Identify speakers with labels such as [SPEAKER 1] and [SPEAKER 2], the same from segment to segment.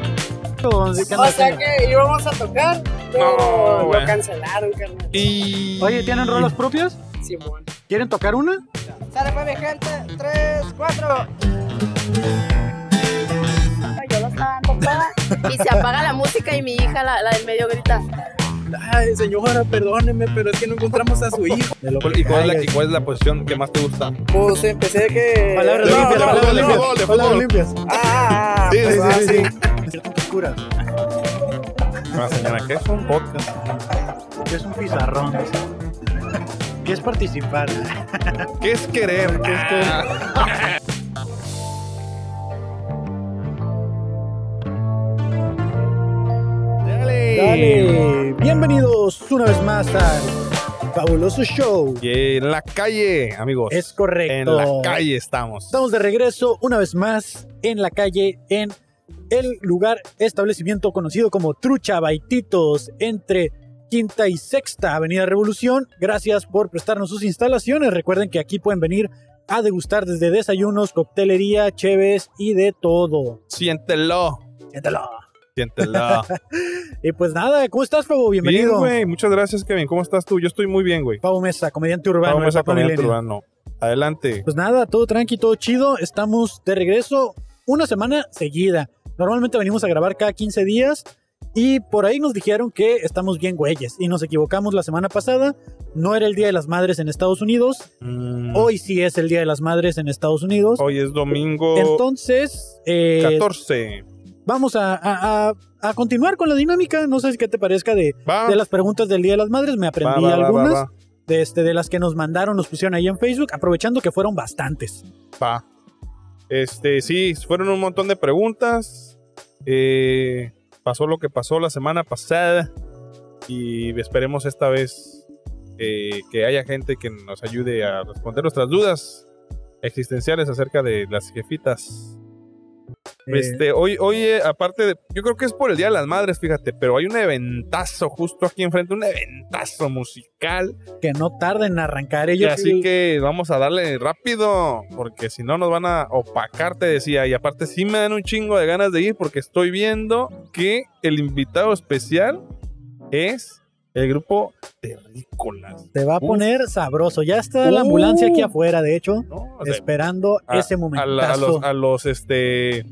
[SPEAKER 1] concierto? ¿O sí que
[SPEAKER 2] O
[SPEAKER 1] andas
[SPEAKER 2] sea
[SPEAKER 1] haciendo?
[SPEAKER 2] que íbamos a tocar,
[SPEAKER 3] No,
[SPEAKER 2] pero
[SPEAKER 3] güey.
[SPEAKER 2] lo cancelaron, carnal.
[SPEAKER 3] Y...
[SPEAKER 1] Oye, ¿tienen rolas propias?
[SPEAKER 2] Simón.
[SPEAKER 1] ¿Quieren tocar una?
[SPEAKER 2] Sale pues mi gente, 3, 4.
[SPEAKER 4] Yo no estaba dando prueba. Y se apaga la música y mi hija, la, la del medio, grita.
[SPEAKER 5] Ay, señora, perdóneme, pero es que no encontramos a su hijo.
[SPEAKER 3] ¿Y cuál es, la, y cuál es la posición que más te gusta?
[SPEAKER 2] Pues empecé de que.
[SPEAKER 6] Palabras
[SPEAKER 2] No,
[SPEAKER 6] limpias,
[SPEAKER 2] no,
[SPEAKER 6] palabras
[SPEAKER 2] no,
[SPEAKER 6] limpias.
[SPEAKER 2] no.
[SPEAKER 6] de Palabras limpias.
[SPEAKER 2] Ah, ah, ah,
[SPEAKER 6] Sí,
[SPEAKER 2] pues, ah,
[SPEAKER 6] sí, sí, sí.
[SPEAKER 1] Cura,
[SPEAKER 3] Ah, señora, ¿qué es un podcast?
[SPEAKER 1] que es un pizarrón. ¿Qué es participar?
[SPEAKER 3] ¿Qué es querer? ¿Qué es querer?
[SPEAKER 6] Dale. Bienvenidos una vez más al fabuloso show.
[SPEAKER 3] Y en la calle, amigos.
[SPEAKER 6] Es correcto.
[SPEAKER 3] en la calle estamos.
[SPEAKER 6] Estamos de regreso una vez más en la calle, en el lugar, establecimiento conocido como Trucha Baititos, entre Quinta y Sexta Avenida Revolución. Gracias por prestarnos sus instalaciones. Recuerden que aquí pueden venir a degustar desde desayunos, coctelería, cheves y de todo.
[SPEAKER 3] Siéntelo.
[SPEAKER 6] Siéntalo.
[SPEAKER 3] Siéntelo.
[SPEAKER 6] Y pues nada, ¿cómo estás, Pavo?
[SPEAKER 3] bien,
[SPEAKER 6] Bienvenido.
[SPEAKER 3] güey. Muchas gracias, Kevin. ¿Cómo estás tú? Yo estoy muy bien, güey.
[SPEAKER 6] Pavo Mesa, comediante urbano.
[SPEAKER 3] Vamos
[SPEAKER 6] de
[SPEAKER 3] a
[SPEAKER 6] Paco
[SPEAKER 3] poner
[SPEAKER 6] Milenio.
[SPEAKER 3] urbano. Adelante.
[SPEAKER 6] Pues nada, todo tranqui, todo chido. Estamos de regreso una semana seguida. Normalmente venimos a grabar cada 15 días y por ahí nos dijeron que estamos bien güeyes y nos equivocamos la semana pasada. No era el Día de las Madres en Estados Unidos.
[SPEAKER 3] Mm, Oh.
[SPEAKER 6] Hoy sí es el Día de las Madres en Estados Unidos.
[SPEAKER 3] hoy es domingo
[SPEAKER 6] Entonces, eh,
[SPEAKER 3] 14.
[SPEAKER 6] vamos a, a- a- a continuar con la dinámica. No sé si qué te parezca de,
[SPEAKER 3] Va.
[SPEAKER 6] de las preguntas del Día de las Madres. Me
[SPEAKER 3] va,
[SPEAKER 6] aprendí
[SPEAKER 3] Ah. va, va, va,
[SPEAKER 6] algunas
[SPEAKER 3] va.
[SPEAKER 6] De, este, de las que nos mandaron, nos pusieron ahí en Facebook, aprovechando que fueron bastantes.
[SPEAKER 3] Pa. Este, sí, fueron un montón de preguntas. Eh, pasó lo que pasó la semana pasada. Y esperemos esta vez eh, que haya gente que nos ayude a responder nuestras dudas existenciales acerca de las jefitas.
[SPEAKER 6] Eh,
[SPEAKER 3] Este, hoy, hoy eh, aparte, de- yo creo que es por el Día de las Madres, fíjate, pero hay un eventazo justo aquí enfrente, un eventazo musical.
[SPEAKER 6] que no tarden en arrancar
[SPEAKER 3] Y
[SPEAKER 6] ellos.
[SPEAKER 3] así
[SPEAKER 6] sí,
[SPEAKER 3] que vamos a darle rápido, porque si no nos van a opacar, te decía. Y aparte sí me dan un chingo de ganas de ir, porque estoy viendo que el invitado especial es el grupo Terrícolas.
[SPEAKER 6] te va a
[SPEAKER 3] Uf.
[SPEAKER 6] poner sabroso. Ya está
[SPEAKER 3] Uh.
[SPEAKER 6] la ambulancia aquí afuera, de hecho,
[SPEAKER 3] ¿no? O sea,
[SPEAKER 6] esperando
[SPEAKER 3] a-
[SPEAKER 6] ese
[SPEAKER 3] a, la- a
[SPEAKER 6] momentazo
[SPEAKER 3] los, a los, este,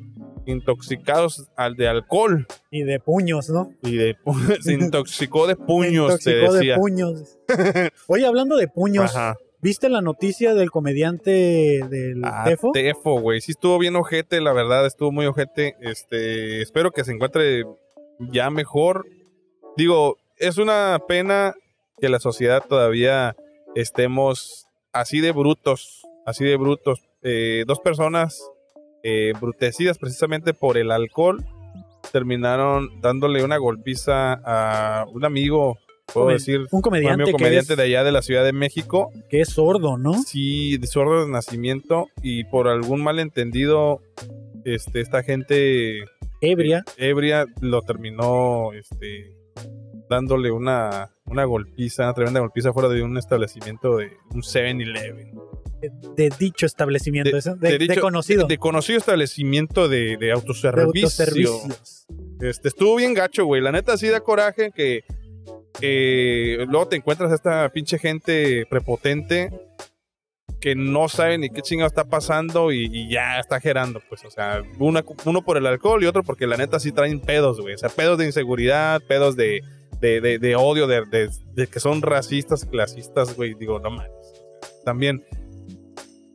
[SPEAKER 3] intoxicados al de alcohol
[SPEAKER 6] y de puños, ¿no?
[SPEAKER 3] y de pu- se intoxicó de puños, te
[SPEAKER 6] Intoxicó de
[SPEAKER 3] decía.
[SPEAKER 6] puños. Oye, hablando de puños,
[SPEAKER 3] Ajá.
[SPEAKER 6] ¿viste la noticia del comediante del
[SPEAKER 3] Ah,
[SPEAKER 6] Defo?
[SPEAKER 3] Tefo, güey. Sí estuvo bien ojete, la verdad, estuvo muy ojete. Este, espero que se encuentre ya mejor. Digo, es una pena que la sociedad todavía estemos así de brutos, así de brutos. Eh, dos personas eh, brutecidas precisamente por el alcohol terminaron dándole una golpiza a un amigo, puedo
[SPEAKER 6] Comen-
[SPEAKER 3] decir,
[SPEAKER 6] Un
[SPEAKER 3] un
[SPEAKER 6] comediante,
[SPEAKER 3] amigo comediante
[SPEAKER 6] que, es,
[SPEAKER 3] de allá de la Ciudad de México.
[SPEAKER 6] que es sordo, ¿no?
[SPEAKER 3] Sí, desorden de nacimiento y por algún malentendido, este, esta gente
[SPEAKER 6] Ebria.
[SPEAKER 3] ebria lo terminó este, dándole una, una golpiza, una tremenda golpiza fuera de un establecimiento de un 7-Eleven.
[SPEAKER 6] De dicho establecimiento,
[SPEAKER 3] De-
[SPEAKER 6] eso, de,
[SPEAKER 3] de dicho-
[SPEAKER 6] de conocido.
[SPEAKER 3] De conocido establecimiento de, de
[SPEAKER 6] de
[SPEAKER 3] autoservicio.
[SPEAKER 6] autoservicios.
[SPEAKER 3] Este, estuvo bien gacho, güey. La neta sí da coraje que eh, luego te encuentras a esta pinche gente prepotente que no sabe ni qué chingado está pasando y, y ya está gerando, pues. O sea, una- uno por el alcohol y otro porque la neta sí traen pedos, güey. O sea, pedos de inseguridad, pedos de, de, de- de odio, de, de- de que son racistas, clasistas, güey. Digo, no mames. También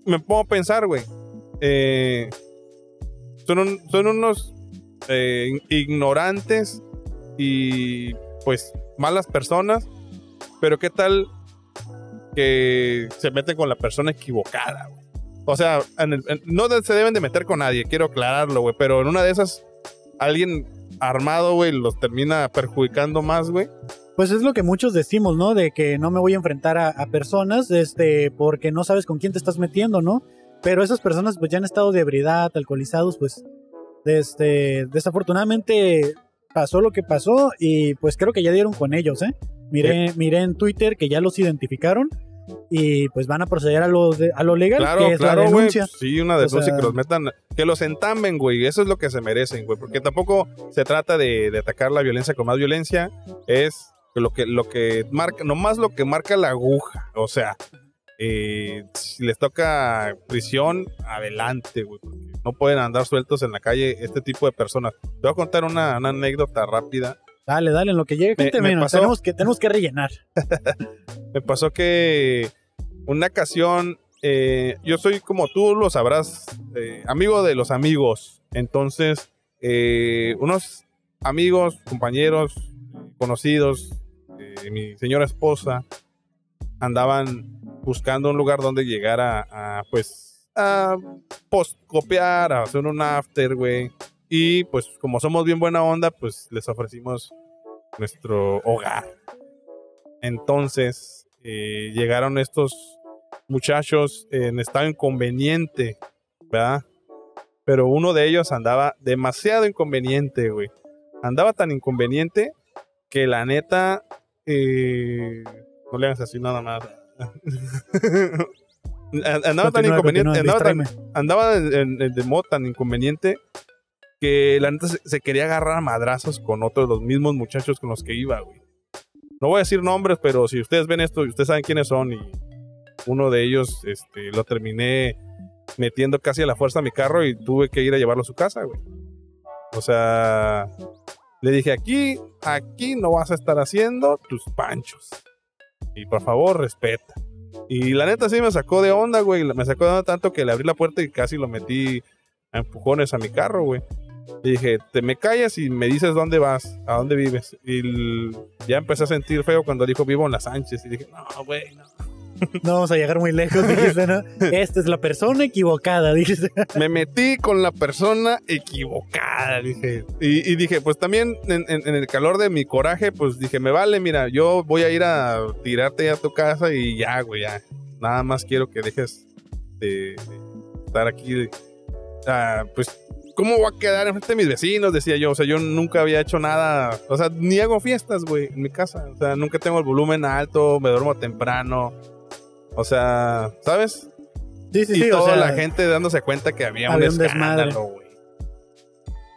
[SPEAKER 3] me pongo a pensar, güey. eh, son, un- son unos eh, in- ignorantes y pues malas personas, pero qué tal que se meten con la persona equivocada, güey? O sea, en el- en- no de- se deben de meter con nadie, quiero aclararlo, güey, pero en una de esas alguien armado, güey, los termina perjudicando más, güey.
[SPEAKER 6] Pues es lo que muchos decimos, ¿no? De que no me voy a enfrentar a, a personas, este, porque no sabes con quién te estás metiendo, ¿no? Pero esas personas, pues ya han estado de ebriedad, alcoholizados, pues, este, desafortunadamente pasó lo que pasó y pues creo que ya dieron con ellos, ¿eh? Miré, miré en Twitter que ya los identificaron y pues van a proceder a lo, de- a lo legal,
[SPEAKER 3] Claro,
[SPEAKER 6] que es la
[SPEAKER 3] claro, güey.
[SPEAKER 6] denuncia.
[SPEAKER 3] Sí, una denuncia
[SPEAKER 6] sea-
[SPEAKER 3] que los metan, que los entamben, güey. Eso es lo que se merecen, güey. Porque tampoco se trata de, de atacar la violencia con más violencia. Es lo que, lo que marca, nomás lo que marca la aguja. O sea, eh, si les toca prisión, adelante, güey. porque No pueden andar sueltos en la calle este tipo de personas. Te voy a contar una, una anécdota rápida.
[SPEAKER 6] Dale, dale, en lo que llegue,
[SPEAKER 3] Me-
[SPEAKER 6] gente,
[SPEAKER 3] me
[SPEAKER 6] menos.
[SPEAKER 3] pasó.
[SPEAKER 6] Tenemos que, tenemos que rellenar.
[SPEAKER 3] Me pasó que una ocasión, eh, yo soy como tú lo sabrás, eh, amigo de los amigos. Entonces, eh, unos amigos, compañeros, conocidos, eh, mi señora esposa, andaban buscando un lugar donde llegar a, a, pues, a postcopiar, a hacer un after, güey. Y pues como somos bien buena onda, pues les ofrecimos nuestro hogar. Entonces eh, llegaron estos muchachos en estado inconveniente, ¿verdad? Pero uno de ellos andaba demasiado inconveniente, güey. Andaba tan inconveniente que la neta... eh, no le hagas así nada más. An- andaba tan
[SPEAKER 6] Continúa,
[SPEAKER 3] inconveniente,
[SPEAKER 6] continúa,
[SPEAKER 3] andaba tan,
[SPEAKER 6] distráeme.
[SPEAKER 3] andaba en- en- en- de modo tan inconveniente que la neta se, se quería agarrar a madrazos con otros de los mismos muchachos con los que iba, güey. No voy a decir nombres, pero si ustedes ven esto, ustedes saben quiénes son y uno de ellos este, lo terminé metiendo casi a la fuerza a mi carro y tuve que ir a llevarlo a su casa, güey. O sea, le dije, aquí, aquí no vas a estar haciendo tus panchos. Y por favor, respeta. Y la neta sí me sacó de onda, güey. Me sacó de onda tanto que le abrí la puerta y casi lo metí a empujones a mi carro, güey. Y dije, te me callas y me dices dónde vas, a dónde vives. Y l- ya empecé a sentir feo cuando dijo, vivo en la Sánchez. Y dije, no, güey, no.
[SPEAKER 6] No vamos a llegar muy lejos, dijiste, ¿no? Esta es la persona equivocada, dijiste.
[SPEAKER 3] me metí con la persona equivocada, dije. Y, y dije, pues también en, en- en el calor de mi coraje, pues dije, me vale, mira, yo voy a ir a tirarte a tu casa y ya, güey, ya. Nada más quiero que dejes de, de estar aquí. de- ah, pues, ¿cómo voy a quedar enfrente de mis vecinos? Decía yo, o sea, yo nunca había hecho nada, o sea, ni hago fiestas, güey, en mi casa. O sea, nunca tengo el volumen alto, me duermo temprano. O sea, ¿sabes?
[SPEAKER 6] Sí, sí,
[SPEAKER 3] y
[SPEAKER 6] sí. o
[SPEAKER 3] toda
[SPEAKER 6] sea,
[SPEAKER 3] la gente dándose cuenta que había,
[SPEAKER 6] había
[SPEAKER 3] un,
[SPEAKER 6] un desmadre.
[SPEAKER 3] escándalo, güey.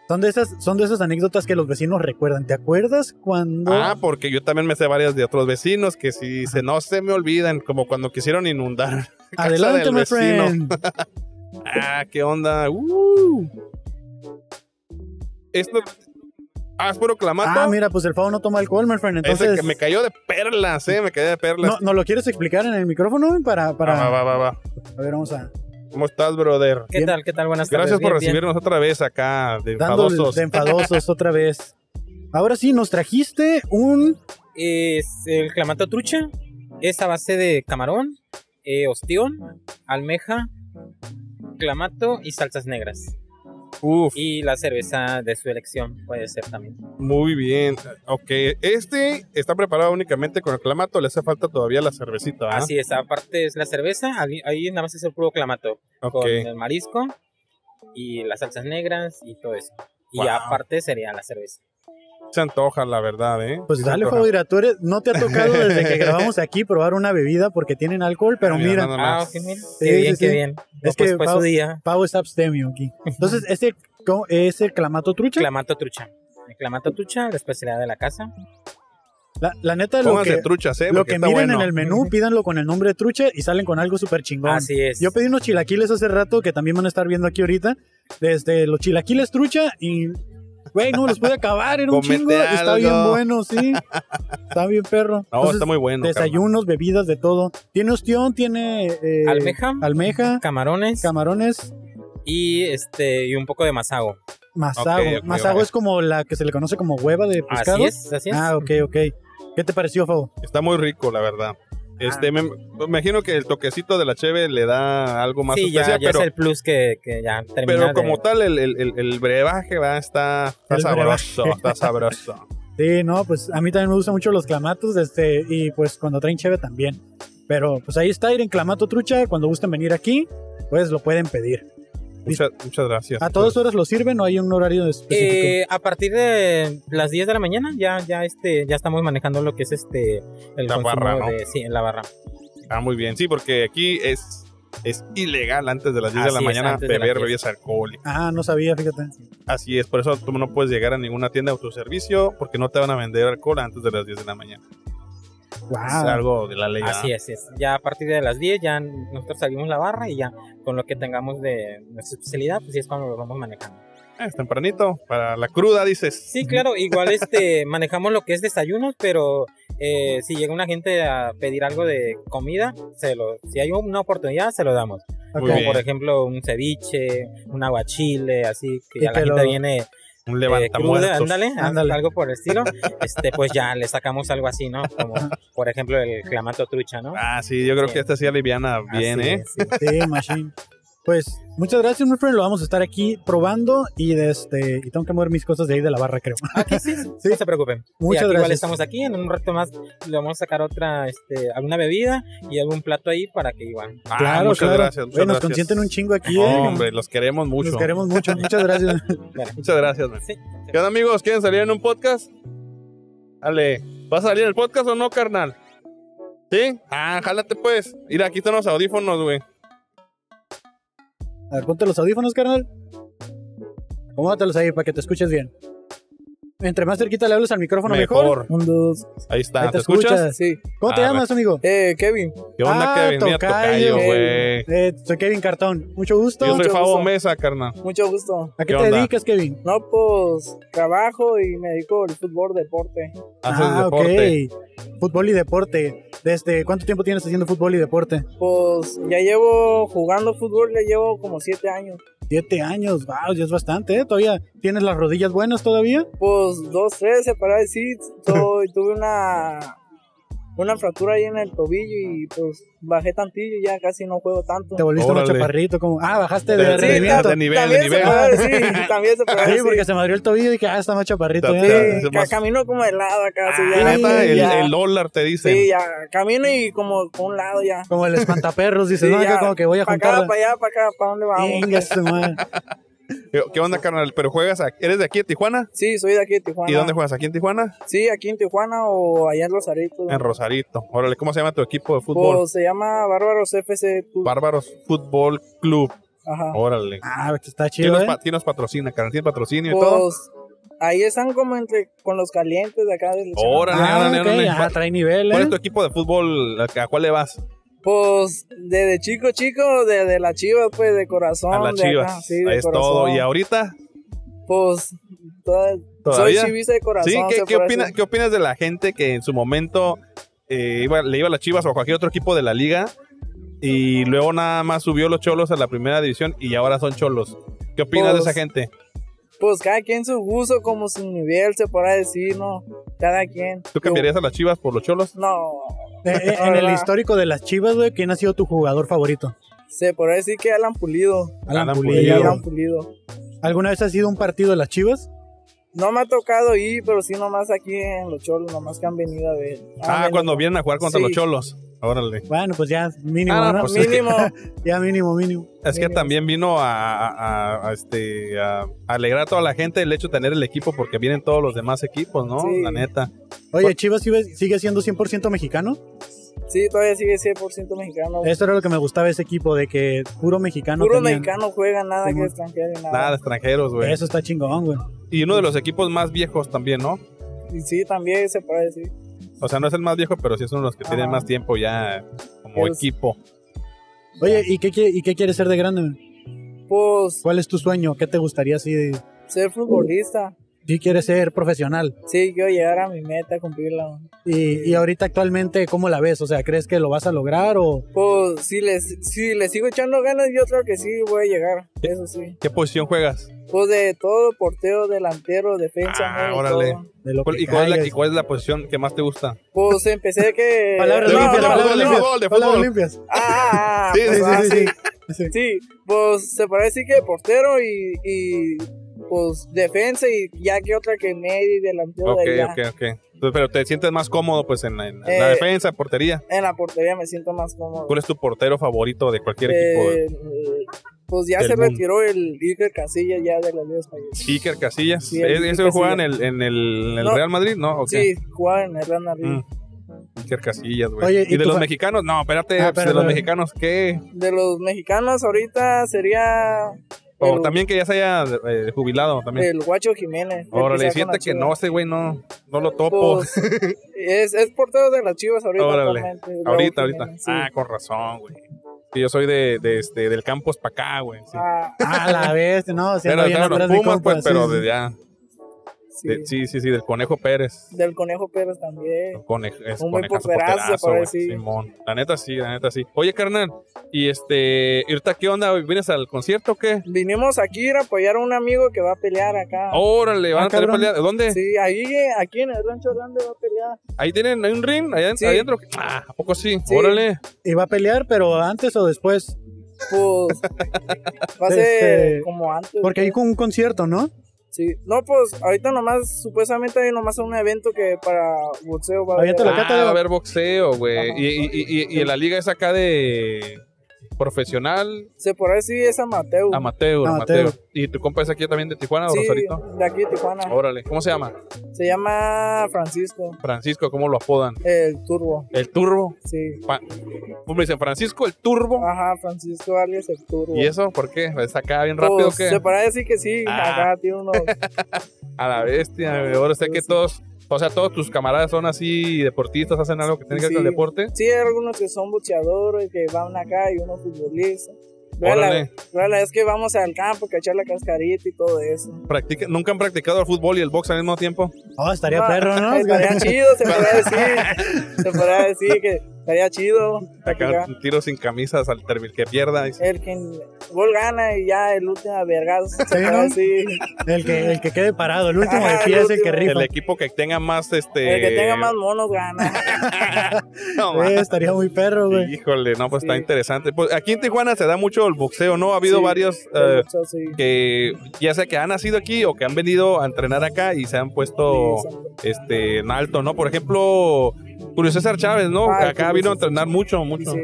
[SPEAKER 6] Son de, esas, son de esas anécdotas que los vecinos recuerdan. ¿Te acuerdas cuando.?
[SPEAKER 3] Ah, porque yo también me sé varias de otros vecinos que si se no se me olvidan, como cuando quisieron inundar. pues, casa
[SPEAKER 6] Adelante,
[SPEAKER 3] del
[SPEAKER 6] my
[SPEAKER 3] vecino.
[SPEAKER 6] friend.
[SPEAKER 3] Ah, qué onda. Uh. Esto. Ah, es puro clamato.
[SPEAKER 6] Ah, mira, pues el Fabo no toma alcohol, my friend.
[SPEAKER 3] Ese
[SPEAKER 6] Entonces.
[SPEAKER 3] que me cayó de perlas, eh, me cayó de perlas.
[SPEAKER 6] ¿no, ¿No lo quieres explicar en el micrófono? Para. para...
[SPEAKER 3] Ah, va, va, va, va.
[SPEAKER 6] A ver, vamos a.
[SPEAKER 3] ¿Cómo estás, brother?
[SPEAKER 5] ¿Qué
[SPEAKER 6] Bien.
[SPEAKER 5] tal? ¿Qué tal? Buenas
[SPEAKER 3] Gracias
[SPEAKER 5] tardes.
[SPEAKER 3] por
[SPEAKER 5] Bien, bien.
[SPEAKER 3] recibirnos otra vez acá, de
[SPEAKER 6] Dando
[SPEAKER 3] enfadosos.
[SPEAKER 6] de enfadosos otra vez. Ahora sí, nos trajiste un.
[SPEAKER 5] Es el clamato trucha. Es a base de camarón, eh, ostión, almeja, clamato y salsas negras.
[SPEAKER 3] Uf.
[SPEAKER 5] Y la cerveza de su elección puede ser también.
[SPEAKER 3] Muy bien. Ok, este está preparado únicamente con el clamato, le hace falta todavía la cervecita. ¿ah?
[SPEAKER 5] Así es, aparte es la cerveza. Ahí ahí nada más es el puro clamato.
[SPEAKER 3] Ok.
[SPEAKER 5] con el marisco y las salsas negras y todo eso. Y
[SPEAKER 3] Wow.
[SPEAKER 5] aparte sería la cerveza.
[SPEAKER 3] Se antoja, la verdad, ¿eh?
[SPEAKER 6] Pues
[SPEAKER 3] Se
[SPEAKER 6] dale,
[SPEAKER 3] antoja.
[SPEAKER 6] Fabo, mira, tú eres- No te ha tocado desde que grabamos aquí probar una bebida porque tienen alcohol, pero
[SPEAKER 3] Mira,
[SPEAKER 6] mira.
[SPEAKER 3] nada más.
[SPEAKER 5] Ah, ok, mira.
[SPEAKER 6] Sí, sí,
[SPEAKER 5] Qué bien,
[SPEAKER 6] sí.
[SPEAKER 5] qué bien. No,
[SPEAKER 6] Es
[SPEAKER 5] pues
[SPEAKER 6] que
[SPEAKER 5] fue su
[SPEAKER 6] Pau-
[SPEAKER 5] día.
[SPEAKER 6] Pavo es abstemio aquí. Entonces, ese co- es el clamato trucha.
[SPEAKER 5] Clamato trucha. El clamato trucha, la especialidad de la casa.
[SPEAKER 6] la, la neta, lo
[SPEAKER 3] Pónganse
[SPEAKER 6] que,
[SPEAKER 3] truchas, ¿eh?
[SPEAKER 6] lo
[SPEAKER 3] Porque
[SPEAKER 6] que
[SPEAKER 3] está
[SPEAKER 6] miren
[SPEAKER 3] bueno.
[SPEAKER 6] en el menú, pídanlo con el nombre de trucha y salen con algo súper chingón.
[SPEAKER 5] Así es.
[SPEAKER 6] Yo pedí unos chilaquiles hace rato que también van a estar viendo aquí ahorita. Desde los chilaquiles trucha y. Güey, no me los pude acabar, era un
[SPEAKER 3] Comete
[SPEAKER 6] chingo. y Está bien
[SPEAKER 3] algo.
[SPEAKER 6] bueno, sí. Está bien, perro.
[SPEAKER 3] No,
[SPEAKER 6] Entonces,
[SPEAKER 3] está muy bueno. carnal.
[SPEAKER 6] desayunos, bebidas, de todo. Tiene ostión, tiene. eh,
[SPEAKER 5] Almeja,
[SPEAKER 6] almeja,
[SPEAKER 5] camarones
[SPEAKER 6] camarones,
[SPEAKER 5] y este y un poco de masago.
[SPEAKER 6] masago.
[SPEAKER 3] Ok, ok,
[SPEAKER 6] masago
[SPEAKER 3] ok.
[SPEAKER 6] es como la que se le conoce como hueva de pescado.
[SPEAKER 5] Así es, así es.
[SPEAKER 6] Ah, ok, ok. ¿Qué te pareció, Fabo?
[SPEAKER 3] Está muy rico, la verdad. Este,
[SPEAKER 6] Ah.
[SPEAKER 3] me, me imagino que el toquecito de la cheve le da algo más
[SPEAKER 5] sí, ya,
[SPEAKER 3] especial,
[SPEAKER 5] ya
[SPEAKER 3] pero,
[SPEAKER 5] es el plus que, que ya termina
[SPEAKER 3] pero
[SPEAKER 5] de-
[SPEAKER 3] como tal, el, el, el- el brebaje va, está, está
[SPEAKER 6] El
[SPEAKER 3] sabroso,
[SPEAKER 6] brebaje.
[SPEAKER 3] está sabroso.
[SPEAKER 6] Sí, no, pues a mí también me gustan mucho los clamatos, este, y pues cuando traen cheve también. Pero pues ahí está, ir en clamato trucha, cuando gusten venir aquí, pues lo pueden pedir.
[SPEAKER 3] Muchas, muchas gracias.
[SPEAKER 6] ¿A todas horas lo sirven o hay un horario específico?
[SPEAKER 5] Eh, a partir de las 10 de la mañana ya ya este ya estamos manejando lo que es este el
[SPEAKER 3] La
[SPEAKER 5] consumo
[SPEAKER 3] barra, ¿no?
[SPEAKER 5] de sí, en la barra.
[SPEAKER 3] Ah, muy bien. Sí, porque aquí es, es ilegal antes de las 10 de la
[SPEAKER 5] Así es,
[SPEAKER 3] mañana
[SPEAKER 5] antes de las
[SPEAKER 3] beber
[SPEAKER 5] 10.
[SPEAKER 3] bebidas alcohólicas.
[SPEAKER 6] Ah, no sabía, fíjate.
[SPEAKER 3] Así es, por eso tú no puedes llegar a ninguna tienda de autoservicio porque no te van a vender alcohol antes de las 10 de la mañana. Es
[SPEAKER 6] Wow.
[SPEAKER 3] algo de la ley. ¿verdad?
[SPEAKER 5] Así es, así es. Ya a partir de las 10 ya nosotros salimos la barra y ya con lo que tengamos de nuestra especialidad, pues ya es cuando lo vamos manejando.
[SPEAKER 3] Ah, Es tempranito, para la cruda dices.
[SPEAKER 5] Sí, claro, igual este manejamos lo que es desayunos, pero eh, si llega una gente a pedir algo de comida, se lo, si hay una oportunidad, se lo damos.
[SPEAKER 3] Muy
[SPEAKER 5] Como
[SPEAKER 3] bien.
[SPEAKER 5] por ejemplo un ceviche, un aguachile, así que
[SPEAKER 6] Y
[SPEAKER 5] ya la
[SPEAKER 6] te lo-
[SPEAKER 5] gente viene eh,
[SPEAKER 3] Un levantamuertos.
[SPEAKER 5] cruda, ándale,
[SPEAKER 6] Ándale.
[SPEAKER 5] algo por el estilo, este pues ya le sacamos algo así, ¿no? Como por ejemplo el clamato trucha, ¿no?
[SPEAKER 3] Ah, sí, yo creo
[SPEAKER 5] Sí.
[SPEAKER 3] que esta sí aliviana bien,
[SPEAKER 5] Así
[SPEAKER 3] ¿eh?
[SPEAKER 5] es, sí.
[SPEAKER 6] Sí, machine. Pues muchas gracias, my friend. Lo vamos a estar aquí probando y de este y tengo que mover mis cosas de ahí de la barra, creo.
[SPEAKER 5] Aquí sí,
[SPEAKER 6] Sí.
[SPEAKER 5] no se preocupen. Sí,
[SPEAKER 6] Muchas
[SPEAKER 5] aquí
[SPEAKER 6] gracias.
[SPEAKER 5] Igual estamos aquí, en un rato más le vamos a sacar otra, este, alguna bebida y algún plato ahí para que igual.
[SPEAKER 3] Ah, muchas gracias.
[SPEAKER 6] Oye,
[SPEAKER 3] Muchas
[SPEAKER 6] nos
[SPEAKER 3] gracias.
[SPEAKER 6] consienten un chingo aquí, eh.
[SPEAKER 3] Hombre, los queremos mucho.
[SPEAKER 6] Nos queremos mucho. Muchas gracias.
[SPEAKER 3] Muchas gracias. man.
[SPEAKER 5] Sí.
[SPEAKER 3] ¿Qué onda, amigos? ¿Quieren salir en un podcast? Dale. ¿Vas a salir en el podcast o no, carnal? ¿Sí? Ah, jálate pues. Mira, aquí están los audífonos, güey.
[SPEAKER 6] A ver, ponte los audífonos, carnal. Póngatelos ahí para que te escuches bien. Entre más cerquita le hables al micrófono, mejor.
[SPEAKER 3] Mejor.
[SPEAKER 6] Un, dos.
[SPEAKER 3] Ahí está.
[SPEAKER 6] Ahí
[SPEAKER 3] ¿Te, escuchas?
[SPEAKER 2] Sí.
[SPEAKER 6] ¿Cómo te
[SPEAKER 3] Ah,
[SPEAKER 6] llamas, amigo?
[SPEAKER 2] Eh, Kevin.
[SPEAKER 3] ¿Qué onda,
[SPEAKER 6] Ah,
[SPEAKER 3] Kevin? Mira,
[SPEAKER 6] tocayo.
[SPEAKER 3] tocayo, güey.
[SPEAKER 6] Eh, soy Kevin Cartón. Mucho gusto.
[SPEAKER 3] Yo soy
[SPEAKER 2] Mucho
[SPEAKER 3] Fabo
[SPEAKER 2] gusto.
[SPEAKER 3] Mesa, carnal.
[SPEAKER 2] Mucho gusto.
[SPEAKER 6] ¿A qué,
[SPEAKER 3] ¿Qué
[SPEAKER 6] te
[SPEAKER 3] onda?
[SPEAKER 6] dedicas, Kevin?
[SPEAKER 2] No, pues trabajo y me dedico al fútbol, deporte.
[SPEAKER 3] Haces
[SPEAKER 6] ah,
[SPEAKER 3] deporte.
[SPEAKER 6] ok. Fútbol y deporte. Desde ¿Cuánto tiempo tienes haciendo fútbol y deporte?
[SPEAKER 2] Pues ya llevo jugando fútbol, ya llevo como siete años.
[SPEAKER 6] Siete años. Wow, ya es bastante, ¿eh? Todavía tienes las rodillas buenas todavía.
[SPEAKER 2] Pues dos, tres, se paró decir. to- tuve una, una fractura ahí en el tobillo y pues bajé tantillo y ya casi no juego tanto.
[SPEAKER 6] Te volviste un
[SPEAKER 3] Órale.
[SPEAKER 6] chaparrito como. Ah, bajaste de
[SPEAKER 3] Sí,
[SPEAKER 6] rendimiento.
[SPEAKER 3] de nivel, de
[SPEAKER 2] también
[SPEAKER 3] nivel.
[SPEAKER 2] se paró decir, también se paró
[SPEAKER 6] Sí,
[SPEAKER 2] decir.
[SPEAKER 6] porque se me abrió el tobillo y dije, ah, está más chaparrito. ¿eh?"
[SPEAKER 3] Está-
[SPEAKER 6] ya.
[SPEAKER 3] está-
[SPEAKER 2] Sí,
[SPEAKER 3] se
[SPEAKER 2] ca-
[SPEAKER 3] más-
[SPEAKER 2] camino como helado acá. sí,
[SPEAKER 3] Ah,
[SPEAKER 2] ya,
[SPEAKER 3] neta, el,
[SPEAKER 2] ya.
[SPEAKER 3] el dólar te dicen.
[SPEAKER 2] Sí, ya, camino y como por un lado ya.
[SPEAKER 6] Como el espantaperros, dices,
[SPEAKER 2] Sí,
[SPEAKER 6] no, acá
[SPEAKER 2] ya,
[SPEAKER 6] como que voy a
[SPEAKER 2] Para acá,
[SPEAKER 6] juntar.
[SPEAKER 2] para allá, para acá, para dónde vamos.
[SPEAKER 6] Venga, su madre.
[SPEAKER 3] ¿Qué onda, carnal? ¿Pero juegas? a- ¿Eres de aquí, de Tijuana?
[SPEAKER 2] Sí, soy de aquí de Tijuana.
[SPEAKER 3] ¿Y dónde juegas? ¿Aquí en Tijuana?
[SPEAKER 2] Sí, aquí en Tijuana o allá en Rosarito.
[SPEAKER 3] En Rosarito. Órale, ¿cómo se llama tu equipo de fútbol?
[SPEAKER 2] Pues se llama Bárbaros FC Club.
[SPEAKER 3] Bárbaros Fútbol Club.
[SPEAKER 2] Ajá.
[SPEAKER 3] Órale.
[SPEAKER 6] Ah, está
[SPEAKER 3] ¿Quién
[SPEAKER 6] chido,
[SPEAKER 3] nos,
[SPEAKER 6] ¿eh?
[SPEAKER 3] pa- quién nos patrocina, carnal? ¿Tiene patrocinio y todo? Oh.
[SPEAKER 2] Pues ahí están como entre con los calientes de acá del
[SPEAKER 3] Órale,
[SPEAKER 6] Ah,
[SPEAKER 3] órale,
[SPEAKER 6] ok,
[SPEAKER 3] órale.
[SPEAKER 6] ah, trae nivel,
[SPEAKER 3] ¿Cuál
[SPEAKER 6] ¿eh?
[SPEAKER 3] es tu equipo de fútbol? ¿A cuál le vas?
[SPEAKER 2] Pues desde chico, chico, de, de la chiva, pues de corazón.
[SPEAKER 3] A las
[SPEAKER 2] de acá,
[SPEAKER 3] Chivas.
[SPEAKER 2] sí, de
[SPEAKER 3] Ahí es
[SPEAKER 2] corazón.
[SPEAKER 3] todo. ¿Y ahorita?
[SPEAKER 2] Pues toda- soy
[SPEAKER 3] ¿Todavía?
[SPEAKER 2] chivista de corazón.
[SPEAKER 3] Sí, ¿qué,
[SPEAKER 2] se
[SPEAKER 3] qué
[SPEAKER 2] puede
[SPEAKER 3] opina-
[SPEAKER 2] decir.
[SPEAKER 3] qué opinas de la gente que en su momento eh, iba- le iba a las Chivas o a cualquier otro equipo de la liga y luego nada más subió los cholos a la primera división y ahora son cholos? ¿Qué opinas
[SPEAKER 2] Pues,
[SPEAKER 3] de esa gente?
[SPEAKER 2] Pues cada quien su gusto, como su nivel, se podrá decir, ¿no? Cada quien.
[SPEAKER 3] ¿Tú cambiarías a las Chivas por los cholos?
[SPEAKER 2] No,
[SPEAKER 6] Eh, eh, en el histórico de las chivas, güey, ¿quién ha sido tu jugador favorito?
[SPEAKER 2] se podrá decir que Alan Pulido.
[SPEAKER 6] Alan
[SPEAKER 3] Alan
[SPEAKER 6] Pulido.
[SPEAKER 2] el
[SPEAKER 3] Pulido.
[SPEAKER 2] Alan Pulido.
[SPEAKER 6] ¿Alguna vez has sido un partido de las chivas?
[SPEAKER 2] No me ha tocado ir, pero sí nomás aquí en Los Cholos, nomás que han venido a ver.
[SPEAKER 3] Ah,
[SPEAKER 2] Han
[SPEAKER 3] cuando
[SPEAKER 2] venido.
[SPEAKER 3] vienen a jugar contra
[SPEAKER 2] Sí.
[SPEAKER 3] los cholos. Órale.
[SPEAKER 6] Bueno, pues ya mínimo,
[SPEAKER 3] Ah,
[SPEAKER 6] ¿no?
[SPEAKER 3] pues-
[SPEAKER 2] Mínimo.
[SPEAKER 6] Ya mínimo, mínimo.
[SPEAKER 3] Es que
[SPEAKER 2] Sí.
[SPEAKER 3] también vino a, a- a, este, a alegrar a toda la gente el hecho de tener el equipo porque vienen todos los demás equipos, ¿no?
[SPEAKER 2] Sí.
[SPEAKER 3] La neta. Pues-
[SPEAKER 6] Oye, Chivas sigue, sigue siendo 100% mexicano.
[SPEAKER 2] sí, todavía sigue 100% mexicano.
[SPEAKER 6] Eso era lo que me gustaba de ese equipo, de que puro mexicano.
[SPEAKER 2] Puro
[SPEAKER 6] tenían.
[SPEAKER 2] mexicano juega, nada
[SPEAKER 6] Sí,
[SPEAKER 2] que
[SPEAKER 6] mon.
[SPEAKER 2] extranjero ni nada.
[SPEAKER 3] Nada de extranjeros, güey.
[SPEAKER 6] Eso está chingón, güey.
[SPEAKER 3] Y uno de los equipos más viejos también, ¿no?
[SPEAKER 2] Y sí, también se puede decir.
[SPEAKER 3] O sea, no es el más viejo, pero sí es uno de los que tienen
[SPEAKER 2] Ajá.
[SPEAKER 3] más tiempo ya como
[SPEAKER 2] Es-
[SPEAKER 3] equipo.
[SPEAKER 6] Oye, ¿y qué, qui- ¿y qué quieres ser de grande? güey?
[SPEAKER 2] Pues
[SPEAKER 6] ¿Cuál es tu sueño? ¿Qué te gustaría si,
[SPEAKER 2] ser futbolista.
[SPEAKER 6] si quieres ser profesional?
[SPEAKER 2] Sí, quiero llegar a mi meta, cumplirla.
[SPEAKER 6] Y, y ahorita actualmente, ¿cómo la ves? O sea, ¿crees que lo vas a lograr o
[SPEAKER 2] Pues si les, si les sigo echando ganas, yo creo que sí voy a llegar. Eso sí.
[SPEAKER 3] ¿Qué posición juegas?
[SPEAKER 2] Pues de todo, portero, delantero, defensa.
[SPEAKER 3] Ah,
[SPEAKER 2] medio,
[SPEAKER 3] órale.
[SPEAKER 2] todo.
[SPEAKER 6] de lo que
[SPEAKER 3] ¿Cuál- ¿Y cuál es, la,
[SPEAKER 6] caigas?
[SPEAKER 3] y cuál es la posición que más te gusta?
[SPEAKER 2] Pues empecé que...
[SPEAKER 6] Palabras
[SPEAKER 3] No,
[SPEAKER 6] limpias,
[SPEAKER 3] no,
[SPEAKER 6] palabras
[SPEAKER 3] de
[SPEAKER 6] limpias.
[SPEAKER 3] fútbol, de
[SPEAKER 6] palabras
[SPEAKER 3] fútbol.
[SPEAKER 6] limpias.
[SPEAKER 2] Ah, ah, ah,
[SPEAKER 3] Sí,
[SPEAKER 2] pues,
[SPEAKER 3] sí,
[SPEAKER 2] ah,
[SPEAKER 6] sí,
[SPEAKER 2] sí.
[SPEAKER 6] Sí.
[SPEAKER 2] Sí, pues se parece que portero y, y pues defensa y ya que otra que medio y delantero
[SPEAKER 3] Ok,
[SPEAKER 2] de allá.
[SPEAKER 3] ok, ok. Entonces, Pero te sientes más cómodo pues en la, en la
[SPEAKER 2] Eh,
[SPEAKER 3] defensa, portería.
[SPEAKER 2] En la portería me siento más cómodo.
[SPEAKER 3] ¿Cuál es tu portero favorito de cualquier
[SPEAKER 2] Eh,
[SPEAKER 3] equipo?
[SPEAKER 2] eh, pues ya
[SPEAKER 3] del
[SPEAKER 2] se
[SPEAKER 3] mundo?
[SPEAKER 2] retiró el Iker Casillas ya de la Liga Española.
[SPEAKER 3] Iker Casillas.
[SPEAKER 2] Sí, el
[SPEAKER 3] ¿Es-
[SPEAKER 2] Iker
[SPEAKER 3] ¿Ese juega en
[SPEAKER 2] Casillas.
[SPEAKER 3] el, en el, en el
[SPEAKER 2] No.
[SPEAKER 3] Real Madrid? No, ok.
[SPEAKER 2] Sí, jugaba en el Real Madrid.
[SPEAKER 3] Mm. Iker Casillas, güey.
[SPEAKER 6] Oye,
[SPEAKER 3] ¿Y,
[SPEAKER 6] ¿y
[SPEAKER 3] de
[SPEAKER 6] tu
[SPEAKER 3] los
[SPEAKER 6] fa-
[SPEAKER 3] mexicanos? No, espérate,
[SPEAKER 6] Ah,
[SPEAKER 3] pues,
[SPEAKER 6] espera,
[SPEAKER 3] de los
[SPEAKER 6] espera.
[SPEAKER 3] mexicanos, ¿qué?
[SPEAKER 2] De los mexicanos ahorita sería.
[SPEAKER 3] O
[SPEAKER 2] el-
[SPEAKER 3] también que ya se haya eh, jubilado también.
[SPEAKER 2] El Guacho Jiménez. el que
[SPEAKER 3] Órale,
[SPEAKER 2] está con
[SPEAKER 3] siente
[SPEAKER 2] las
[SPEAKER 3] que
[SPEAKER 2] Chivas.
[SPEAKER 3] no, ese güey no, no lo topo.
[SPEAKER 2] Pues, es, es portero de las Chivas ahorita.
[SPEAKER 3] Órale,
[SPEAKER 2] actualmente, Raúl
[SPEAKER 3] ahorita, ahorita.
[SPEAKER 2] Jiménez, sí.
[SPEAKER 3] Ah, con razón, güey. Sí, yo soy de, de este, del campus para acá, güey. sí.
[SPEAKER 2] Ah,
[SPEAKER 6] A la vez, no, se
[SPEAKER 3] pero
[SPEAKER 6] anda bien
[SPEAKER 3] estaban
[SPEAKER 6] atrás
[SPEAKER 3] los
[SPEAKER 6] mi
[SPEAKER 3] Pumas,
[SPEAKER 6] compa,
[SPEAKER 3] pues,
[SPEAKER 6] sí,
[SPEAKER 3] pero
[SPEAKER 6] sí.
[SPEAKER 3] de ya.
[SPEAKER 2] sí.
[SPEAKER 3] de- Sí, sí, sí, del Conejo Pérez.
[SPEAKER 2] Del Conejo Pérez también.
[SPEAKER 3] Con es
[SPEAKER 2] Un buen
[SPEAKER 3] conejazo,
[SPEAKER 2] porterazo,
[SPEAKER 3] porterazo,
[SPEAKER 2] por
[SPEAKER 3] güey,
[SPEAKER 2] decir.
[SPEAKER 3] Simón. La neta sí, la neta sí. Oye, carnal, y este, Irta, ¿qué onda? güey? ¿Vienes al concierto o qué?
[SPEAKER 2] Vinimos aquí a apoyar a un amigo que va a pelear acá.
[SPEAKER 3] Órale, van
[SPEAKER 6] Ah,
[SPEAKER 3] a tener
[SPEAKER 6] cabrón.
[SPEAKER 3] pelea. ¿Dónde?
[SPEAKER 2] Sí, ahí, eh, aquí en el Rancho Grande va a pelear.
[SPEAKER 3] Ahí tienen, hay un ring, ahí
[SPEAKER 2] Sí.
[SPEAKER 3] adentro. Ah, ¿a poco sí?
[SPEAKER 2] Sí.
[SPEAKER 3] Órale.
[SPEAKER 6] Y va a pelear, pero antes o después.
[SPEAKER 2] Pues va a
[SPEAKER 6] Este,
[SPEAKER 2] ser como antes.
[SPEAKER 6] Porque hay
[SPEAKER 2] pues.
[SPEAKER 6] un concierto, ¿no?
[SPEAKER 2] Sí. No, pues ahorita nomás, supuestamente hay nomás un evento que para boxeo va a
[SPEAKER 6] Ahorita
[SPEAKER 2] haber.
[SPEAKER 6] lo-
[SPEAKER 3] Ah,
[SPEAKER 6] cátedra.
[SPEAKER 3] va a haber boxeo, güey.
[SPEAKER 2] Ajá.
[SPEAKER 3] Y, y, y, y- y la liga es acá de profesional,
[SPEAKER 2] Se por ahí sí es amateur.
[SPEAKER 3] amateur, amateur.
[SPEAKER 6] Amateur.
[SPEAKER 3] ¿Y tu compa es aquí también de Tijuana,
[SPEAKER 2] sí,
[SPEAKER 3] Rosarito?
[SPEAKER 2] de aquí de Tijuana.
[SPEAKER 3] Órale, ¿cómo se llama?
[SPEAKER 2] Se llama Francisco,
[SPEAKER 3] Francisco, ¿cómo lo apodan?
[SPEAKER 2] el Turbo.
[SPEAKER 3] El Turbo.
[SPEAKER 2] Sí.
[SPEAKER 3] Pa- ¿Cómo le dicen? Francisco, el Turbo.
[SPEAKER 2] Ajá, Francisco alias el Turbo.
[SPEAKER 3] ¿Y eso por qué? ¿Está acá bien rápido
[SPEAKER 2] Pues,
[SPEAKER 3] o qué?
[SPEAKER 2] Se para decir que sí,
[SPEAKER 3] Ah.
[SPEAKER 2] acá tiene unos.
[SPEAKER 3] A la bestia, güey. Ahora sé
[SPEAKER 2] Sí,
[SPEAKER 3] que
[SPEAKER 2] sí.
[SPEAKER 3] todos, o sea, todos tus camaradas son así deportistas, hacen algo que tiene que ver con el
[SPEAKER 2] Sí.
[SPEAKER 3] deporte.
[SPEAKER 2] Sí, hay algunos que son boxeadores, que van acá y unos futbolistas. Pero
[SPEAKER 3] Órale.
[SPEAKER 2] La, pero la es que vamos al campo, que echar la cascarita y todo eso.
[SPEAKER 3] Practica- ¿Nunca han practicado el fútbol y el box al mismo tiempo?
[SPEAKER 6] Oh, estaría
[SPEAKER 2] Ah,
[SPEAKER 6] perro, ¿no?
[SPEAKER 2] Estaría chido, se podría decir. se podría decir que estaría chido.
[SPEAKER 3] Acá
[SPEAKER 2] practicar.
[SPEAKER 3] un tiro sin camisas al termil que pierda. dice.
[SPEAKER 2] El que gol gana y ya el último vergado. Se
[SPEAKER 6] ¿no?
[SPEAKER 2] podría decir.
[SPEAKER 6] El que, el que quede parado, el último
[SPEAKER 2] Ajá,
[SPEAKER 6] de
[SPEAKER 2] el
[SPEAKER 6] pie es Ah, el
[SPEAKER 2] último.
[SPEAKER 6] que rifa.
[SPEAKER 3] El equipo que tenga más este.
[SPEAKER 2] El que tenga más monos gana.
[SPEAKER 3] No,
[SPEAKER 6] Eh,
[SPEAKER 3] ma-
[SPEAKER 6] estaría muy perro, güey.
[SPEAKER 3] Híjole, no, pues está
[SPEAKER 2] Sí.
[SPEAKER 3] interesante. Pues aquí en Tijuana se da mucho el boxeo, ¿no? Ha habido
[SPEAKER 2] Sí,
[SPEAKER 3] varios
[SPEAKER 2] el
[SPEAKER 3] eh,
[SPEAKER 2] boxeo, sí.
[SPEAKER 3] que ya sea que han nacido aquí o que han venido a entrenar acá y se han puesto
[SPEAKER 2] Sí, son-
[SPEAKER 3] este en alto, ¿no? Por ejemplo, Julio César Chávez, ¿no?
[SPEAKER 2] Ah,
[SPEAKER 3] acá
[SPEAKER 2] Julio
[SPEAKER 3] vino a
[SPEAKER 2] César.
[SPEAKER 3] entrenar mucho,
[SPEAKER 2] sí,
[SPEAKER 3] mucho.
[SPEAKER 2] sí.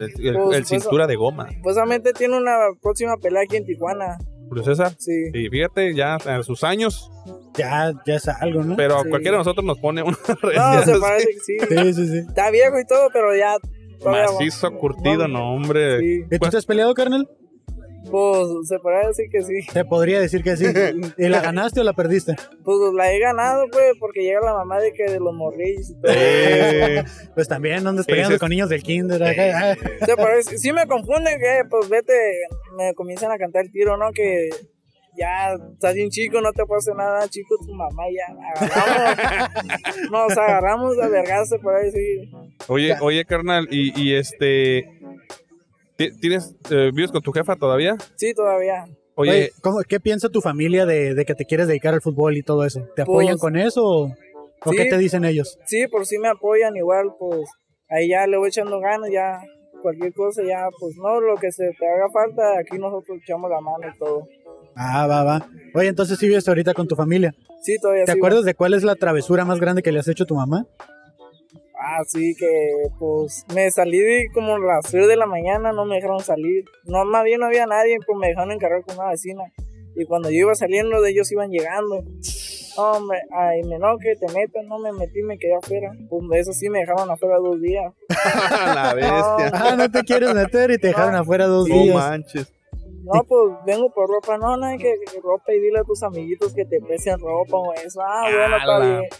[SPEAKER 3] El, el-
[SPEAKER 2] Pues,
[SPEAKER 3] el
[SPEAKER 2] pues,
[SPEAKER 3] cintura de goma.
[SPEAKER 2] Supuestamente tiene una próxima pelea aquí en Tijuana.
[SPEAKER 3] Julio César.
[SPEAKER 2] Sí.
[SPEAKER 3] Y fíjate, ya a sus años,
[SPEAKER 6] Ya, ya es algo, ¿no?
[SPEAKER 3] pero a
[SPEAKER 2] Sí.
[SPEAKER 3] cualquiera de nosotros nos pone una
[SPEAKER 2] No, se
[SPEAKER 3] red
[SPEAKER 2] parece que sí.
[SPEAKER 6] Sí, sí, sí.
[SPEAKER 2] Está viejo y todo, pero ya. todavía va.
[SPEAKER 3] macizo, curtido, no, hombre.
[SPEAKER 2] Sí.
[SPEAKER 6] ¿Y tú te has peleado, carnal?
[SPEAKER 2] Pues se podría decir que sí.
[SPEAKER 6] Te podría decir que sí. ¿Y la ganaste o la perdiste?
[SPEAKER 2] Pues la he ganado, pues, porque llega la mamá de que de los morrillos y todo.
[SPEAKER 3] Eh,
[SPEAKER 6] Pues también, ¿dónde
[SPEAKER 3] Ese
[SPEAKER 6] peleando
[SPEAKER 3] es-
[SPEAKER 6] con niños del kinder? acá? Ah,
[SPEAKER 2] Se parece- sí me confunden que, pues, vete, me comienzan a cantar el tiro, ¿no? Que ya estás bien chico, no te puede hacer nada, chico, tu mamá ya. Agarramos, nos agarramos a vergazo, por ahí sí.
[SPEAKER 3] Oye, oye, carnal, y, y este. ti- ¿Tienes. eh, ¿Vives con tu jefa todavía?
[SPEAKER 2] Sí, todavía.
[SPEAKER 3] Oye,
[SPEAKER 6] Oye, ¿cómo- ¿qué piensa tu familia de, de que te quieres dedicar al fútbol y todo eso? ¿Te
[SPEAKER 2] Pues-
[SPEAKER 6] apoyan con eso o, o
[SPEAKER 2] Sí.
[SPEAKER 6] qué te dicen ellos?
[SPEAKER 2] Sí, por si me apoyan, igual, pues, ahí ya le voy echando ganas, ya. Cualquier cosa, ya, pues, no, lo que se te haga falta, aquí nosotros echamos la mano y todo.
[SPEAKER 6] Ah, va, va. Oye, entonces sí vives ahorita con tu familia.
[SPEAKER 2] Sí, todavía
[SPEAKER 6] ¿Te
[SPEAKER 2] sí.
[SPEAKER 6] acuerdas de cuál es la travesura más grande que le has hecho a tu mamá?
[SPEAKER 2] Ah, sí, que pues me salí de como las 3 de la mañana, no me dejaron salir. No, más bien no había nadie, pues me dejaron encargar con una vecina. Y cuando yo iba saliendo, de ellos iban llegando. Hombre, ay, me no, que te metas, no me metí, me quedé afuera. Pues de eso sí me dejaron afuera dos días.
[SPEAKER 3] a la bestia.
[SPEAKER 6] Ah, no te quieres meter y te dejaron afuera dos
[SPEAKER 3] No
[SPEAKER 6] días.
[SPEAKER 3] manches.
[SPEAKER 2] No, pues vengo por ropa, no, no, que que ropa y dile a tus amiguitos que te presen ropa o eso. Ah, bueno, está
[SPEAKER 3] Ala.
[SPEAKER 2] bien.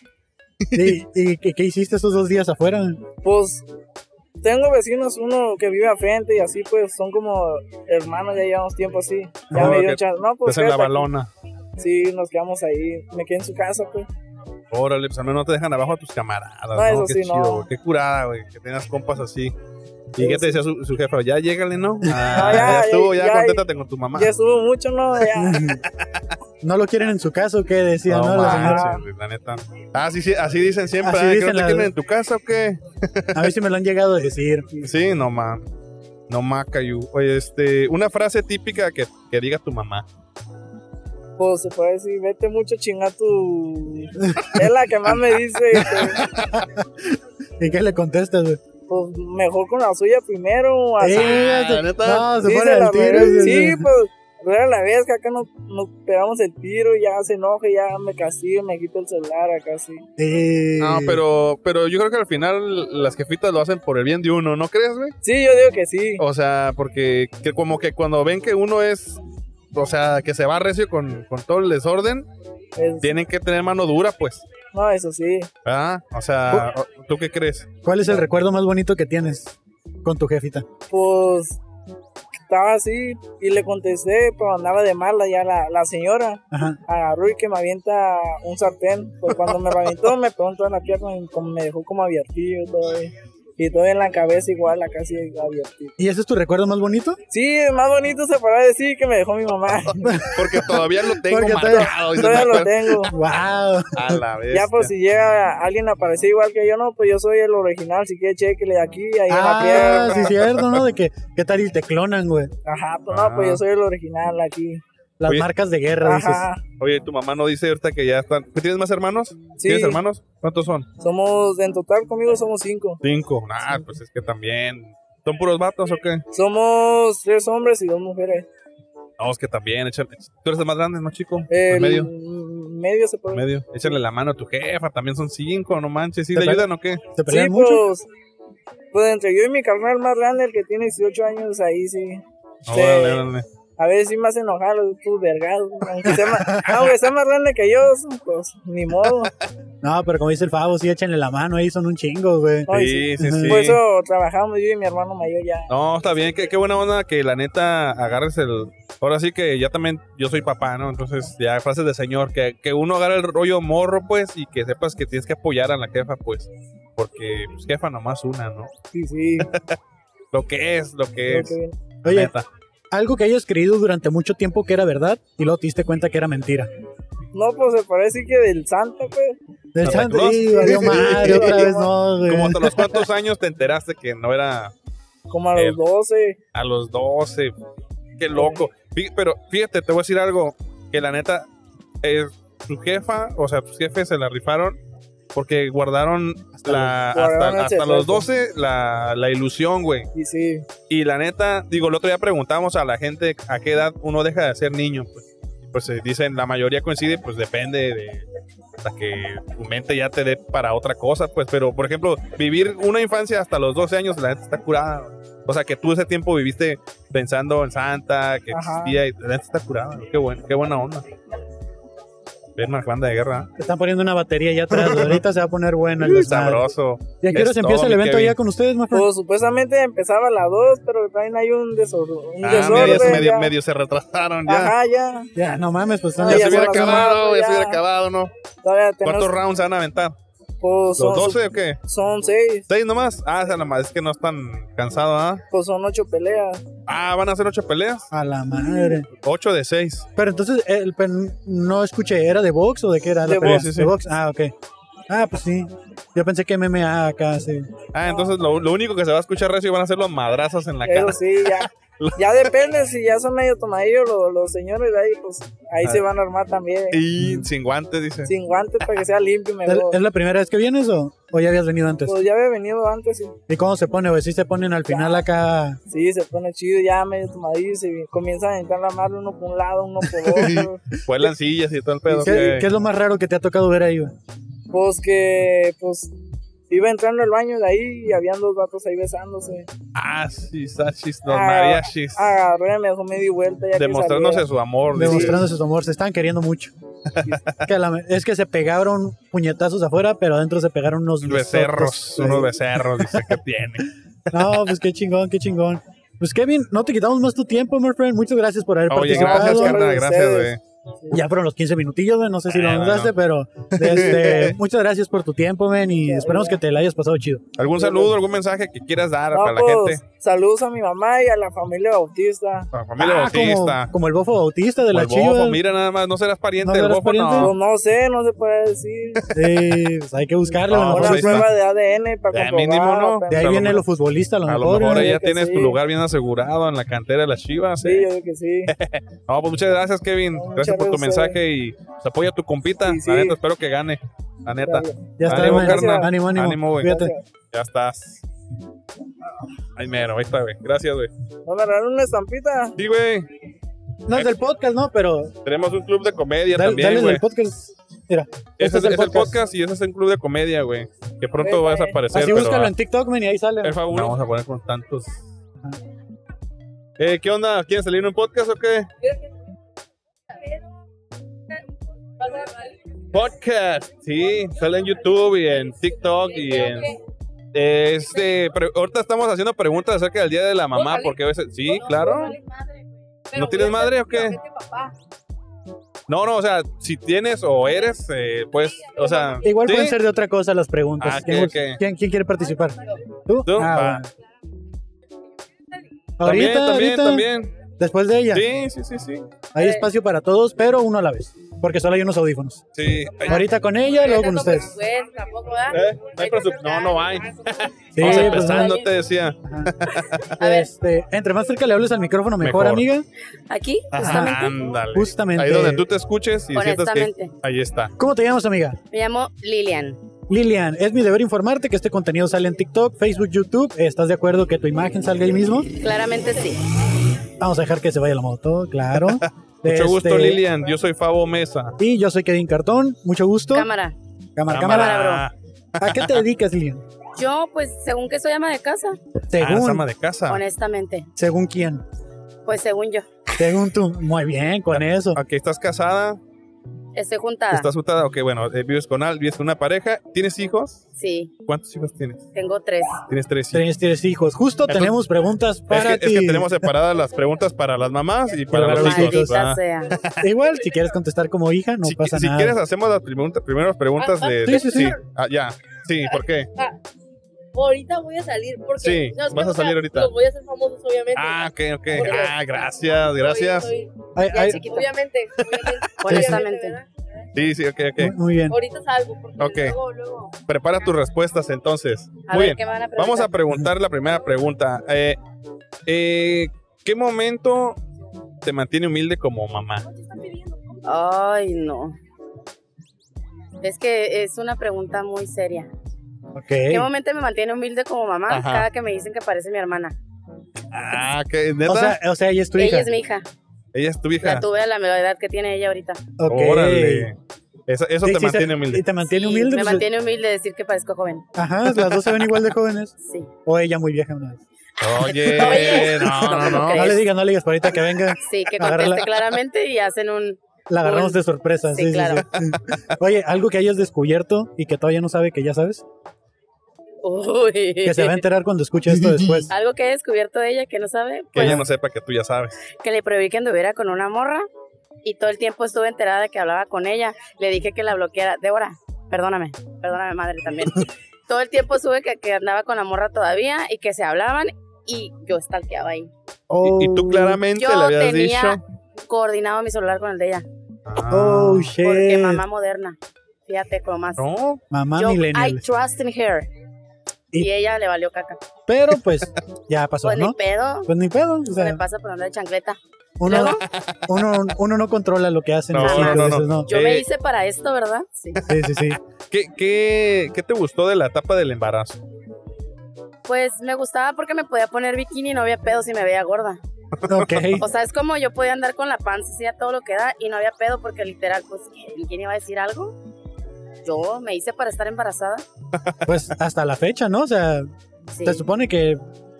[SPEAKER 6] ¿Y, y qué, qué hiciste esos dos días afuera?
[SPEAKER 2] Pues tengo vecinos, uno que vive al frente y así, pues son como hermanos, ya llevamos tiempo así. Ya
[SPEAKER 3] Ah,
[SPEAKER 2] me
[SPEAKER 3] que
[SPEAKER 2] dio chance. No, pues.
[SPEAKER 3] Estás en la
[SPEAKER 2] quédate aquí.
[SPEAKER 3] balona.
[SPEAKER 2] Sí, nos quedamos ahí. Me quedé en su casa, pues.
[SPEAKER 3] Órale, pues al menos no te dejan abajo a tus camaradas.
[SPEAKER 2] No,
[SPEAKER 3] No,
[SPEAKER 2] eso
[SPEAKER 3] Qué
[SPEAKER 2] sí,
[SPEAKER 3] chido,
[SPEAKER 2] no.
[SPEAKER 3] güey. Qué curada, güey. Que tengas compas así. ¿Y
[SPEAKER 2] Sí,
[SPEAKER 3] qué te
[SPEAKER 2] sí.
[SPEAKER 3] decía su, su jefa? Ya llégale, ¿no? Ah, ya
[SPEAKER 2] ya, ya,
[SPEAKER 3] estuvo, ya,
[SPEAKER 2] ya,
[SPEAKER 3] conténtate con tu mamá.
[SPEAKER 2] Ya estuvo mucho, ¿no? Ya.
[SPEAKER 6] ¿No lo quieren en su casa o qué? Decía,
[SPEAKER 3] No
[SPEAKER 6] ¿no? La señora.
[SPEAKER 3] manches, güey, la neta. Ah, sí, sí, así dicen siempre.
[SPEAKER 6] Así
[SPEAKER 3] ¿eh? ¿Que
[SPEAKER 6] dicen
[SPEAKER 3] no te
[SPEAKER 6] las-
[SPEAKER 3] quieren en tu casa o qué?
[SPEAKER 6] A ver si me lo han llegado a decir.
[SPEAKER 3] Sí, no ma. No ma, Cayu. Oye, este, una frase típica que, que diga tu mamá.
[SPEAKER 2] Pues se puede decir, vete mucho chingar tu. Es la que más me dice. que,
[SPEAKER 6] ¿Y qué le contestas, güey?
[SPEAKER 2] pues mejor con la suya primero. Así.
[SPEAKER 6] Eh, se-
[SPEAKER 3] la neta.
[SPEAKER 6] No, se
[SPEAKER 2] Sí,
[SPEAKER 6] pone
[SPEAKER 2] se
[SPEAKER 6] al
[SPEAKER 2] la
[SPEAKER 6] tiro.
[SPEAKER 2] merece. Sí, pues. Rara la vez que acá nos, nos pegamos el tiro, y ya se enoja, y ya me castiga, me quita el celular, acá sí.
[SPEAKER 6] Eh,
[SPEAKER 3] No, pero, pero yo creo que al final las jefitas lo hacen por el bien de uno, ¿no crees, güey?
[SPEAKER 2] Sí, yo digo que sí.
[SPEAKER 3] O sea, porque que como que cuando ven que uno es, o sea, que se va recio con, con todo el desorden,
[SPEAKER 2] Es-
[SPEAKER 3] tienen que tener mano dura, pues.
[SPEAKER 2] no, eso sí.
[SPEAKER 3] ¿Verdad? O sea, ¿tú qué crees?
[SPEAKER 6] ¿Cuál es el recuerdo más bonito que tienes con tu jefita?
[SPEAKER 2] Pues estaba así y le contesté, pero andaba de mala ya la, la señora.
[SPEAKER 6] Ajá.
[SPEAKER 2] Agarró y que me avienta un sartén. Pues cuando me reventó, me pegó en toda la pierna y como me dejó como abiertillo todavía. Y todo en la cabeza igual, acá sí abiertillo.
[SPEAKER 6] ¿Y ese es tu recuerdo más bonito?
[SPEAKER 2] Sí, el más bonito se paró a decir que me dejó mi mamá.
[SPEAKER 3] Porque todavía lo tengo
[SPEAKER 6] Porque todavía-
[SPEAKER 3] marcado. dice,
[SPEAKER 2] Todavía
[SPEAKER 3] "Me
[SPEAKER 2] lo
[SPEAKER 3] acuerdo".
[SPEAKER 2] tengo.
[SPEAKER 6] ¡Wow!
[SPEAKER 3] A la vez.
[SPEAKER 2] Ya pues si llega alguien a parecer igual que yo, no, pues yo soy el original, si quiere chequele de aquí, ahí en la
[SPEAKER 6] Ah,
[SPEAKER 2] pierna.
[SPEAKER 6] sí, cierto, ¿no? De que, ¿qué tal y te clonan, güey?
[SPEAKER 2] Ajá, pues no, pues yo soy el original aquí.
[SPEAKER 6] Las
[SPEAKER 3] Oye.
[SPEAKER 6] marcas de guerra, dices.
[SPEAKER 2] Ajá,
[SPEAKER 3] Oye, tu mamá no dice ahorita que ya están. ¿Tienes más hermanos?
[SPEAKER 2] sí,
[SPEAKER 3] ¿Tienes hermanos? ¿Cuántos son?
[SPEAKER 2] somos, en total conmigo somos cinco.
[SPEAKER 3] Cinco. Ah, pues es que también. ¿Son puros vatos o qué?
[SPEAKER 2] Somos tres hombres y dos mujeres.
[SPEAKER 3] No, es que también. échale- Tú eres el más grande, ¿no, chico?
[SPEAKER 2] El
[SPEAKER 3] en medio.
[SPEAKER 2] medio se
[SPEAKER 3] en
[SPEAKER 2] puede.
[SPEAKER 3] medio. Échale la mano a tu jefa. También son cinco, no manches. ¿Sí
[SPEAKER 6] ¿Te
[SPEAKER 3] le
[SPEAKER 6] pare-
[SPEAKER 3] ayudan o qué?
[SPEAKER 2] Sí,
[SPEAKER 6] ¿Te pelean mucho?
[SPEAKER 2] pues, pues entre yo y mi carnal más grande, el que tiene 18 años, ahí sí. Sí.
[SPEAKER 3] Órale, órale.
[SPEAKER 2] A veces sí me hace enojar los tus vergados. Aunque sea, más, aunque sea más grande que yo, pues ni modo.
[SPEAKER 6] No, pero como dice el Favo, sí, échenle la mano ahí, son un chingo, güey.
[SPEAKER 2] Ay, Pues,
[SPEAKER 3] Sí, sí,
[SPEAKER 6] Ajá.
[SPEAKER 3] sí.
[SPEAKER 2] Por eso trabajamos yo y mi hermano mayor ya.
[SPEAKER 3] No, está bien, qué, qué buena onda que la neta agarres el... Ahora sí que ya también, yo soy papá, ¿no? Entonces, ya frases de señor, que, que uno agarre el rollo morro, pues, y que sepas que tienes que apoyar a la jefa, pues. Porque, pues, jefa nomás una, ¿no?
[SPEAKER 2] Sí, sí.
[SPEAKER 3] Lo que es, lo que
[SPEAKER 2] creo
[SPEAKER 3] es.
[SPEAKER 2] que bien.
[SPEAKER 3] la
[SPEAKER 6] Oye,
[SPEAKER 3] neta.
[SPEAKER 6] algo que hayas creído durante mucho tiempo que era verdad y luego te diste cuenta que era mentira.
[SPEAKER 2] No, pues se parece que del santo, pues.
[SPEAKER 6] Del
[SPEAKER 3] ¿Santa
[SPEAKER 6] santo,
[SPEAKER 3] Claus?
[SPEAKER 6] sí, valió madre, otra vez no, güey.
[SPEAKER 3] Como hasta los cuantos años te enteraste que no era
[SPEAKER 2] Como a
[SPEAKER 3] El-
[SPEAKER 2] los 12.
[SPEAKER 3] a los 12. Qué loco. Fí- Pero fíjate, te voy a decir algo. Que la neta, eh, su jefa, o sea, tus jefes se la rifaron porque guardaron
[SPEAKER 6] Hasta
[SPEAKER 3] la,
[SPEAKER 2] los- guardaron
[SPEAKER 3] hasta,
[SPEAKER 2] el
[SPEAKER 3] hasta
[SPEAKER 2] secreto.
[SPEAKER 3] los 12 la, la ilusión, güey.
[SPEAKER 2] Y sí.
[SPEAKER 3] Y la neta, digo, el otro día preguntamos a la gente a qué edad uno deja de ser niño, pues. Y Pues eh, dicen, la mayoría coincide, pues depende de hasta que tu mente ya te dé para otra cosa, pues. Pero, por ejemplo, vivir una infancia hasta los 12 años, la neta está curada. güey. O sea, que tú ese tiempo viviste pensando en Santa, que
[SPEAKER 2] Ajá.
[SPEAKER 3] existía, y la neta está curada. güey. Qué, buen- qué buena onda. Ven, una banda de guerra.
[SPEAKER 6] Te están poniendo una batería ya atrás, güey. ahorita se va a poner buena el
[SPEAKER 3] ¿eh?
[SPEAKER 6] desmadre.
[SPEAKER 3] Sabroso.
[SPEAKER 6] ¿Y a qué
[SPEAKER 3] Es
[SPEAKER 6] horas empieza
[SPEAKER 3] todo,
[SPEAKER 6] el
[SPEAKER 3] mi
[SPEAKER 6] evento
[SPEAKER 3] Kevin.
[SPEAKER 6] ya con ustedes, más
[SPEAKER 2] Pues supuestamente empezaba a las 2, pero también hay un, desor un
[SPEAKER 3] Ah,
[SPEAKER 2] desorden.
[SPEAKER 3] medio, medio,
[SPEAKER 2] ya.
[SPEAKER 3] medio se retrasaron ya.
[SPEAKER 2] Ajá, ya.
[SPEAKER 6] Ya, no mames, pues
[SPEAKER 2] No,
[SPEAKER 6] están-
[SPEAKER 3] Ya, se
[SPEAKER 2] ya
[SPEAKER 3] hubiera
[SPEAKER 2] son las
[SPEAKER 3] acabado,
[SPEAKER 2] cuatro,
[SPEAKER 3] ya se hubiera
[SPEAKER 2] ya.
[SPEAKER 3] acabado, ¿no?
[SPEAKER 2] Todavía tenemos.
[SPEAKER 3] ¿Cuántos rounds se van a aventar? ¿Los
[SPEAKER 2] Pues son,
[SPEAKER 3] 12 o qué?
[SPEAKER 2] son 6,
[SPEAKER 3] ¿Seis nomás? Ah, esa la madre, es que no están cansados, ¿ah?
[SPEAKER 2] pues son 8 peleas.
[SPEAKER 3] Ah, van a hacer ocho peleas.
[SPEAKER 6] A la madre.
[SPEAKER 3] Ocho de seis.
[SPEAKER 6] Pero entonces, el, pen- no escuché, ¿era de box o de qué era? la
[SPEAKER 2] De
[SPEAKER 6] pelea?
[SPEAKER 3] box. Sí, sí, sí.
[SPEAKER 6] De box, ah, ok. Ah, pues sí. Yo pensé que MMA acá, sí.
[SPEAKER 3] Ah, entonces lo, lo único que se va a escuchar recio van a ser los madrazos en la
[SPEAKER 2] Eso
[SPEAKER 3] cara.
[SPEAKER 2] sí, ya. ya depende, si ya son medio tomadillos los, los señores de ahí, pues ahí
[SPEAKER 3] Ah.
[SPEAKER 2] se van a armar también.
[SPEAKER 3] Y sin guantes, dice.
[SPEAKER 2] Sin guantes para que sea limpio
[SPEAKER 6] ¿Es,
[SPEAKER 2] mejor.
[SPEAKER 6] es la primera vez que vienes o, o ya habías venido antes?
[SPEAKER 2] Pues ya había venido antes y
[SPEAKER 6] ¿Y cómo se pone, güey? ¿Sí se ponen al final acá?
[SPEAKER 2] sí, se pone chido, ya medio tomadizo y comienzan a entrar la mano uno por un lado, uno por otro.
[SPEAKER 3] Vuelan sillas y todo el pedo.
[SPEAKER 6] ¿Qué,
[SPEAKER 3] ok.
[SPEAKER 6] qué es lo más raro que te ha tocado ver ahí, güey?
[SPEAKER 2] pues que, pues, iba entrando al baño de ahí y habían dos vatos ahí besándose.
[SPEAKER 3] Ah, sí, sachis, los
[SPEAKER 2] Ah,
[SPEAKER 3] mariachis.
[SPEAKER 2] Agarré, me dejó medio vuelta ya que
[SPEAKER 3] demostrándose
[SPEAKER 2] saliera.
[SPEAKER 3] su amor. dice.
[SPEAKER 6] Demostrándose su amor, se estaban queriendo mucho. Que a la- es que se pegaron puñetazos afuera, pero adentro se pegaron unos
[SPEAKER 3] Becerros,
[SPEAKER 6] besotes, güey.
[SPEAKER 3] unos becerros, dice que tiene.
[SPEAKER 6] No, pues qué chingón, qué chingón. Pues Kevin, no te quitamos más tu tiempo, my friend. Muchas gracias por haber
[SPEAKER 3] Oye, gracias,
[SPEAKER 6] participado.
[SPEAKER 3] carnal, gracias, güey.
[SPEAKER 6] Ya fueron los 15 minutillos, güey. No sé si lo
[SPEAKER 3] Eh,
[SPEAKER 6] notaste, pero este, muchas gracias por tu tiempo, men. Y esperamos que te la hayas pasado chido.
[SPEAKER 3] ¿Algún saludo, algún mensaje que quieras dar
[SPEAKER 2] No,
[SPEAKER 3] para la
[SPEAKER 2] pues,
[SPEAKER 3] gente?
[SPEAKER 2] saludos a mi mamá y a la familia Bautista.
[SPEAKER 3] Para la familia
[SPEAKER 6] Ah,
[SPEAKER 3] Bautista.
[SPEAKER 6] Como, como el bofo bautista de
[SPEAKER 3] Como
[SPEAKER 6] la
[SPEAKER 3] el bofo,
[SPEAKER 6] chiva.
[SPEAKER 3] mira nada más, no serás pariente
[SPEAKER 6] ¿No
[SPEAKER 3] del
[SPEAKER 6] serás
[SPEAKER 3] bofo, no.
[SPEAKER 6] pariente?
[SPEAKER 2] Pues no sé, no se puede decir.
[SPEAKER 6] Sí, pues hay que buscarlo.
[SPEAKER 3] No,
[SPEAKER 6] a lo
[SPEAKER 2] O
[SPEAKER 6] mejor
[SPEAKER 2] la
[SPEAKER 3] pues ahí
[SPEAKER 6] es-
[SPEAKER 3] está.
[SPEAKER 2] prueba de ADN para
[SPEAKER 3] Ya,
[SPEAKER 2] comprobar.
[SPEAKER 3] mínimo, ¿no?
[SPEAKER 2] pero-
[SPEAKER 6] de ahí
[SPEAKER 3] a lo
[SPEAKER 6] viene
[SPEAKER 3] mejor-
[SPEAKER 6] lo futbolista, a lo
[SPEAKER 3] A
[SPEAKER 6] mejor.
[SPEAKER 3] lo mejor
[SPEAKER 6] güey.
[SPEAKER 3] ahí ya
[SPEAKER 2] que
[SPEAKER 3] tienes
[SPEAKER 2] sí.
[SPEAKER 3] tu lugar bien asegurado en la cantera de las Chivas.
[SPEAKER 2] Sí,
[SPEAKER 3] ¿eh?
[SPEAKER 2] yo creo que sí.
[SPEAKER 3] No, pues muchas gracias, Kevin.
[SPEAKER 2] No,
[SPEAKER 3] gracias
[SPEAKER 2] muchas
[SPEAKER 3] por tu
[SPEAKER 2] gracias a ustedes.
[SPEAKER 3] mensaje y pues, apoya a tu compita.
[SPEAKER 2] Sí, sí.
[SPEAKER 3] La neta, espero que gane. La neta,
[SPEAKER 6] Ya está,
[SPEAKER 3] Ánimo,
[SPEAKER 6] men.
[SPEAKER 3] carnal.
[SPEAKER 6] Ánimo, ánimo.
[SPEAKER 3] Ánimo, güey.
[SPEAKER 6] Cuídate.
[SPEAKER 3] ya estás. Ay, mero, ahí está, güey. Gracias, güey.
[SPEAKER 2] ¿No me agarraron una estampita?
[SPEAKER 3] Sí, güey.
[SPEAKER 6] No es del podcast, ¿no? Pero
[SPEAKER 3] Tenemos un club de comedia
[SPEAKER 6] dale,
[SPEAKER 3] también,
[SPEAKER 6] dale
[SPEAKER 3] güey.
[SPEAKER 6] del podcast. Mira,
[SPEAKER 3] Ese
[SPEAKER 6] este
[SPEAKER 3] es, es el podcast y ese es un club de comedia, güey. Que pronto
[SPEAKER 2] Güey,
[SPEAKER 3] va a
[SPEAKER 2] güey.
[SPEAKER 3] desaparecer.
[SPEAKER 6] Así
[SPEAKER 3] pero
[SPEAKER 6] búscalo
[SPEAKER 3] va-
[SPEAKER 6] en TikTok, men, y ahí sale.
[SPEAKER 3] El fabulo.
[SPEAKER 7] No vamos a poner con tantos.
[SPEAKER 3] Eh, ¿Qué onda? ¿Quieren salir en un podcast o qué? Podcast, sí, sale en YouTube y en TikTok y en... Eh, Este, pre- ahorita estamos haciendo preguntas acerca del Día de la Mamá, porque a veces... Sí, claro. ¿No tienes madre o qué? No, no, o sea, si tienes o eres, eh, pues, o sea...
[SPEAKER 6] Igual
[SPEAKER 3] ¿sí?
[SPEAKER 6] pueden ser pues, de otra cosa las preguntas.
[SPEAKER 3] Ah,
[SPEAKER 6] ¿Quién,
[SPEAKER 3] ok, ok.
[SPEAKER 6] quién- quién quiere participar? ¿Tú?
[SPEAKER 3] ¿Tú? Va.
[SPEAKER 6] Ah, bueno.
[SPEAKER 3] También, también,
[SPEAKER 6] ahorita, ahorita,
[SPEAKER 3] también.
[SPEAKER 6] después de ella,
[SPEAKER 3] Sí, sí, sí, sí.
[SPEAKER 6] hay espacio para todos, pero uno a la vez, porque solo hay unos audífonos.
[SPEAKER 3] Sí. Ay,
[SPEAKER 6] Ahorita con ella, luego con ustedes.
[SPEAKER 4] Pues,
[SPEAKER 3] ¿eh? No, hay presup- no, no hay.
[SPEAKER 6] Sí,
[SPEAKER 3] Vamos
[SPEAKER 6] pues,
[SPEAKER 3] empezando, te decía.
[SPEAKER 4] A ver,
[SPEAKER 6] este, entre más cerca le hables al micrófono, mejor,
[SPEAKER 3] Mejor.
[SPEAKER 6] amiga.
[SPEAKER 4] aquí,
[SPEAKER 3] Ajá,
[SPEAKER 4] justamente,
[SPEAKER 3] Ándale.
[SPEAKER 6] Justamente.
[SPEAKER 3] Ahí donde tú te escuches y sientas que
[SPEAKER 4] honestamente.
[SPEAKER 3] ahí está.
[SPEAKER 6] ¿Cómo te llamas, amiga?
[SPEAKER 4] Me llamo Lilian.
[SPEAKER 6] Lilian, es mi deber informarte que este contenido sale en TikTok, Facebook, YouTube. ¿Estás de acuerdo que tu imagen salga ahí mismo?
[SPEAKER 4] Claramente sí.
[SPEAKER 6] Vamos a dejar que se vaya la moto, claro.
[SPEAKER 3] Mucho
[SPEAKER 6] Este,
[SPEAKER 3] gusto, Lilian. Yo soy Fabo Mesa.
[SPEAKER 6] Y yo soy Kevin Cartón. Mucho gusto.
[SPEAKER 4] Cámara.
[SPEAKER 6] cámara. cámara.
[SPEAKER 3] Cámara.
[SPEAKER 6] ¿A qué te dedicas, Lilian?
[SPEAKER 4] Yo, pues, según que soy ama de casa,
[SPEAKER 3] Ah, es ama
[SPEAKER 6] Según,
[SPEAKER 3] de casa.
[SPEAKER 4] honestamente.
[SPEAKER 6] según quién.
[SPEAKER 4] Pues según yo.
[SPEAKER 6] Según tú. Muy bien, con eso.
[SPEAKER 3] Ok, estás casada,
[SPEAKER 4] Estoy juntada.
[SPEAKER 3] estás juntada, ok, bueno, eh, vives con alguien, vives con una pareja, ¿tienes hijos?
[SPEAKER 4] Sí,
[SPEAKER 3] ¿Cuántos hijos tienes?
[SPEAKER 4] tengo tres.
[SPEAKER 3] Tienes tres hijos.
[SPEAKER 6] Tienes tres hijos. Justo
[SPEAKER 3] Entonces-
[SPEAKER 6] tenemos preguntas
[SPEAKER 3] Es que,
[SPEAKER 6] para
[SPEAKER 3] es
[SPEAKER 6] ti.
[SPEAKER 3] que tenemos separadas las preguntas para las mamás y para
[SPEAKER 6] Para
[SPEAKER 3] los
[SPEAKER 6] los
[SPEAKER 3] hijos. Ah.
[SPEAKER 4] Maldita
[SPEAKER 3] ¿verdad?
[SPEAKER 4] sea.
[SPEAKER 6] Igual, si quieres contestar como hija, no
[SPEAKER 3] si
[SPEAKER 6] pasa
[SPEAKER 3] si
[SPEAKER 6] nada.
[SPEAKER 3] quieres, hacemos las preguntas- primeras preguntas de.
[SPEAKER 6] sí,
[SPEAKER 3] de-
[SPEAKER 6] sí, sí.
[SPEAKER 3] Ah, ya. Sí, ¿por qué?
[SPEAKER 8] Ahorita voy a salir porque
[SPEAKER 3] Sí,
[SPEAKER 8] no, es que,
[SPEAKER 3] vas a
[SPEAKER 8] o sea,
[SPEAKER 3] salir ahorita.
[SPEAKER 8] Los voy a hacer famosos, obviamente.
[SPEAKER 3] Ah, ok, ok.
[SPEAKER 8] Porque
[SPEAKER 3] Ah, gracias, gracias.
[SPEAKER 8] Soy- soy-
[SPEAKER 6] Ay,
[SPEAKER 4] Ya,
[SPEAKER 6] ay,
[SPEAKER 4] chiquito.
[SPEAKER 8] obviamente, obviamente.
[SPEAKER 4] Honestamente.
[SPEAKER 8] ¿verdad?
[SPEAKER 3] Sí, sí, ok,
[SPEAKER 6] muy-
[SPEAKER 3] ok.
[SPEAKER 6] muy bien.
[SPEAKER 8] Ahorita salgo porque
[SPEAKER 3] Ok.
[SPEAKER 8] luego, luego.
[SPEAKER 3] Prepara tus respuestas entonces.
[SPEAKER 4] A ver,
[SPEAKER 3] Muy bien.
[SPEAKER 4] ¿qué me van a preguntar?
[SPEAKER 3] Vamos a preguntar la primera pregunta. Eh, eh, ¿Qué momento te mantiene humilde como mamá?
[SPEAKER 4] Ay, no. Es que es una pregunta muy seria.
[SPEAKER 6] Ok.
[SPEAKER 4] ¿Qué momento me mantiene humilde como mamá?
[SPEAKER 3] Ajá.
[SPEAKER 4] Cada que me dicen que parece mi hermana.
[SPEAKER 3] Ah, que neta.
[SPEAKER 6] O sea, o sea, ella es tu
[SPEAKER 4] ella
[SPEAKER 6] hija.
[SPEAKER 4] es mi hija.
[SPEAKER 3] ella es tu hija.
[SPEAKER 4] La tuve a la edad que tiene ella ahorita.
[SPEAKER 6] Ok.
[SPEAKER 3] Órale. Eso, eso
[SPEAKER 6] Sí,
[SPEAKER 3] te
[SPEAKER 6] sí,
[SPEAKER 3] mantiene
[SPEAKER 6] se-
[SPEAKER 3] humilde.
[SPEAKER 6] Y te mantiene
[SPEAKER 4] Sí,
[SPEAKER 6] humilde.
[SPEAKER 4] Me
[SPEAKER 6] pues,
[SPEAKER 4] mantiene humilde decir que parezco joven.
[SPEAKER 6] Ajá, las dos se ven igual de jóvenes.
[SPEAKER 4] Sí.
[SPEAKER 6] O ella muy vieja una vez.
[SPEAKER 3] Oye, no, no, no.
[SPEAKER 4] ¿Crees?
[SPEAKER 6] No le digas, no le digas, para ahorita que venga,
[SPEAKER 4] Sí, que
[SPEAKER 6] Agárrala.
[SPEAKER 4] conteste claramente y hacen un...
[SPEAKER 6] la agarramos
[SPEAKER 4] Bueno.
[SPEAKER 6] de sorpresa.
[SPEAKER 4] Sí, claro.
[SPEAKER 6] sí. Oye, algo que hayas descubierto y que todavía no sabe que ya sabes,
[SPEAKER 4] Uy.
[SPEAKER 6] que se va a enterar cuando escuche esto después.
[SPEAKER 4] Algo que he descubierto de ella que no sabe,
[SPEAKER 3] Que
[SPEAKER 4] pues
[SPEAKER 3] ella no sepa que tú ya sabes.
[SPEAKER 4] que le prohibí que anduviera con una morra y todo el tiempo estuve enterada de que hablaba con ella. Le dije que la bloqueara. Débora, perdóname, perdóname madre también. todo el tiempo estuve que, que andaba con la morra todavía y que se hablaban y yo stalkeaba ahí.
[SPEAKER 3] Y, y tú
[SPEAKER 6] Oh,
[SPEAKER 3] claramente
[SPEAKER 4] Yo
[SPEAKER 3] le habías
[SPEAKER 4] tenía
[SPEAKER 3] dicho.
[SPEAKER 4] coordinado mi celular con el de ella
[SPEAKER 3] Ah,
[SPEAKER 6] Oh, shit.
[SPEAKER 4] porque mamá moderna. Fíjate cómo más.
[SPEAKER 3] Ah, no,
[SPEAKER 6] Mamá
[SPEAKER 4] Yo, I
[SPEAKER 6] millennial.
[SPEAKER 4] trust in her.
[SPEAKER 6] Y-
[SPEAKER 4] Y, ella le valió caca.
[SPEAKER 6] Pero pues, ya pasó,
[SPEAKER 4] Pues ni
[SPEAKER 6] ¿no?
[SPEAKER 4] pedo.
[SPEAKER 6] Pues ni pedo. O
[SPEAKER 4] Se le
[SPEAKER 6] sea,
[SPEAKER 4] pasa por andar de chancleta.
[SPEAKER 6] uno,
[SPEAKER 4] Luego,
[SPEAKER 6] uno, uno no controla lo que hacen
[SPEAKER 3] No,
[SPEAKER 6] los
[SPEAKER 3] no,
[SPEAKER 6] hijos.
[SPEAKER 3] no.
[SPEAKER 6] dices, no.
[SPEAKER 4] yo me
[SPEAKER 3] Eh.
[SPEAKER 4] hice para esto, ¿verdad? Sí.
[SPEAKER 6] Sí, sí, sí.
[SPEAKER 3] ¿Qué, qué, qué te gustó de la etapa del embarazo?
[SPEAKER 4] Pues me gustaba porque me podía poner bikini y no había pedo si me veía gorda.
[SPEAKER 6] Ok.
[SPEAKER 4] O sea, es como yo podía andar con la panza así a todo lo que da y no había pedo porque literal, pues, ¿quién quién iba a decir algo? Yo me hice para estar embarazada.
[SPEAKER 6] Pues hasta la fecha, ¿no? O sea,
[SPEAKER 4] Sí.
[SPEAKER 6] te supone que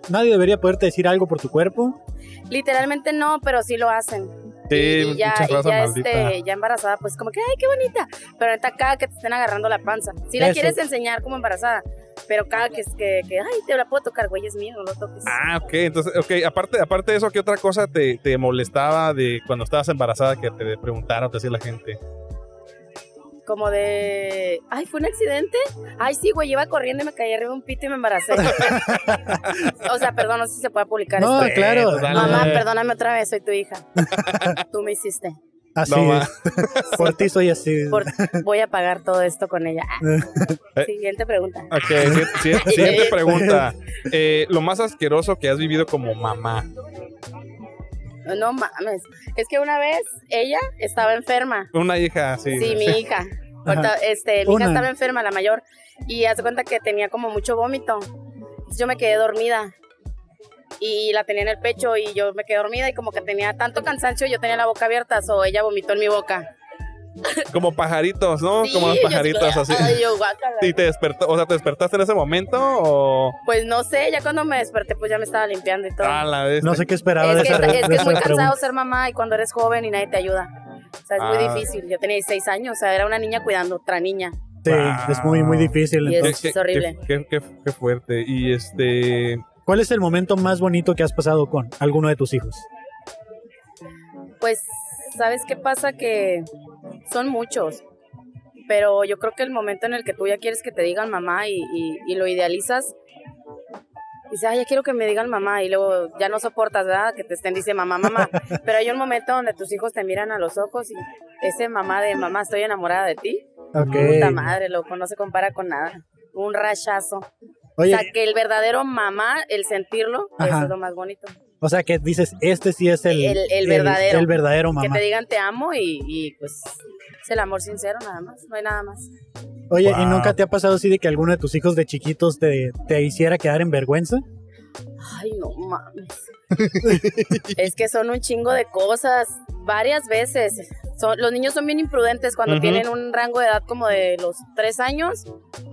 [SPEAKER 6] nadie debería poderte decir algo por tu cuerpo.
[SPEAKER 4] Literalmente no, pero sí lo hacen. y ya,
[SPEAKER 3] muchas
[SPEAKER 4] y
[SPEAKER 3] gracias,
[SPEAKER 4] ya,
[SPEAKER 3] maldita.
[SPEAKER 4] este, ya embarazada, pues como que, ay, qué bonita. Pero neta, cada que te estén agarrando la panza. Si la
[SPEAKER 6] Eso.
[SPEAKER 4] quieres enseñar como embarazada, pero cada que, que, que, ay, te la puedo tocar, güey, es mío, no lo toques.
[SPEAKER 3] Ah, ok, entonces, ok, aparte, aparte de eso, ¿qué otra cosa te, te molestaba de cuando estabas embarazada que te preguntaron, te decía la gente?
[SPEAKER 4] como de, ay, fue un accidente. Ay, sí, güey, iba corriendo y me caí arriba de un pito y me embaracé. o sea, perdón, no sé si se puede publicar
[SPEAKER 6] No,
[SPEAKER 4] esto.
[SPEAKER 6] claro.
[SPEAKER 3] dale.
[SPEAKER 4] Mamá,
[SPEAKER 3] eh.
[SPEAKER 4] perdóname otra vez, soy tu hija. Tú me hiciste.
[SPEAKER 6] Así
[SPEAKER 3] No, ma.
[SPEAKER 6] es. Por ti soy así.
[SPEAKER 4] Por- voy a pagar todo esto con ella. Ah, Siguiente pregunta.
[SPEAKER 3] Ok, si- si- siguiente pregunta. Eh, lo más asqueroso que has vivido como mamá.
[SPEAKER 4] No mames. Es que una vez ella estaba enferma.
[SPEAKER 3] Una hija, sí.
[SPEAKER 4] Sí, mi hija. Ahorita, este, mi
[SPEAKER 6] Una.
[SPEAKER 4] hija estaba enferma, la mayor, y hace cuenta que tenía como mucho vómito. Entonces yo me quedé dormida. y la tenía en el pecho y yo me quedé dormida y como que tenía tanto cansancio, yo tenía la boca abierta, so ella vomitó en mi boca.
[SPEAKER 3] Como pajaritos, ¿no?
[SPEAKER 4] Sí,
[SPEAKER 3] Como los
[SPEAKER 4] yo
[SPEAKER 3] pajaritos
[SPEAKER 4] así
[SPEAKER 3] así.
[SPEAKER 4] que, ay, yo, guácala.
[SPEAKER 3] ¿Y te despertó? O sea, ¿te despertaste en ese momento o...?
[SPEAKER 4] Pues no sé, ya cuando me desperté, pues ya me estaba limpiando y todo.
[SPEAKER 3] Ah, la vez.
[SPEAKER 6] No sé qué esperaba
[SPEAKER 4] es,
[SPEAKER 6] de
[SPEAKER 4] que,
[SPEAKER 6] esa re-
[SPEAKER 4] es
[SPEAKER 6] de
[SPEAKER 4] que es
[SPEAKER 6] esa
[SPEAKER 4] muy
[SPEAKER 6] pregunta.
[SPEAKER 4] cansado ser mamá y cuando eres joven y nadie te ayuda. O sea, es muy
[SPEAKER 3] Ah.
[SPEAKER 4] difícil. Yo tenía 16 años, o sea, era una niña cuidando a otra niña.
[SPEAKER 6] Sí, es muy, muy difícil.
[SPEAKER 4] Y es-
[SPEAKER 6] entonces.
[SPEAKER 4] horrible.
[SPEAKER 3] Qué, qué- qué fuerte. Y este...
[SPEAKER 6] ¿Cuál es el momento más bonito que has pasado con alguno de tus hijos?
[SPEAKER 4] Pues, ¿sabes qué pasa? Que son muchos. Pero yo creo que el momento en el que tú ya quieres que te digan mamá y, y- y lo idealizas, dices, ay, ya quiero que me digan mamá, y luego ya no soportas, ¿verdad? Que te estén dice mamá, mamá. Pero hay un momento donde tus hijos te miran a los ojos y ese mamá de mamá, estoy enamorada de ti.
[SPEAKER 6] Ok.
[SPEAKER 4] Puta madre, loco, no se compara con nada. Un rachazo.
[SPEAKER 6] Oye,
[SPEAKER 4] o sea, que el verdadero mamá, el sentirlo,
[SPEAKER 6] Ajá.
[SPEAKER 4] eso es lo más bonito.
[SPEAKER 6] o sea que dices, este sí es el,
[SPEAKER 4] El- el verdadero.
[SPEAKER 6] el verdadero
[SPEAKER 4] Que
[SPEAKER 6] mamá.
[SPEAKER 4] te digan te amo y, y, pues es el amor sincero nada más, no hay nada más.
[SPEAKER 6] Oye, ¿y
[SPEAKER 3] Wow.
[SPEAKER 6] nunca te ha pasado así de que alguno de tus hijos de chiquitos te, te hiciera quedar en vergüenza?
[SPEAKER 4] Ay, no mames. es que son un chingo de cosas, varias veces. Son, los niños son bien imprudentes cuando
[SPEAKER 3] Ujú.
[SPEAKER 4] tienen un rango de edad como de los 3 años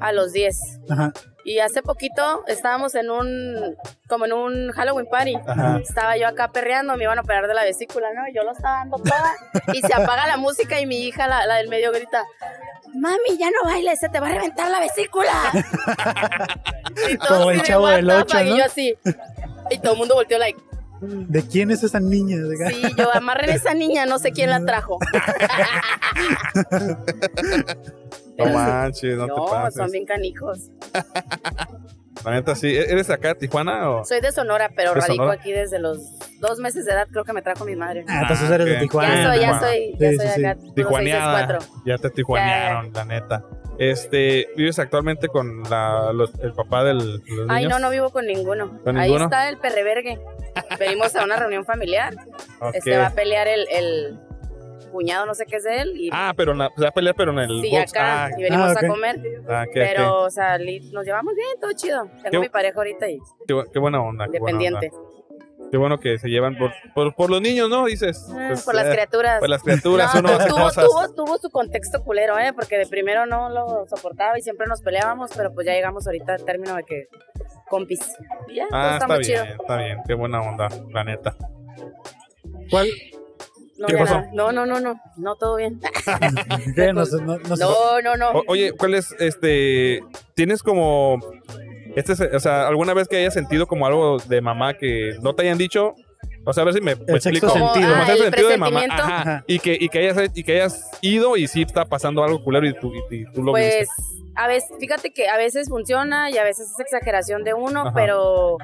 [SPEAKER 4] a los 10.
[SPEAKER 6] Ajá.
[SPEAKER 4] Y hace poquito estábamos en un, como en un Halloween party.
[SPEAKER 3] Ajá.
[SPEAKER 4] Estaba yo acá perreando, me iban a operar de la vesícula, ¿no? Y Yo lo estaba dando toda. Y se apaga la música y mi hija, la, la del medio, grita, mami, ya no bailes, se te va a reventar la vesícula. Y todos
[SPEAKER 6] Como
[SPEAKER 4] así
[SPEAKER 6] el
[SPEAKER 4] de,
[SPEAKER 6] Chavo
[SPEAKER 4] "What
[SPEAKER 6] del
[SPEAKER 4] the
[SPEAKER 6] Ocho,
[SPEAKER 4] fuck",
[SPEAKER 6] ¿no?
[SPEAKER 4] Y yo así. Y todo el mundo volteó like,
[SPEAKER 6] ¿De quién es esa niña?
[SPEAKER 4] sí, yo amarren a esa niña, no sé quién la trajo.
[SPEAKER 3] No
[SPEAKER 4] Pero sí.
[SPEAKER 3] manches, no,
[SPEAKER 4] No,
[SPEAKER 3] te pases.
[SPEAKER 4] son bien canijos.
[SPEAKER 3] La neta, sí. ¿E- ¿Eres de acá, de Tijuana o...?
[SPEAKER 4] Soy de Sonora, pero
[SPEAKER 3] ¿De
[SPEAKER 4] radico
[SPEAKER 3] Sonora?
[SPEAKER 4] aquí desde los dos meses de edad, creo que me trajo mi madre.
[SPEAKER 6] Ah, entonces eres de
[SPEAKER 3] ok.
[SPEAKER 6] Tijuana.
[SPEAKER 4] ya soy, ya
[SPEAKER 3] Tijuana.
[SPEAKER 4] soy, ya
[SPEAKER 6] Sí,
[SPEAKER 4] soy
[SPEAKER 6] sí, sí.
[SPEAKER 4] acá. por los
[SPEAKER 3] Tijuaneada.
[SPEAKER 4] 664.
[SPEAKER 3] Ya te tijuanearon, la neta. Este, ¿vives actualmente con la, los- el papá del los
[SPEAKER 4] Ay,
[SPEAKER 3] niños?
[SPEAKER 4] no, no vivo con ninguno.
[SPEAKER 3] ¿Con
[SPEAKER 4] Ahí
[SPEAKER 3] ninguno?
[SPEAKER 4] está el perrevergue. Venimos a una reunión familiar.
[SPEAKER 3] Ok.
[SPEAKER 4] Este va a pelear el, el cuñado, no sé qué es de él. Y
[SPEAKER 3] Ah, pero en la, se va a pelear, pero en el
[SPEAKER 4] sí,
[SPEAKER 3] box.
[SPEAKER 4] acá.
[SPEAKER 3] Ah,
[SPEAKER 4] y venimos
[SPEAKER 6] Ah, ok.
[SPEAKER 4] a comer.
[SPEAKER 3] ah, ok, ok.
[SPEAKER 4] Pero, o sea, li- nos llevamos bien, todo chido. Tengo
[SPEAKER 3] Yo-
[SPEAKER 4] mi pareja ahorita y
[SPEAKER 3] Qué, bu- qué buena onda. Qué buena onda.
[SPEAKER 4] independiente.
[SPEAKER 3] Qué bueno que se llevan por, por, por los niños, ¿no? Dices.
[SPEAKER 4] Ah,
[SPEAKER 3] Pues,
[SPEAKER 4] por las
[SPEAKER 3] eh,
[SPEAKER 4] criaturas.
[SPEAKER 3] Por las criaturas,
[SPEAKER 4] No,
[SPEAKER 3] uno hace
[SPEAKER 4] tuvo,
[SPEAKER 3] cosas.
[SPEAKER 4] tuvo, tuvo su contexto culero, ¿eh? Porque de primero no lo soportaba y siempre nos peleábamos, pero pues ya llegamos ahorita al término de que compis. Y ya, todo
[SPEAKER 3] Ah,
[SPEAKER 4] está,
[SPEAKER 3] está
[SPEAKER 4] muy
[SPEAKER 3] bien,
[SPEAKER 4] chido.
[SPEAKER 3] está bien. Qué buena onda, la neta.
[SPEAKER 6] ¿Cuál?
[SPEAKER 4] No,
[SPEAKER 3] ¿Qué
[SPEAKER 4] ya
[SPEAKER 3] pasó?
[SPEAKER 4] nada. no, no, no, no, no, todo bien.
[SPEAKER 6] ¿Qué? No, sé, no- no sé.
[SPEAKER 4] No, no, no.
[SPEAKER 3] O- oye, ¿cuál es este? ¿Tienes como. Este, es- o sea, alguna vez que hayas sentido como algo de mamá que no te hayan dicho? O sea, a ver si me, me
[SPEAKER 6] El sexto
[SPEAKER 3] explico.
[SPEAKER 6] sentido.
[SPEAKER 3] Como
[SPEAKER 6] Ah,
[SPEAKER 3] ese
[SPEAKER 4] el
[SPEAKER 3] sentido de mamá.
[SPEAKER 4] presentimiento.
[SPEAKER 3] Ajá.
[SPEAKER 6] Ajá.
[SPEAKER 3] Y, que, y, que hayas, y que hayas ido y sí está pasando algo culero y tú, y- y tú lo viste.
[SPEAKER 4] Pues a veces, fíjate que a veces funciona y a veces es exageración de uno,
[SPEAKER 3] Ajá.
[SPEAKER 4] pero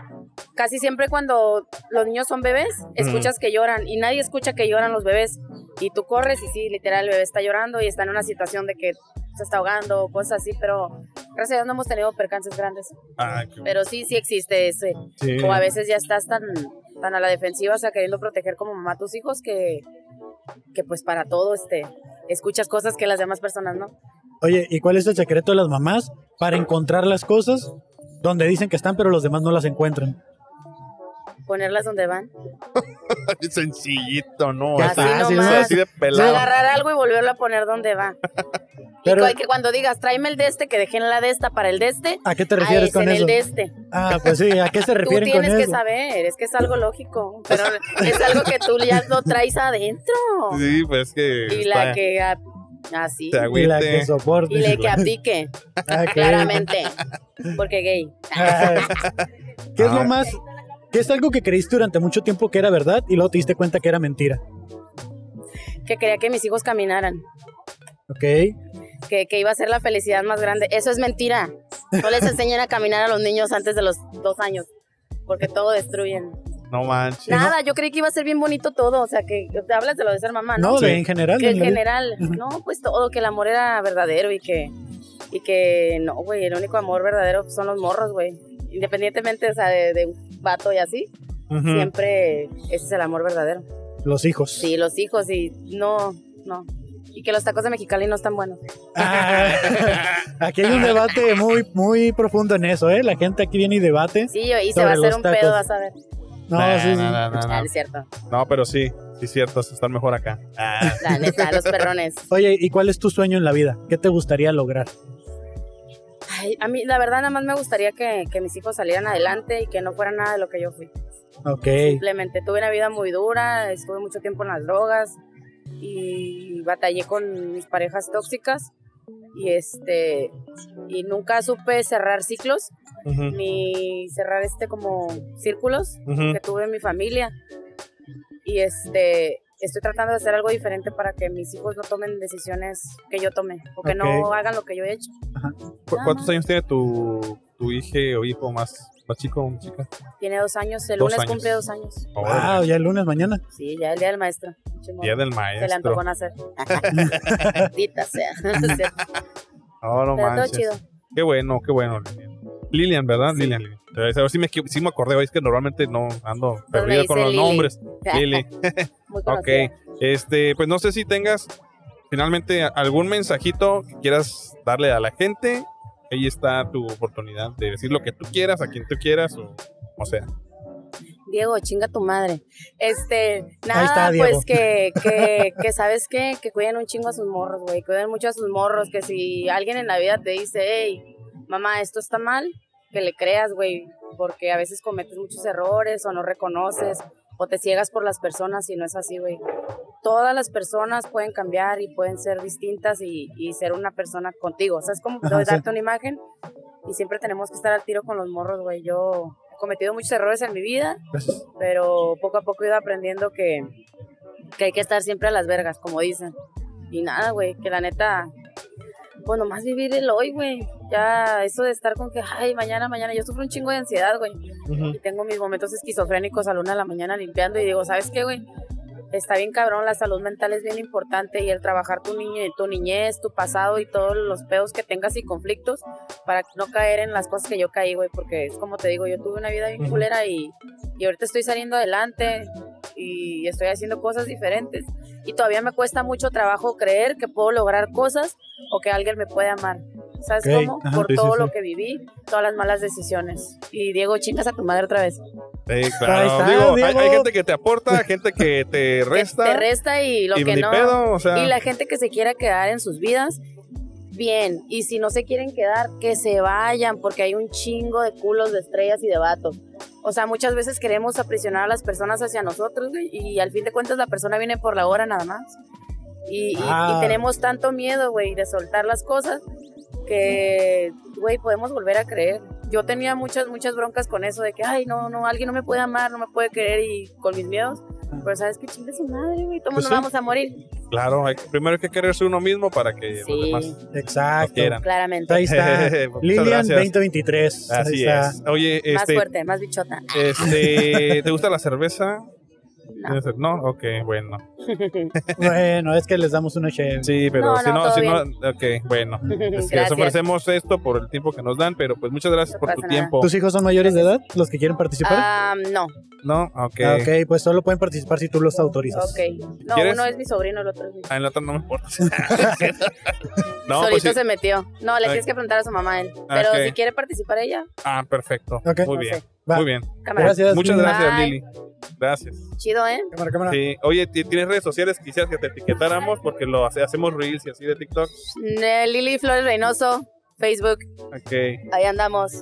[SPEAKER 4] casi siempre cuando los niños son bebés, escuchas que lloran y nadie escucha que lloran los bebés. Y tú corres y sí, literal, el bebé está llorando y está en una situación de que se está ahogando o cosas así, pero gracias a Dios no hemos tenido percances grandes.
[SPEAKER 3] Ah, qué-
[SPEAKER 4] Pero sí, sí existe ese.
[SPEAKER 3] sí.
[SPEAKER 4] O a veces ya estás tan, tan a la defensiva, o sea, queriendo proteger como mamá a tus hijos que, que pues para todo este, escuchas cosas que las demás personas no.
[SPEAKER 6] Oye, ¿y cuál es el secreto de las mamás para encontrar las cosas donde dicen que están, pero los demás no las encuentran?
[SPEAKER 4] Ponerlas donde van.
[SPEAKER 3] Sencillito, ¿no?
[SPEAKER 4] Así
[SPEAKER 3] Así,
[SPEAKER 4] nomás.
[SPEAKER 3] así de pelado.
[SPEAKER 4] Agarrar algo y volverlo a poner donde va.
[SPEAKER 6] Pero-
[SPEAKER 4] y cu- que cuando digas, tráeme el de este, que dejé en la de esta para el de este,
[SPEAKER 6] ¿A qué te
[SPEAKER 4] ah,
[SPEAKER 6] refieres
[SPEAKER 4] es
[SPEAKER 6] con
[SPEAKER 4] en
[SPEAKER 6] eso?
[SPEAKER 4] el de este.
[SPEAKER 6] Ah, pues sí, ¿a qué se
[SPEAKER 4] Tú
[SPEAKER 6] refieren con
[SPEAKER 4] tienes que
[SPEAKER 6] eso?
[SPEAKER 4] saber, es que es algo lógico, pero es algo que tú ya lo traes adentro.
[SPEAKER 3] Sí, pues que.
[SPEAKER 4] y
[SPEAKER 3] está-
[SPEAKER 4] la que a- así.
[SPEAKER 3] te
[SPEAKER 6] Y la que
[SPEAKER 3] agüite.
[SPEAKER 6] soporte.
[SPEAKER 4] Y la que aplique,
[SPEAKER 6] Ah, ok.
[SPEAKER 4] claramente. Porque gay.
[SPEAKER 6] Ah, ¿Qué es
[SPEAKER 3] Ah.
[SPEAKER 6] lo más? ¿Qué es algo que creíste durante mucho tiempo que era verdad y luego te diste cuenta que era mentira?
[SPEAKER 4] Que quería que mis hijos caminaran.
[SPEAKER 6] ¿Ok?
[SPEAKER 4] Que, que iba a ser la felicidad más grande. Eso es mentira. No les enseñen a caminar a los niños antes de los dos años. Porque todo destruyen.
[SPEAKER 3] No manches.
[SPEAKER 4] Nada, yo creí que iba a ser bien bonito todo, o sea, que te hablas de lo de ser mamá, Ah, ¿no?
[SPEAKER 6] No, de,
[SPEAKER 3] Sí.
[SPEAKER 6] en general.
[SPEAKER 4] que
[SPEAKER 6] en
[SPEAKER 4] en
[SPEAKER 6] la vida.
[SPEAKER 4] general, no, pues todo, que el amor era verdadero y que, y que no, güey, el único amor verdadero son los morros, güey. Independientemente, o sea, de, de un vato y así,
[SPEAKER 3] Ujú.
[SPEAKER 4] siempre ese es el amor verdadero.
[SPEAKER 6] Los hijos.
[SPEAKER 4] Sí, los hijos y no, no. Y que los tacos de Mexicali no están buenos.
[SPEAKER 6] Ah, aquí hay un debate muy, muy profundo en eso, ¿eh? La gente aquí viene y debate.
[SPEAKER 4] Sí, y se
[SPEAKER 6] Sobre
[SPEAKER 4] va a hacer
[SPEAKER 6] los
[SPEAKER 4] un
[SPEAKER 6] tacos.
[SPEAKER 4] pedo, vas a ver.
[SPEAKER 6] No,
[SPEAKER 3] Nah,
[SPEAKER 6] sí, sí.
[SPEAKER 3] nah, nah, nah, nah.
[SPEAKER 4] Ah, es cierto.
[SPEAKER 3] No, pero sí, sí, cierto, están mejor acá. Ah,
[SPEAKER 4] La neta, los perrones.
[SPEAKER 6] Oye, ¿y cuál es tu sueño en la vida? ¿Qué te gustaría lograr?
[SPEAKER 4] Ay, a mí, la verdad, nada más me gustaría que, que mis hijos salieran adelante y que no fuera nada de lo que yo fui.
[SPEAKER 6] Ok.
[SPEAKER 4] Simplemente tuve una vida muy dura, estuve mucho tiempo en las drogas y batallé con mis parejas tóxicas y este y nunca supe cerrar ciclos
[SPEAKER 3] Ujú,
[SPEAKER 4] ni cerrar este como círculos
[SPEAKER 3] ujú.
[SPEAKER 4] que tuve en mi familia y este estoy tratando de hacer algo diferente para que mis hijos no tomen decisiones que yo tomé o que no hagan lo que yo he hecho.
[SPEAKER 3] ¿Cu- ¿Cuántos años tiene tu, tu hija o hijo más, más chico o chica?
[SPEAKER 4] Tiene dos años, el
[SPEAKER 3] Dos
[SPEAKER 4] lunes
[SPEAKER 3] años.
[SPEAKER 4] cumple dos años.
[SPEAKER 3] Órale,
[SPEAKER 6] Wow, ya el lunes mañana.
[SPEAKER 4] Sí, ya el día del maestro. Chimón.
[SPEAKER 3] Día del
[SPEAKER 4] Se le antojó
[SPEAKER 3] maestro.
[SPEAKER 4] nacer. Maldita sea.
[SPEAKER 6] Ah,
[SPEAKER 3] No, no
[SPEAKER 4] Pero todo
[SPEAKER 3] manches.
[SPEAKER 4] chido.
[SPEAKER 3] Qué bueno, qué bueno, Lilian. Lilian, ¿verdad? Lilian, Lilian. Pero, A ver si me, equi- si me acordé, es que normalmente no ando
[SPEAKER 4] me
[SPEAKER 3] perdido con los
[SPEAKER 4] dicen Lili.
[SPEAKER 3] nombres. Lili.
[SPEAKER 4] Muy
[SPEAKER 3] Ok.
[SPEAKER 4] conocida.
[SPEAKER 3] Este, pues no sé si tengas finalmente a- algún mensajito que quieras darle a la gente. Ahí está tu oportunidad de decir lo que tú quieras, a quien tú quieras, o, o sea.
[SPEAKER 4] Diego, chinga tu madre. Este, nada,
[SPEAKER 6] está, Diego.
[SPEAKER 4] pues que, que, que sabes qué, que cuiden un chingo a sus morros, güey, cuiden mucho a sus morros, que si alguien en la vida te dice, hey, mamá, esto está mal, que le creas, güey, porque a veces cometes muchos errores o no reconoces o te ciegas por las personas y no es así, güey. Todas las personas pueden cambiar y pueden ser distintas y, y ser una persona contigo. O sea, es como
[SPEAKER 6] Ajá, sí.
[SPEAKER 4] darte una imagen y siempre tenemos que estar al tiro con los morros, güey. Yo he cometido muchos errores en mi vida,
[SPEAKER 6] Gracias.
[SPEAKER 4] pero poco a poco he ido aprendiendo que, que hay que estar siempre a las vergas, como dicen. Y nada, güey, que la neta, pues nomás vivir el hoy, güey. Ya eso de estar con que, ay, mañana, mañana, yo sufro un chingo de ansiedad, güey. Y tengo mis momentos esquizofrénicos a la una de la mañana limpiando y digo, ¿sabes qué, güey? Está bien cabrón, la salud mental es bien importante y el trabajar tu, niñe- tu niñez, tu pasado y todos los pedos que tengas y conflictos para no caer en las cosas que yo caí, güey, porque es como te digo, yo tuve una vida bien culera y, y ahorita estoy saliendo adelante y estoy haciendo cosas diferentes y todavía me cuesta mucho trabajo creer que puedo lograr cosas o que alguien me puede amar. ¿Sabes
[SPEAKER 6] Ok,
[SPEAKER 4] cómo?
[SPEAKER 6] ajá,
[SPEAKER 4] Por
[SPEAKER 6] sí, sí,
[SPEAKER 4] todo
[SPEAKER 6] sí.
[SPEAKER 4] lo que viví, todas las malas decisiones. Y Diego, chingas a tu madre otra vez.
[SPEAKER 3] Eh, claro.
[SPEAKER 6] Ahí está,
[SPEAKER 3] Digo, hay-
[SPEAKER 6] Diego.
[SPEAKER 3] Hay, gente que te aporta, gente que te resta.
[SPEAKER 4] Te resta y lo
[SPEAKER 3] y
[SPEAKER 4] que
[SPEAKER 3] ni
[SPEAKER 4] no.
[SPEAKER 3] pedo, o sea.
[SPEAKER 4] Y la gente que se quiera quedar en sus vidas, bien. Y si no se quieren quedar, que se vayan, porque hay un chingo de culos, de estrellas y de vatos. O sea, muchas veces queremos aprisionar a las personas hacia nosotros güey, y al fin de cuentas la persona viene por la hora nada más. Y, y- y
[SPEAKER 6] Ah.
[SPEAKER 4] tenemos tanto miedo, güey, de soltar las cosas que, güey, podemos volver a creer. Yo tenía muchas, muchas broncas con eso de que, ay, no, no, alguien no me puede amar, no me puede querer y con mis miedos. Pero sabes que chingue su madre, güey, todos
[SPEAKER 3] Ah. Pues
[SPEAKER 4] nos
[SPEAKER 3] sí.
[SPEAKER 4] vamos a morir.
[SPEAKER 3] Claro, hay- primero hay que quererse uno mismo para que
[SPEAKER 4] Sí.
[SPEAKER 3] los demás
[SPEAKER 6] Exacto.
[SPEAKER 3] quieran.
[SPEAKER 4] Claramente.
[SPEAKER 6] Ahí está.
[SPEAKER 3] Muchas
[SPEAKER 6] Lilian
[SPEAKER 3] gracias.
[SPEAKER 6] 2023. Ahí
[SPEAKER 3] Así
[SPEAKER 6] está.
[SPEAKER 3] es. Oye,
[SPEAKER 4] Más
[SPEAKER 3] este,
[SPEAKER 4] fuerte, más bichota.
[SPEAKER 3] este, ¿te gusta la cerveza?
[SPEAKER 4] No.
[SPEAKER 3] No, ok, bueno.
[SPEAKER 6] Bueno, es que les damos una cheve.
[SPEAKER 3] Sí, pero
[SPEAKER 4] No,
[SPEAKER 3] si
[SPEAKER 4] no,
[SPEAKER 3] no,
[SPEAKER 4] todo Mm,
[SPEAKER 3] si no, ok, bueno. Les- Les
[SPEAKER 4] Gracias.
[SPEAKER 3] ofrecemos esto por el tiempo que nos dan, pero pues muchas gracias
[SPEAKER 4] No
[SPEAKER 3] por tu
[SPEAKER 4] pasa nada.
[SPEAKER 3] tiempo.
[SPEAKER 6] ¿Tus hijos son mayores de edad? ¿Los que quieren participar?
[SPEAKER 4] Ah, no,
[SPEAKER 3] ¿No? Ok.
[SPEAKER 6] Ah, ok, pues solo pueden participar si tú los autorizas.
[SPEAKER 4] ok. No,
[SPEAKER 3] ¿Quieres?
[SPEAKER 4] uno es mi sobrino, el otro es mi.
[SPEAKER 3] Ah, en la otra no me importa. no,
[SPEAKER 4] Solito
[SPEAKER 3] pues sí.
[SPEAKER 4] se metió. No, le
[SPEAKER 3] Ah.
[SPEAKER 4] tienes que preguntar a su mamá a él.
[SPEAKER 3] Ah,
[SPEAKER 4] Pero
[SPEAKER 3] ok.
[SPEAKER 4] si quiere participar ella,
[SPEAKER 3] Ah, perfecto.
[SPEAKER 6] Ok.
[SPEAKER 3] Muy
[SPEAKER 4] No
[SPEAKER 3] bien.
[SPEAKER 4] sé.
[SPEAKER 6] Va.
[SPEAKER 3] Muy bien.
[SPEAKER 4] cámara.
[SPEAKER 6] Gracias.
[SPEAKER 3] Muchas
[SPEAKER 6] Lilian.
[SPEAKER 3] gracias,
[SPEAKER 4] Bye.
[SPEAKER 3] Lili. Gracias.
[SPEAKER 4] Chido, ¿eh?
[SPEAKER 6] Cámara, cámara.
[SPEAKER 3] Sí. Oye, ¿ti- ¿tienes redes sociales? Quisieras que te etiquetáramos porque lo hace- hacemos reels y así de TikTok.
[SPEAKER 4] Eh, Lili Flores Reynoso, Facebook.
[SPEAKER 3] Ok. Muy
[SPEAKER 4] Ahí andamos.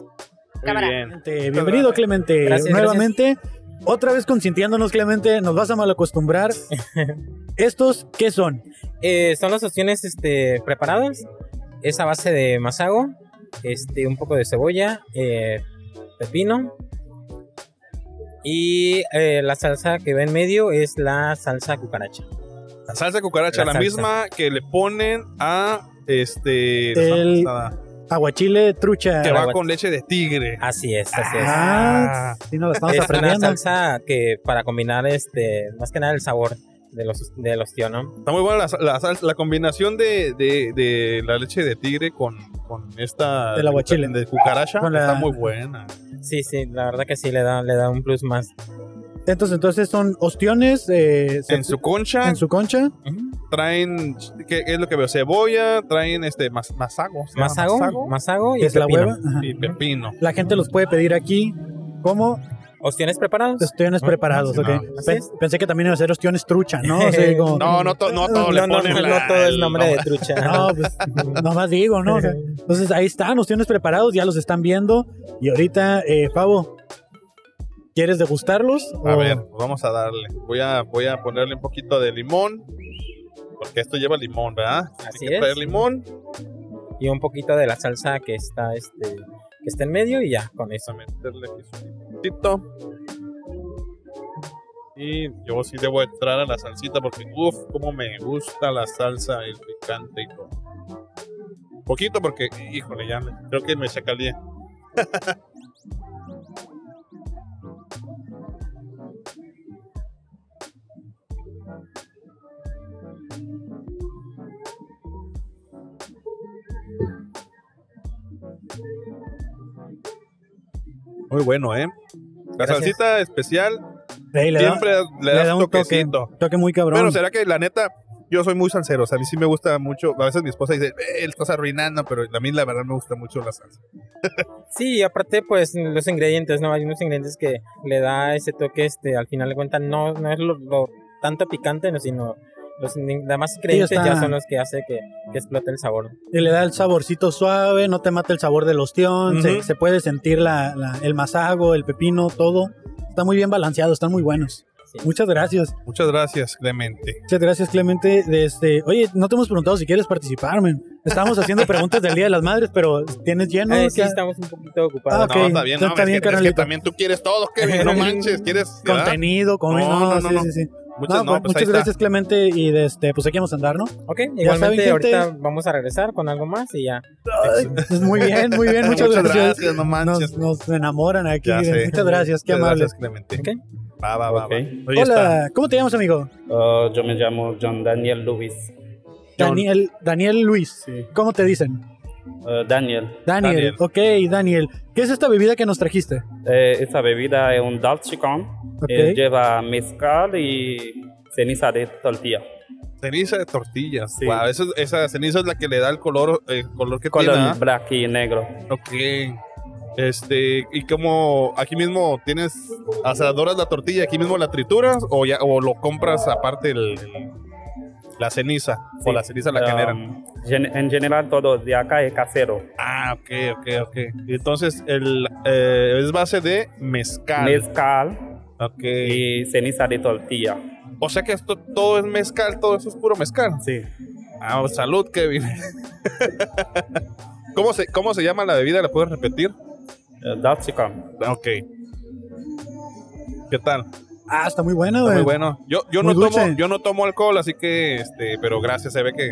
[SPEAKER 4] Cámara.
[SPEAKER 3] bien.
[SPEAKER 6] Clemente. Bienvenido, Clemente.
[SPEAKER 5] Gracias,
[SPEAKER 6] Nuevamente, otra vez consintiéndonos, Clemente. Nos vas a malacostumbrar. ¿Estos qué son?
[SPEAKER 5] Eh, son las opciones este, preparadas. Es a base de masago, este, un poco de cebolla, eh, pepino. Y eh, la salsa que va en medio es la salsa cucaracha.
[SPEAKER 3] La salsa cucaracha, la,
[SPEAKER 5] La salsa.
[SPEAKER 3] misma que le ponen a este.
[SPEAKER 6] El-
[SPEAKER 3] la pasada,
[SPEAKER 6] Aguachile, trucha.
[SPEAKER 3] que va
[SPEAKER 5] aguacate.
[SPEAKER 3] con leche de tigre.
[SPEAKER 5] Así es, así es.
[SPEAKER 6] Ah, sí, nos la estamos
[SPEAKER 5] es una
[SPEAKER 6] aprendiendo.
[SPEAKER 5] salsa que para combinar este más que nada el sabor de los de los tío, ¿no?
[SPEAKER 3] Está muy buena la, sa- la salsa- la combinación de, de- de la leche de tigre con, con esta.
[SPEAKER 6] Del aguachile.
[SPEAKER 3] De cucaracha.
[SPEAKER 6] Con la-
[SPEAKER 3] Está muy buena.
[SPEAKER 5] Sí, sí, la verdad que sí le da le da un plus más.
[SPEAKER 6] Entonces, entonces son ostiones eh, se-
[SPEAKER 3] En su concha
[SPEAKER 6] en su concha.
[SPEAKER 5] Ujú.
[SPEAKER 3] traen. ¿qué, qué es lo que veo? Cebolla, traen este. Mas, masago. ¿se llama?
[SPEAKER 5] Masago, masago y
[SPEAKER 6] que es la
[SPEAKER 5] pepino.
[SPEAKER 6] hueva. Ajá.
[SPEAKER 3] Y pepino.
[SPEAKER 6] La gente los puede pedir aquí. ¿Cómo?
[SPEAKER 5] ¿Ostiones preparados?
[SPEAKER 6] Ostiones
[SPEAKER 7] Ah,
[SPEAKER 6] preparados,
[SPEAKER 7] sí,
[SPEAKER 6] ok.
[SPEAKER 7] no.
[SPEAKER 5] Así
[SPEAKER 6] Pen-
[SPEAKER 5] es.
[SPEAKER 6] pensé que también iba a ser ostiones trucha, ¿no? O sea, como-
[SPEAKER 3] No, no, to- no todo le
[SPEAKER 5] no, no,
[SPEAKER 3] ponen
[SPEAKER 5] no,
[SPEAKER 3] la-
[SPEAKER 5] no todo es nombre
[SPEAKER 3] el-
[SPEAKER 5] de trucha.
[SPEAKER 6] No, pues nomás digo, ¿no? O sea, entonces ahí están, ostiones preparados, ya los están viendo. Y ahorita, eh, Pavo, ¿quieres degustarlos?
[SPEAKER 3] A
[SPEAKER 6] O-
[SPEAKER 3] ver, pues vamos a darle. Voy a, voy a ponerle un poquito de limón. Porque esto lleva limón, ¿verdad?
[SPEAKER 5] Así
[SPEAKER 3] Hay que
[SPEAKER 5] es.
[SPEAKER 3] traer limón.
[SPEAKER 5] Y un poquito de la salsa que está, este, que está en medio y ya, con eso.
[SPEAKER 3] Vamos a meterle aquí su limoncito. Y yo sí debo entrar a la salsita porque, uff, cómo me gusta la salsa, el picante y todo. Poquito porque, híjole, ya me- creo que me chacalé. Muy bueno, ¿eh? La
[SPEAKER 5] Gracias.
[SPEAKER 3] salsita especial
[SPEAKER 6] Ahí le da-
[SPEAKER 3] siempre le,
[SPEAKER 6] le
[SPEAKER 3] da
[SPEAKER 6] da
[SPEAKER 3] un
[SPEAKER 6] un toque.
[SPEAKER 3] toquecito.
[SPEAKER 6] toque muy cabrón.
[SPEAKER 3] Pero será que la neta, yo soy muy salsero. O sea, a mí sí me gusta mucho. A veces mi esposa dice, eh, estás arruinando, pero a mí la verdad me gusta mucho la salsa.
[SPEAKER 5] Sí, y aparte, pues, los ingredientes, ¿no? Hay unos ingredientes que le da ese toque, este, al final de cuentas, no, no es lo, lo tanto picante, no, sino los in- demás ingredientes
[SPEAKER 6] está-
[SPEAKER 5] ya son los que hace que, que explote el sabor.
[SPEAKER 6] Y le da el saborcito suave, no te mata el sabor del ostión, se,
[SPEAKER 5] Ujú.
[SPEAKER 6] se puede sentir la- la- el masago, el pepino, todo. Está muy bien balanceado, están muy buenos.
[SPEAKER 5] Sí.
[SPEAKER 6] Muchas gracias.
[SPEAKER 3] Muchas gracias, Clemente.
[SPEAKER 6] Muchas gracias, Clemente. De este- oye, no te hemos preguntado si quieres participar, men. Estábamos haciendo preguntas del Día de las Madres, pero tienes lleno.
[SPEAKER 5] Eh, sí,
[SPEAKER 6] ¿Qué-
[SPEAKER 5] estamos un poquito ocupados.
[SPEAKER 6] Ok,
[SPEAKER 3] No, está bien, no,
[SPEAKER 6] está
[SPEAKER 3] es,
[SPEAKER 6] bien,
[SPEAKER 3] que, es que
[SPEAKER 6] carnalito.
[SPEAKER 3] también tú quieres todo, Kevin, no manches, quieres ¿verdad?
[SPEAKER 6] Contenido, con
[SPEAKER 3] No, no, no,
[SPEAKER 6] sí,
[SPEAKER 3] no.
[SPEAKER 6] sí, sí.
[SPEAKER 3] Muchas,
[SPEAKER 6] No,
[SPEAKER 3] no,
[SPEAKER 6] pues,
[SPEAKER 3] pues ahí
[SPEAKER 6] muchas
[SPEAKER 3] está.
[SPEAKER 6] gracias, Clemente. Y de este, pues aquí vamos a andar, ¿no?
[SPEAKER 5] Ok,
[SPEAKER 6] Ya saben,
[SPEAKER 5] igualmente
[SPEAKER 6] gente.
[SPEAKER 5] ahorita vamos a regresar con algo más y ya.
[SPEAKER 6] Pues, muy bien, muy bien. Muchas, gracias.
[SPEAKER 3] no manches.
[SPEAKER 6] Nos, nos enamoran aquí.
[SPEAKER 3] Ya sé.
[SPEAKER 6] Muchas gracias, qué
[SPEAKER 3] Muchas
[SPEAKER 6] amables.
[SPEAKER 3] gracias, Clemente. Va, va, va.
[SPEAKER 9] Ok.
[SPEAKER 3] va. Ahí está.
[SPEAKER 6] Hola, ¿cómo te llamas, amigo?
[SPEAKER 9] Ah, yo me llamo John Daniel Lewis.
[SPEAKER 3] John.
[SPEAKER 6] Daniel, Daniel Luis.
[SPEAKER 9] Sí.
[SPEAKER 6] ¿Cómo te dicen?
[SPEAKER 9] Ah, Daniel,
[SPEAKER 3] Daniel.
[SPEAKER 6] Daniel. Ok, Daniel. ¿Qué es esta bebida que nos trajiste?
[SPEAKER 9] eh, esa bebida es un dalchicón.
[SPEAKER 6] Ok.
[SPEAKER 3] Eh,
[SPEAKER 9] lleva mezcal y ceniza de tortilla.
[SPEAKER 3] Ceniza de tortillas.
[SPEAKER 9] Sí.
[SPEAKER 3] Wow, eso- esa ceniza es la que le da el color, el color que
[SPEAKER 9] Color
[SPEAKER 3] tiene. ¿ah?
[SPEAKER 9] black y negro.
[SPEAKER 3] Ok. Este, y como aquí mismo tienes asadoras la tortilla, aquí mismo la trituras o ya o lo compras aparte el, el- la ceniza
[SPEAKER 9] Sí.
[SPEAKER 3] o la ceniza la canera.
[SPEAKER 9] Um, gen- en general todo de acá es casero.
[SPEAKER 3] Ah, ok, ok, ok. Y Entonces el eh, es base de mezcal.
[SPEAKER 9] Mezcal
[SPEAKER 3] ok.
[SPEAKER 9] y ceniza de tortilla.
[SPEAKER 3] O sea que esto todo es mezcal, todo eso es puro mezcal.
[SPEAKER 9] Sí.
[SPEAKER 3] Ah, salud, Kevin. ¿Cómo se cómo se llama la bebida? ¿La puedes repetir?
[SPEAKER 9] Eh, Dalchicón.
[SPEAKER 3] Ah, Ok. ¿Qué tal?
[SPEAKER 6] Ah, está muy buena,
[SPEAKER 3] Está
[SPEAKER 6] güey.
[SPEAKER 3] muy bueno. Pues, Yo, yo,
[SPEAKER 6] Muy
[SPEAKER 3] no tomo,
[SPEAKER 6] dulce.
[SPEAKER 3] yo no tomo alcohol, así que, este, pero gracias, se ve que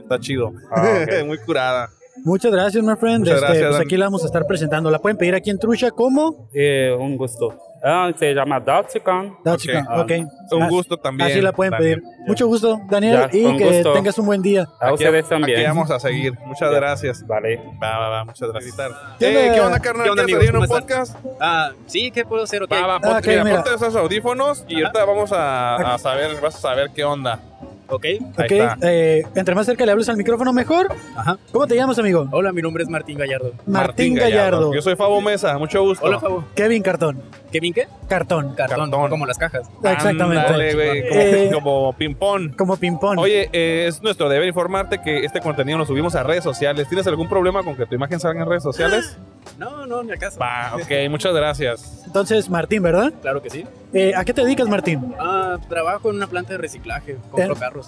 [SPEAKER 3] está chido.
[SPEAKER 9] Ah, ok.
[SPEAKER 3] Muy curada.
[SPEAKER 6] Muchas gracias, my friend.
[SPEAKER 3] Muchas
[SPEAKER 6] Este,
[SPEAKER 3] gracias,
[SPEAKER 6] pues
[SPEAKER 3] Dan.
[SPEAKER 6] aquí la vamos a estar presentando. La pueden pedir aquí en Trucha como
[SPEAKER 9] Eh, un gusto. Ah, se llama dalchicón.
[SPEAKER 6] Dachica.
[SPEAKER 9] Ah,
[SPEAKER 6] Ok.
[SPEAKER 3] Un
[SPEAKER 6] Ah,
[SPEAKER 3] gusto también.
[SPEAKER 6] Así la pueden
[SPEAKER 3] también.
[SPEAKER 6] pedir. Mucho gusto, Daniel,
[SPEAKER 9] Ya,
[SPEAKER 6] y
[SPEAKER 9] con
[SPEAKER 6] que
[SPEAKER 9] gusto.
[SPEAKER 6] tengas un buen día.
[SPEAKER 9] A
[SPEAKER 3] Aquí-
[SPEAKER 9] ustedes también.
[SPEAKER 3] Aquí vamos a seguir. Muchas
[SPEAKER 9] Ya.
[SPEAKER 3] gracias.
[SPEAKER 9] Vale.
[SPEAKER 3] Va, va, va. Muchas gracias.
[SPEAKER 6] ¿Qué
[SPEAKER 3] Eh,
[SPEAKER 6] onda?
[SPEAKER 3] ¿Qué onda, carnal?
[SPEAKER 7] ¿Qué
[SPEAKER 3] ¿Quieres
[SPEAKER 7] onda, amigos?
[SPEAKER 3] salir en un
[SPEAKER 7] ¿Cómo
[SPEAKER 3] podcast?
[SPEAKER 7] Ah, sí, ¿qué puedo hacer? o qué?
[SPEAKER 3] Va, va,
[SPEAKER 6] Ah,
[SPEAKER 3] ponte,
[SPEAKER 6] ok,
[SPEAKER 3] mira,
[SPEAKER 6] mira.
[SPEAKER 3] ponte esos audífonos y ahorita vamos a, a saber, vas a saber qué onda.
[SPEAKER 7] Ok.
[SPEAKER 3] Ahí
[SPEAKER 6] Ok,
[SPEAKER 3] está.
[SPEAKER 6] eh, entre más cerca le hables al micrófono, mejor.
[SPEAKER 7] Ajá.
[SPEAKER 6] ¿Cómo te llamas, amigo?
[SPEAKER 7] Hola, mi nombre es Martín Gallardo.
[SPEAKER 6] Martín Gallardo.
[SPEAKER 3] Yo soy Fabo Mesa, mucho gusto.
[SPEAKER 7] Hola, Fabo.
[SPEAKER 6] Kevin Cartón.
[SPEAKER 7] ¿Kevin qué?
[SPEAKER 6] Cartón.
[SPEAKER 7] Cartón,
[SPEAKER 3] Cartón.
[SPEAKER 7] como las cajas.
[SPEAKER 6] Exactamente.
[SPEAKER 3] Ándale, güey, como,
[SPEAKER 6] Eh.
[SPEAKER 3] como ping-pong.
[SPEAKER 6] Como ping-pong.
[SPEAKER 3] Oye, eh, es nuestro deber informarte que este contenido lo subimos a redes sociales. ¿Tienes algún problema con que tu imagen salga en redes sociales?
[SPEAKER 7] No, no, ni acaso.
[SPEAKER 3] Va, ok, muchas gracias.
[SPEAKER 6] Entonces, Martín, ¿verdad?
[SPEAKER 7] Claro que sí.
[SPEAKER 6] Eh, ¿A qué te dedicas, Martín?
[SPEAKER 7] Ah, trabajo en una planta de reciclaje. Compro
[SPEAKER 6] Eh.
[SPEAKER 7] carros.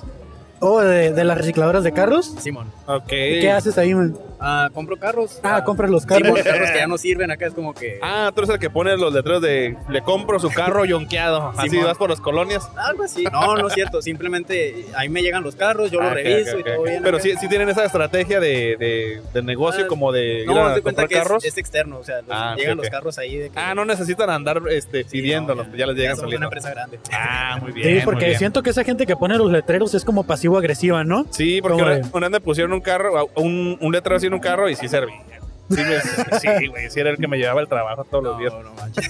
[SPEAKER 6] ¿O de, de las recicladoras de carros?
[SPEAKER 7] Simón.
[SPEAKER 3] Ok.
[SPEAKER 6] ¿Qué haces ahí, man?
[SPEAKER 7] Ah, compro carros.
[SPEAKER 6] Ah, compras los
[SPEAKER 7] Simón,
[SPEAKER 6] carros.
[SPEAKER 7] carros que ya no sirven. Acá es como que.
[SPEAKER 3] Ah, tú eres el que pone los letreros de le compro su carro yonqueado. Así
[SPEAKER 7] Simón.
[SPEAKER 3] vas por las colonias.
[SPEAKER 7] Algo así. No, no es cierto. Simplemente ahí me llegan los carros, yo
[SPEAKER 3] Ah,
[SPEAKER 7] los
[SPEAKER 3] ok,
[SPEAKER 7] reviso
[SPEAKER 3] ok,
[SPEAKER 7] y
[SPEAKER 3] ok,
[SPEAKER 7] todo
[SPEAKER 3] ok.
[SPEAKER 7] bien.
[SPEAKER 3] Pero
[SPEAKER 7] acá.
[SPEAKER 3] sí, sí tienen esa estrategia de, de- del negocio
[SPEAKER 7] Ah,
[SPEAKER 3] como de ir
[SPEAKER 7] No, haz
[SPEAKER 3] a
[SPEAKER 7] de cuenta
[SPEAKER 3] comprar
[SPEAKER 7] que es-
[SPEAKER 3] carros.
[SPEAKER 7] Es, externo. O sea, los-
[SPEAKER 3] Ah, ok,
[SPEAKER 7] llegan
[SPEAKER 3] ok.
[SPEAKER 7] los carros ahí. De que-
[SPEAKER 3] Ah, no necesitan andar este,
[SPEAKER 7] Sí, no,
[SPEAKER 3] pidiéndolos, ya les llegan
[SPEAKER 7] somos una
[SPEAKER 3] solitos.
[SPEAKER 7] empresa grande.
[SPEAKER 3] Ah, muy bien.
[SPEAKER 6] Sí,
[SPEAKER 3] muy
[SPEAKER 6] porque
[SPEAKER 3] bien.
[SPEAKER 6] siento que esa gente que pone los letreros es como pasivo-agresiva, ¿no?
[SPEAKER 3] Sí, porque
[SPEAKER 6] ¿Cómo
[SPEAKER 3] una,
[SPEAKER 6] ven?
[SPEAKER 3] una vez me pusieron un carro, a- un, un letrero así en un carro y sí servía. Sí, me- sí, güey, sí era el que me llevaba al trabajo todos los días.
[SPEAKER 7] No, no manches.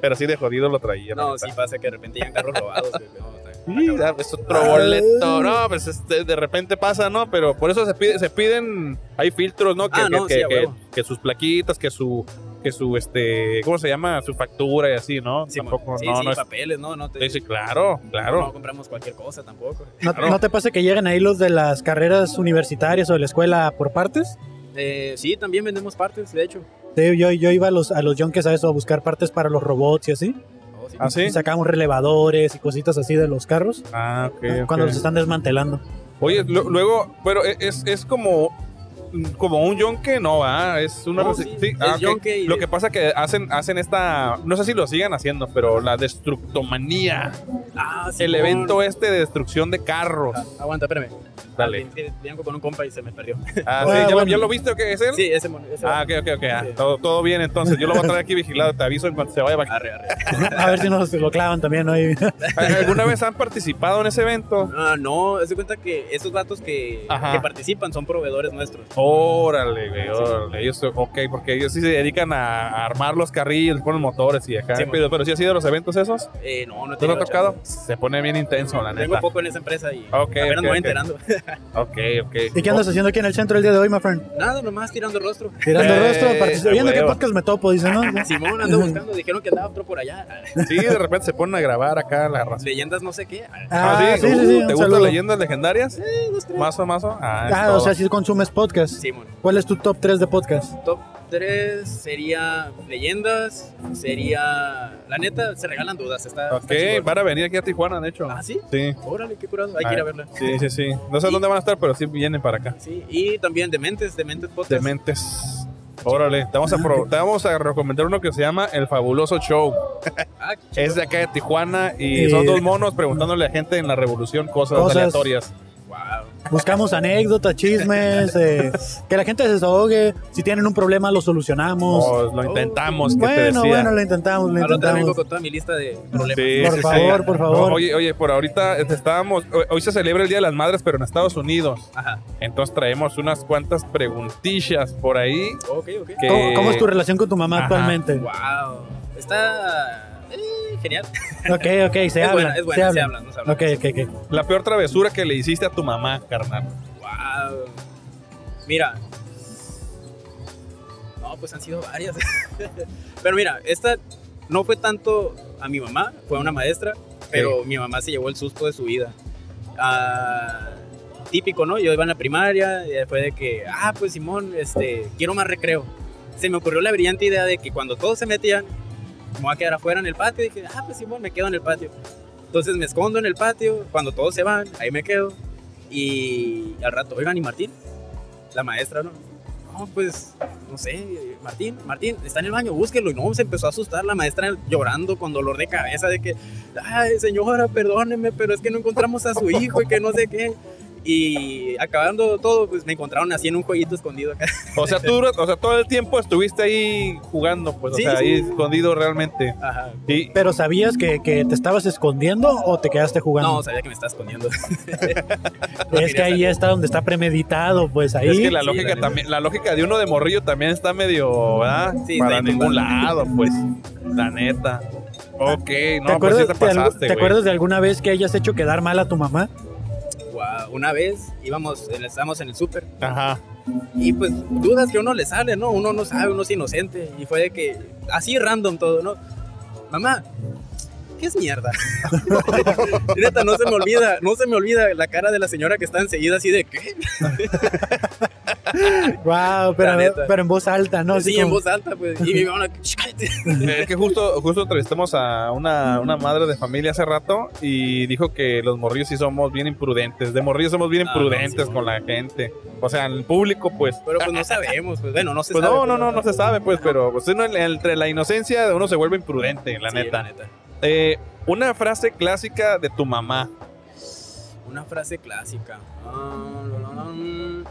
[SPEAKER 3] Pero sí de jodido lo traía. la
[SPEAKER 7] No,
[SPEAKER 3] neta.
[SPEAKER 7] sí pasa que de repente llegan carros robados. güey. No, está-
[SPEAKER 3] Sí, ah, pues otro boleto, no, pues este, de repente pasa, ¿no? Pero por eso se, pide- se piden, hay filtros, ¿no? Que,
[SPEAKER 7] Ah,
[SPEAKER 3] que-
[SPEAKER 7] no,
[SPEAKER 3] que,
[SPEAKER 7] sí, a
[SPEAKER 3] que-
[SPEAKER 7] huevo.
[SPEAKER 3] que sus plaquitas, que su, que que su, este, ¿cómo se llama? Su factura y así, ¿no?
[SPEAKER 7] Sí,
[SPEAKER 3] Tampoco,
[SPEAKER 7] sí,
[SPEAKER 3] no,
[SPEAKER 7] sí,
[SPEAKER 3] no es-
[SPEAKER 7] papeles, no, no te-
[SPEAKER 3] Sí, sí, claro,
[SPEAKER 7] No
[SPEAKER 3] claro.
[SPEAKER 7] compramos cualquier cosa tampoco.
[SPEAKER 6] ¿No, no te pasa que llegan ahí los de las carreras universitarias o de la escuela por partes?
[SPEAKER 7] Eh, sí, también vendemos partes, de hecho.
[SPEAKER 6] Sí, yo, yo iba a los, a los junkies a eso, a buscar partes para los robots y así.
[SPEAKER 3] ¿Ah, sí?
[SPEAKER 6] Y sacamos relevadores y cositas así de los carros
[SPEAKER 3] Ah, ok, ok.
[SPEAKER 6] cuando los están desmantelando.
[SPEAKER 3] Oye, lu- luego, pero e- es, es como como un yonke, no, va, es una
[SPEAKER 7] No,
[SPEAKER 3] reci-
[SPEAKER 7] Oh, sí,
[SPEAKER 3] sí,
[SPEAKER 7] es
[SPEAKER 3] ah, ok.
[SPEAKER 7] yonke y-
[SPEAKER 3] Lo que pasa que hacen hacen esta, no sé si lo sigan haciendo, pero la destructomanía,
[SPEAKER 7] Ah,
[SPEAKER 3] el
[SPEAKER 7] Simón.
[SPEAKER 3] evento este de destrucción de carros.
[SPEAKER 7] Ah, aguanta, espérame.
[SPEAKER 3] Dale.
[SPEAKER 7] Vin- Vinco con un compa y se me perdió.
[SPEAKER 3] Ah,
[SPEAKER 6] Ah,
[SPEAKER 3] sí, ¿ya, lo,
[SPEAKER 6] bueno.
[SPEAKER 3] ya lo viste o qué es él?
[SPEAKER 7] Sí, ese mono. ese
[SPEAKER 3] Ah, ok,
[SPEAKER 7] mono.
[SPEAKER 3] ok, ok. ah,
[SPEAKER 7] Sí.
[SPEAKER 3] todo, todo bien, entonces. Yo lo voy a traer aquí vigilado. Te aviso en cuanto se vaya. vac-
[SPEAKER 7] Arre, arre.
[SPEAKER 6] A ver si nos lo clavan también, ¿no? Ahí.
[SPEAKER 3] ¿Alguna vez han participado en ese evento?
[SPEAKER 7] Ah, no, se cuenta que esos datos que,
[SPEAKER 3] Ajá.
[SPEAKER 7] que participan son proveedores nuestros.
[SPEAKER 3] Órale, güey, órale. Ellos, ok, porque ellos sí se dedican a a armar los carriles, ponen motores y acá.
[SPEAKER 7] Sí,
[SPEAKER 3] pero, pero sí ha sido los eventos esos.
[SPEAKER 7] Eh, no, no he
[SPEAKER 3] ¿Tú lo has
[SPEAKER 7] tenido
[SPEAKER 3] tocado?
[SPEAKER 7] chance.
[SPEAKER 3] Se pone bien intenso, la
[SPEAKER 7] Tengo
[SPEAKER 3] neta.
[SPEAKER 7] poco en esa empresa y
[SPEAKER 3] Ok,
[SPEAKER 7] apenas me
[SPEAKER 3] ok, ok.
[SPEAKER 7] voy enterando.
[SPEAKER 3] Ok, ok.
[SPEAKER 6] ¿Y qué andas haciendo aquí en el centro el día de hoy, my friend?
[SPEAKER 7] Nada, nomás tirando rostro.
[SPEAKER 6] Tirando
[SPEAKER 3] Eh,
[SPEAKER 6] rostro, participando.
[SPEAKER 3] a
[SPEAKER 6] Viendo qué
[SPEAKER 3] huevo.
[SPEAKER 6] podcast me topo, dice, ¿no?
[SPEAKER 7] Simón ando buscando, dijeron que andaba otro por allá.
[SPEAKER 3] Sí, de repente se ponen a grabar acá la raza.
[SPEAKER 7] Leyendas no sé qué.
[SPEAKER 6] Ah, sí, sí,
[SPEAKER 3] Uh,
[SPEAKER 6] sí.
[SPEAKER 3] ¿Te
[SPEAKER 6] un
[SPEAKER 3] gustan
[SPEAKER 6] saludo.
[SPEAKER 3] leyendas legendarias? Mazo, mazo. Ah, es
[SPEAKER 6] Ah,
[SPEAKER 3] todo.
[SPEAKER 6] o sea, si consumes podcast.
[SPEAKER 7] Simón.
[SPEAKER 6] ¿Cuál es tu top 3 de podcast?
[SPEAKER 7] Top 3 sería leyendas, sería... La neta, se regalan dudas. Está, está
[SPEAKER 3] ok,
[SPEAKER 7] chingón.
[SPEAKER 3] van a venir aquí a Tijuana, de hecho.
[SPEAKER 7] ¿Ah, sí?
[SPEAKER 3] Sí.
[SPEAKER 7] Órale, qué curado. Hay
[SPEAKER 3] Ah,
[SPEAKER 7] que ir a verla.
[SPEAKER 3] Sí, sí, sí. No sé dónde van a estar, pero sí vienen para acá.
[SPEAKER 7] Sí, y también Dementes, Dementes Podcast.
[SPEAKER 3] Dementes. Órale, te vamos, a pro- te vamos a recomendar uno que se llama El Fabuloso Show.
[SPEAKER 7] Ah,
[SPEAKER 3] Es de acá de Tijuana y
[SPEAKER 6] Eh.
[SPEAKER 3] son dos monos preguntándole a gente en la revolución cosas,
[SPEAKER 6] Cosas.
[SPEAKER 3] aleatorias.
[SPEAKER 7] wow.
[SPEAKER 6] Buscamos anécdotas, chismes, eh, que la gente se desahogue. Si tienen un problema, lo solucionamos.
[SPEAKER 3] Pues, lo intentamos, que te
[SPEAKER 6] bueno,
[SPEAKER 3] decía.
[SPEAKER 6] bueno, lo intentamos, lo
[SPEAKER 7] Ahora otra vengo
[SPEAKER 6] intentamos.
[SPEAKER 7] con toda mi lista de problemas.
[SPEAKER 3] Sí,
[SPEAKER 6] Por
[SPEAKER 3] sí, sí.
[SPEAKER 6] favor, por favor.
[SPEAKER 3] Oye, oye, por ahorita este, estábamos, hoy- hoy se celebra el Día de las Madres, pero en Estados Unidos.
[SPEAKER 7] Ajá.
[SPEAKER 3] Entonces traemos unas cuantas preguntillas por ahí.
[SPEAKER 7] Ok, ok.
[SPEAKER 3] que-
[SPEAKER 6] ¿Cómo, cómo es tu relación con tu mamá
[SPEAKER 3] Ajá.
[SPEAKER 6] actualmente?
[SPEAKER 7] Wow. Está... eh, genial.
[SPEAKER 6] Ok, ok, se
[SPEAKER 7] es
[SPEAKER 6] habla.
[SPEAKER 7] buena, es buena,
[SPEAKER 6] se
[SPEAKER 7] se,
[SPEAKER 6] habla.
[SPEAKER 7] hablan, no se hablan.
[SPEAKER 6] Ok, ok, ok.
[SPEAKER 3] La peor travesura que le hiciste a tu mamá, carnal.
[SPEAKER 7] Wow. Mira. No, pues han sido varias. Pero mira, esta no fue tanto a mi mamá, fue a una maestra, pero mi mamá se llevó el susto de su vida. Ah, típico, ¿no? Yo iba en la primaria y fue de que, ah, pues Simón, este, quiero más recreo. Se me ocurrió la brillante idea de que cuando todos se metían, me voy a quedar afuera en el patio. Y dije, ah, pues Simón, me quedo en el patio. Entonces me escondo en el patio, cuando todos se van, ahí me quedo. Y al rato, oigan, ¿y Martín? La maestra, ¿no? No, pues, no sé, Martín, Martín, está en el baño, búsquelo. Y no, se empezó a asustar la maestra llorando con dolor de cabeza de que, ay, señora, perdóneme, pero es que no encontramos a su hijo y que no sé qué. Y acabando todo, pues me encontraron así en un jueguito escondido acá.
[SPEAKER 3] O sea, tú, duras- o sea, todo el tiempo estuviste ahí jugando, pues,
[SPEAKER 7] Sí,
[SPEAKER 3] o sea,
[SPEAKER 7] sí.
[SPEAKER 3] ahí escondido realmente.
[SPEAKER 7] Ajá.
[SPEAKER 3] Y,
[SPEAKER 6] ¿Pero sabías que, que te estabas escondiendo o te quedaste
[SPEAKER 7] No,
[SPEAKER 6] jugando?
[SPEAKER 7] sabía que me estaba escondiendo.
[SPEAKER 6] es que ahí está donde está premeditado, pues ahí.
[SPEAKER 3] Es que la
[SPEAKER 7] Sí,
[SPEAKER 3] lógica
[SPEAKER 7] la neta.
[SPEAKER 3] también, la lógica de uno de morrillo también está medio, ¿verdad?
[SPEAKER 7] Sí,
[SPEAKER 3] Para
[SPEAKER 7] está ahí
[SPEAKER 3] ningún
[SPEAKER 7] tumbada.
[SPEAKER 3] lado, pues. La neta. Ok,
[SPEAKER 6] ¿Te,
[SPEAKER 3] no, pues
[SPEAKER 6] acuerdas,
[SPEAKER 3] sí te
[SPEAKER 6] de algu-
[SPEAKER 3] pasaste,
[SPEAKER 6] te
[SPEAKER 3] güey.
[SPEAKER 6] acuerdas de alguna vez que hayas hecho quedar mal a tu mamá?
[SPEAKER 7] Guau, Una vez íbamos, en- estábamos en el súper
[SPEAKER 3] Ajá.
[SPEAKER 7] Y pues dudas que a uno le sale, ¿no? Uno no sabe, uno es inocente. Y fue de que, así random todo, ¿no? Mamá, ¿qué es mierda? Neta, no se me olvida, no se me olvida la cara de la señora que está enseguida así de ¿qué?
[SPEAKER 6] Wow, pero,
[SPEAKER 7] La neta.
[SPEAKER 6] pero en voz alta, ¿no? Así
[SPEAKER 7] sí, en
[SPEAKER 6] como-
[SPEAKER 7] voz alta, pues. Y mi mamá, "Shh, cállate".
[SPEAKER 3] Es que justo, justo entrevistamos a una, una madre de familia hace rato y dijo que los morrillos sí somos bien imprudentes. De morrillos somos bien
[SPEAKER 7] Ah,
[SPEAKER 3] imprudentes
[SPEAKER 7] sí.
[SPEAKER 3] con la gente. O sea, el público, pues.
[SPEAKER 7] Pero pues no sabemos, pues bueno, no se
[SPEAKER 3] Pues
[SPEAKER 7] sabe.
[SPEAKER 3] no,
[SPEAKER 7] pues,
[SPEAKER 3] no, no, no se sabe, pues, pero pues, uno, entre la inocencia de uno se vuelve imprudente, la
[SPEAKER 7] Sí,
[SPEAKER 3] neta. Eh, una frase clásica de tu mamá.
[SPEAKER 7] Una frase clásica. Ah, la, la, la.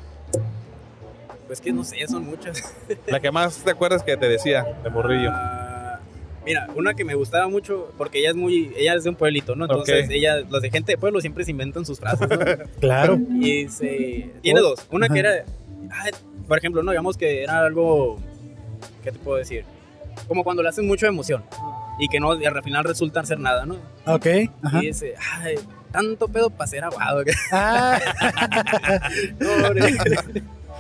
[SPEAKER 7] Pues que no sé, son muchas.
[SPEAKER 3] La que más te acuerdas que te decía de morrillo.
[SPEAKER 7] Ah, Mira, una que me gustaba mucho, porque ella es muy, ella es de un pueblito, ¿no? Entonces,
[SPEAKER 3] Ok.
[SPEAKER 7] ella, los de gente de pueblo siempre se inventan sus frases, ¿no?
[SPEAKER 6] Claro.
[SPEAKER 7] Y dice, tiene
[SPEAKER 6] Oh,
[SPEAKER 7] dos. Una que
[SPEAKER 6] ajá.
[SPEAKER 7] era, ah, por ejemplo, no, digamos que era algo, ¿qué te puedo decir? Como cuando le hacen mucha emoción y que no, y al final resulta ser nada, ¿no?
[SPEAKER 6] Ok. Ajá.
[SPEAKER 7] Y dice, ay, tanto pedo para ser aguado.
[SPEAKER 6] Ah,
[SPEAKER 7] No, hombre.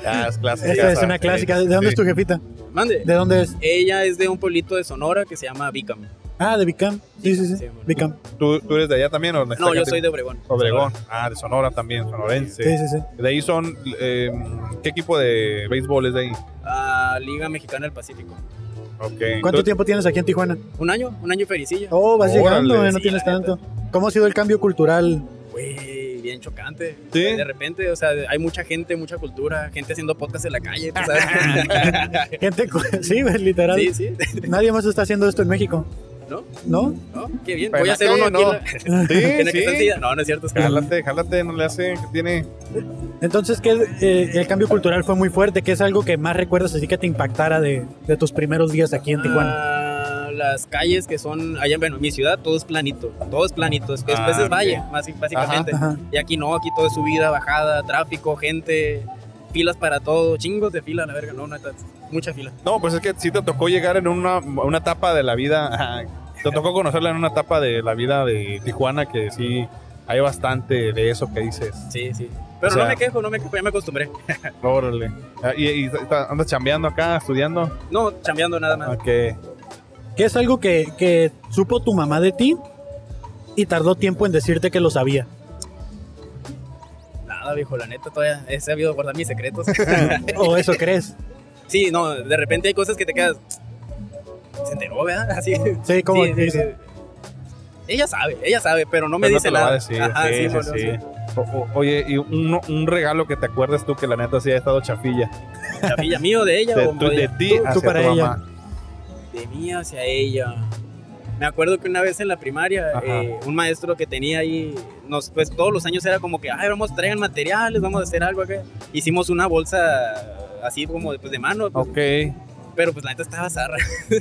[SPEAKER 3] Ah, es clásica.
[SPEAKER 6] esa es
[SPEAKER 3] esa.
[SPEAKER 6] una clásica.
[SPEAKER 3] Sí,
[SPEAKER 6] ¿De dónde
[SPEAKER 3] sí.
[SPEAKER 6] es tu jefita?
[SPEAKER 7] Mande.
[SPEAKER 6] ¿De dónde es?
[SPEAKER 7] Ella es de un pueblito de Sonora que se llama Bicam.
[SPEAKER 6] Ah, de Vicam. Sí, sí, sí.
[SPEAKER 7] sí, bueno.
[SPEAKER 6] Vicam.
[SPEAKER 3] ¿Tú, tú eres de allá también o
[SPEAKER 7] No, yo soy de Obregón.
[SPEAKER 3] Obregón. Ah, de Sonora también, sonorense.
[SPEAKER 6] Sí, sí, sí.
[SPEAKER 3] De ahí son. eh, ¿Qué equipo de béisbol es de ahí?
[SPEAKER 7] Ah, Liga Mexicana del Pacífico.
[SPEAKER 3] Ok.
[SPEAKER 6] ¿Cuánto
[SPEAKER 3] Entonces-
[SPEAKER 6] tiempo tienes aquí en Tijuana?
[SPEAKER 7] Un año, un año fericillo.
[SPEAKER 6] Oh, vas
[SPEAKER 3] Órale.
[SPEAKER 6] llegando, eh, no
[SPEAKER 7] Sí,
[SPEAKER 6] tienes
[SPEAKER 7] la neta.
[SPEAKER 6] tanto. ¿Cómo ha sido el cambio cultural?
[SPEAKER 7] Güey, bien chocante.
[SPEAKER 3] Sí.
[SPEAKER 7] De repente, o sea, hay mucha gente, mucha cultura, gente haciendo podcast en la calle, ¿tú ¿sabes?
[SPEAKER 6] Gente, cu- sí, güey, literal.
[SPEAKER 7] sí, sí.
[SPEAKER 6] Nadie más está haciendo esto en México.
[SPEAKER 7] ¿No?
[SPEAKER 6] ¿no?
[SPEAKER 7] No, qué bien.
[SPEAKER 3] Pero
[SPEAKER 7] Voy a
[SPEAKER 3] en
[SPEAKER 7] hacer
[SPEAKER 3] la
[SPEAKER 7] uno
[SPEAKER 3] calle,
[SPEAKER 7] aquí. en la- en
[SPEAKER 3] Sí,
[SPEAKER 7] la que
[SPEAKER 3] sí.
[SPEAKER 7] está silla. No, no es cierto. Es que...
[SPEAKER 3] Jálate, jálate, no le hace. que tiene?
[SPEAKER 6] Entonces, que el cambio cultural fue muy fuerte, que es algo que más recuerdas así que te impactara de, de tus primeros días aquí en Tijuana.
[SPEAKER 7] Ah, las calles que son allá, bueno, en mi ciudad todo es planito, todo es planito, es, es-
[SPEAKER 3] Ah,
[SPEAKER 7] pues es
[SPEAKER 3] ok.
[SPEAKER 7] valle, basi- básicamente.
[SPEAKER 6] Ajá.
[SPEAKER 7] Y aquí no, aquí todo es subida, bajada, tráfico, gente, filas para todo, chingos de fila, la verga, no, neta, mucha fila.
[SPEAKER 3] No, pues es que sí te tocó llegar en una, una etapa de la vida. Te tocó conocerla en una etapa de la vida de Tijuana que sí hay bastante de eso que dices.
[SPEAKER 7] Sí, sí. Pero
[SPEAKER 3] O sea-
[SPEAKER 7] no me quejo, no me quejo, ya me acostumbré.
[SPEAKER 3] Órale. Ah, ¿Y, y está- andas chambeando acá, estudiando?
[SPEAKER 7] No, chambeando nada más.
[SPEAKER 3] Ok.
[SPEAKER 6] Que es algo que, que supo tu mamá de ti y tardó tiempo en decirte que lo sabía.
[SPEAKER 7] Nada, viejo, la neta, todavía he sabido guardar mis secretos.
[SPEAKER 6] o eso crees.
[SPEAKER 7] sí, no, de repente hay cosas que te quedas. Se enteró, ¿verdad? Así.
[SPEAKER 6] Sí, como
[SPEAKER 7] Sí, sí,
[SPEAKER 6] dice.
[SPEAKER 7] sí. Ella sabe, ella sabe, pero no me
[SPEAKER 3] Pero Pues no
[SPEAKER 7] dice
[SPEAKER 3] te lo
[SPEAKER 7] nada.
[SPEAKER 3] va a decir.
[SPEAKER 7] Ajá,
[SPEAKER 3] sí,
[SPEAKER 7] sí,
[SPEAKER 3] sí,
[SPEAKER 7] no, no,
[SPEAKER 3] sí. O- o- oye, y un, un regalo que te acuerdes tú que la neta sí ha estado chafilla.
[SPEAKER 7] La pilla mío de ella
[SPEAKER 3] De,
[SPEAKER 7] o
[SPEAKER 3] tú-
[SPEAKER 7] de,
[SPEAKER 3] de ti
[SPEAKER 6] tú
[SPEAKER 3] hacia
[SPEAKER 6] para
[SPEAKER 3] tu
[SPEAKER 6] ella.
[SPEAKER 3] mamá.
[SPEAKER 7] de mí hacia ella. Me acuerdo que una vez en la primaria,
[SPEAKER 3] Ajá.
[SPEAKER 7] eh, un maestro que tenía ahí, nos, pues todos los años era como que, ay, vamos, traigan materiales, vamos a hacer algo acá. Hicimos una bolsa así como de, pues, de mano, pues,
[SPEAKER 3] Ok.
[SPEAKER 7] pero pues la neta estaba zarra.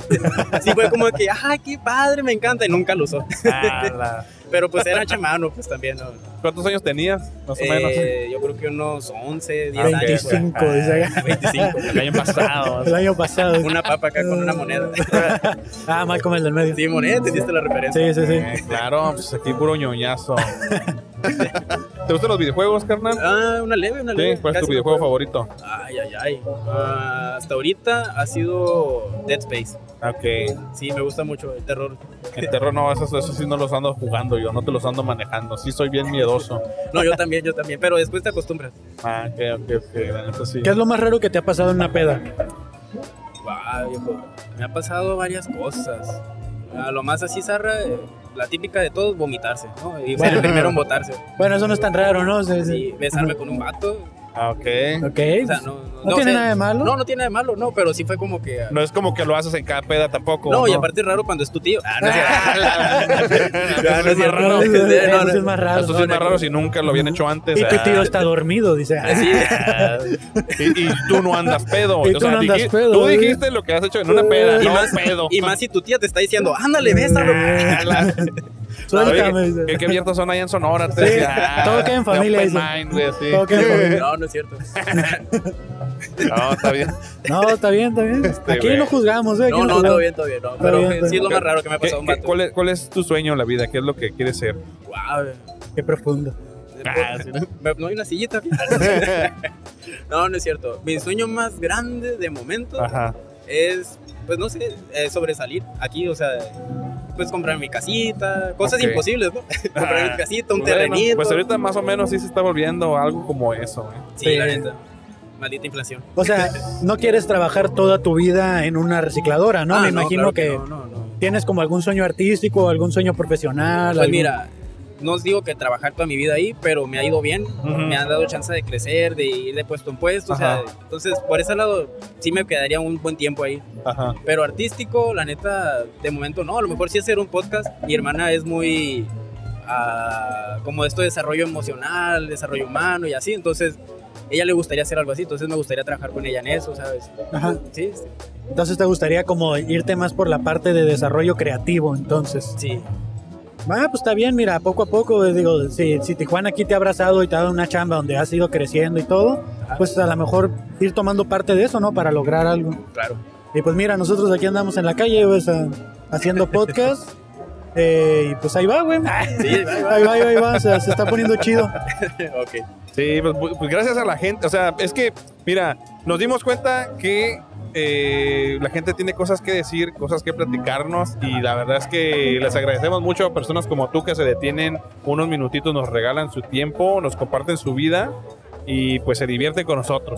[SPEAKER 7] así fue como que, ay, qué padre, me encanta, y nunca lo usó. pero pues era chamano, pues también, ¿no?
[SPEAKER 3] ¿Cuántos años tenías? Más o menos.
[SPEAKER 7] Eh, yo creo que unos 11, 10 años. pues, güey.
[SPEAKER 6] 25, dice acá.
[SPEAKER 7] 25.
[SPEAKER 3] El año pasado.
[SPEAKER 6] el año pasado.
[SPEAKER 7] Una papa acá con una moneda.
[SPEAKER 6] Ah, mal como el del medio.
[SPEAKER 7] Sí, moneda, entendiste la referencia.
[SPEAKER 6] Sí, sí, sí.
[SPEAKER 3] Eh, claro, pues aquí puro ñoñazo. ¿Te gustan los videojuegos, carnal?
[SPEAKER 7] Ah, una leve, una
[SPEAKER 3] Sí,
[SPEAKER 7] leve.
[SPEAKER 3] ¿cuál es tu
[SPEAKER 7] Casi
[SPEAKER 3] videojuego
[SPEAKER 7] no juego.
[SPEAKER 3] favorito?
[SPEAKER 7] Ay, ay, ay. Ah, hasta ahorita ha sido Dead Space.
[SPEAKER 3] Ok.
[SPEAKER 7] Sí, me gusta mucho el terror.
[SPEAKER 3] El terror no, esos eso sí no los ando jugando yo, no te los ando manejando. Sí soy bien miedoso.
[SPEAKER 7] No, yo también, yo también. Pero después te acostumbras.
[SPEAKER 3] Ah, ok, ok, ok. la neta sí.
[SPEAKER 6] ¿Qué es lo más raro que te ha pasado en una peda?
[SPEAKER 7] Guau, viejo. Me ha pasado varias cosas. Ah, lo más así, Sarra, eh, la típica de todos, vomitarse, ¿no? Y ser el primero en botarse.
[SPEAKER 6] Bueno, eso no es tan raro, ¿no? Sí,
[SPEAKER 7] Sí,
[SPEAKER 6] sí.
[SPEAKER 7] besarme con un vato.
[SPEAKER 3] Ah, ok.
[SPEAKER 6] Ok.
[SPEAKER 7] O sea, no, no,
[SPEAKER 6] no tiene nada de malo.
[SPEAKER 7] No, no tiene nada de malo, no, pero sí fue como que. ah,
[SPEAKER 3] No es como que lo haces en cada peda tampoco.
[SPEAKER 7] No, y aparte es raro cuando es tu tío. Ah, no es cierto.
[SPEAKER 3] Ya, no es más raro.
[SPEAKER 6] No, eso-
[SPEAKER 7] Sí, no,
[SPEAKER 6] eso
[SPEAKER 7] no.
[SPEAKER 6] sí es más raro.
[SPEAKER 3] Eso sí es más raro si nunca lo habían hecho antes.
[SPEAKER 6] Y tu
[SPEAKER 3] Ah,
[SPEAKER 6] tío está dormido, dice. Ah,
[SPEAKER 7] Sí,
[SPEAKER 3] y, y tú no andas pedo.
[SPEAKER 6] Y
[SPEAKER 3] o
[SPEAKER 6] tú
[SPEAKER 3] sea,
[SPEAKER 6] no andas
[SPEAKER 3] diji-
[SPEAKER 6] pedo,
[SPEAKER 3] Tú
[SPEAKER 6] güey.
[SPEAKER 3] dijiste lo que has hecho en una peda,
[SPEAKER 7] Y
[SPEAKER 3] no
[SPEAKER 7] más-
[SPEAKER 3] pedo. Eh.
[SPEAKER 7] Y más si tu tía te está diciendo, ándale, bésalo.
[SPEAKER 6] Suéltame.
[SPEAKER 3] Oye, ¿Qué,
[SPEAKER 6] dice.
[SPEAKER 3] qué abiertos son allá en Sonora? Ah,
[SPEAKER 6] Sí, todo queda en familia,
[SPEAKER 3] open
[SPEAKER 6] dicen.
[SPEAKER 3] mind, güey, así.
[SPEAKER 6] Todo queda en familia.
[SPEAKER 7] No, no es cierto.
[SPEAKER 3] No, está bien.
[SPEAKER 6] No, está bien, está bien. Aquí
[SPEAKER 3] güey.
[SPEAKER 6] no juzgamos, ¿eh? Aquí
[SPEAKER 7] Este,
[SPEAKER 6] no,
[SPEAKER 7] No, no,
[SPEAKER 6] juzgamos.
[SPEAKER 7] todo bien, todo bien. No, pero
[SPEAKER 6] bien, está
[SPEAKER 7] sí es lo
[SPEAKER 3] bien.
[SPEAKER 7] más raro que me ha
[SPEAKER 3] ¿Qué-
[SPEAKER 7] pasado un
[SPEAKER 3] qué-
[SPEAKER 7] vato.
[SPEAKER 3] cuál, es, cuál es tu sueño en la vida? ¿Qué es lo que quieres ser?
[SPEAKER 7] Guau,
[SPEAKER 6] Qué profundo.
[SPEAKER 3] Ah,
[SPEAKER 7] eh, me- No hay una sillita. aquí? No, no es cierto. Mi sueño más grande de momento
[SPEAKER 3] Ajá.
[SPEAKER 7] es, pues no sé, eh, sobresalir aquí, o sea, pues comprar mi casita, cosas
[SPEAKER 3] Ok. Ah,
[SPEAKER 7] imposibles, ¿no? comprar mi casita, un
[SPEAKER 3] Bueno,
[SPEAKER 7] terrenito.
[SPEAKER 3] Pues ahorita más o menos sí se está volviendo algo como eso. güey.
[SPEAKER 7] Sí, la neta. Maldita inflación.
[SPEAKER 6] O sea, no quieres trabajar toda tu vida en una recicladora, ¿no?
[SPEAKER 7] Ah,
[SPEAKER 6] Me imagino
[SPEAKER 7] claro
[SPEAKER 6] que,
[SPEAKER 7] no, no, no.
[SPEAKER 6] tienes como algún sueño artístico, algún sueño profesional.
[SPEAKER 7] Pues
[SPEAKER 6] algún-
[SPEAKER 7] mira, no os digo que trabajar toda mi vida ahí, pero me ha ido bien. Me han dado chance de crecer, de ir de puesto en puesto. o sea,
[SPEAKER 3] Ajá.
[SPEAKER 7] entonces, por ese lado, sí me quedaría un buen tiempo ahí.
[SPEAKER 3] Ajá.
[SPEAKER 7] Pero artístico, la neta, de momento no. A lo mejor sí hacer un podcast. Mi hermana es muy. ah, como de esto de desarrollo emocional, desarrollo humano y así. Entonces. Ella le gustaría hacer algo así, entonces me gustaría trabajar con ella en eso, ¿sabes?
[SPEAKER 6] Ajá.
[SPEAKER 7] Sí, sí,
[SPEAKER 6] Entonces te gustaría como irte más por la parte de desarrollo creativo, entonces.
[SPEAKER 7] sí.
[SPEAKER 6] Ah, pues está bien, mira, poco a poco, eh, digo, si, si Tijuana aquí te ha abrazado y te ha dado una chamba donde has ido creciendo y todo,
[SPEAKER 7] Ajá.
[SPEAKER 6] pues a lo mejor ir tomando parte de eso, ¿no? Para lograr algo.
[SPEAKER 7] claro.
[SPEAKER 6] Y pues mira, nosotros aquí andamos en la calle, pues, ah, haciendo podcast. eh, y pues ahí va, güey.
[SPEAKER 7] Sí, va, va.
[SPEAKER 6] Ahí va, ahí va, ahí va. Se, se está poniendo chido.
[SPEAKER 7] ok.
[SPEAKER 3] Sí, pues, pues, gracias a la gente. O sea, es que, mira, nos dimos cuenta que eh, la gente tiene cosas que decir, cosas que platicarnos y la verdad es que les agradecemos mucho a personas como tú que se detienen unos minutitos, nos regalan su tiempo, nos comparten su vida y pues se divierten con nosotros.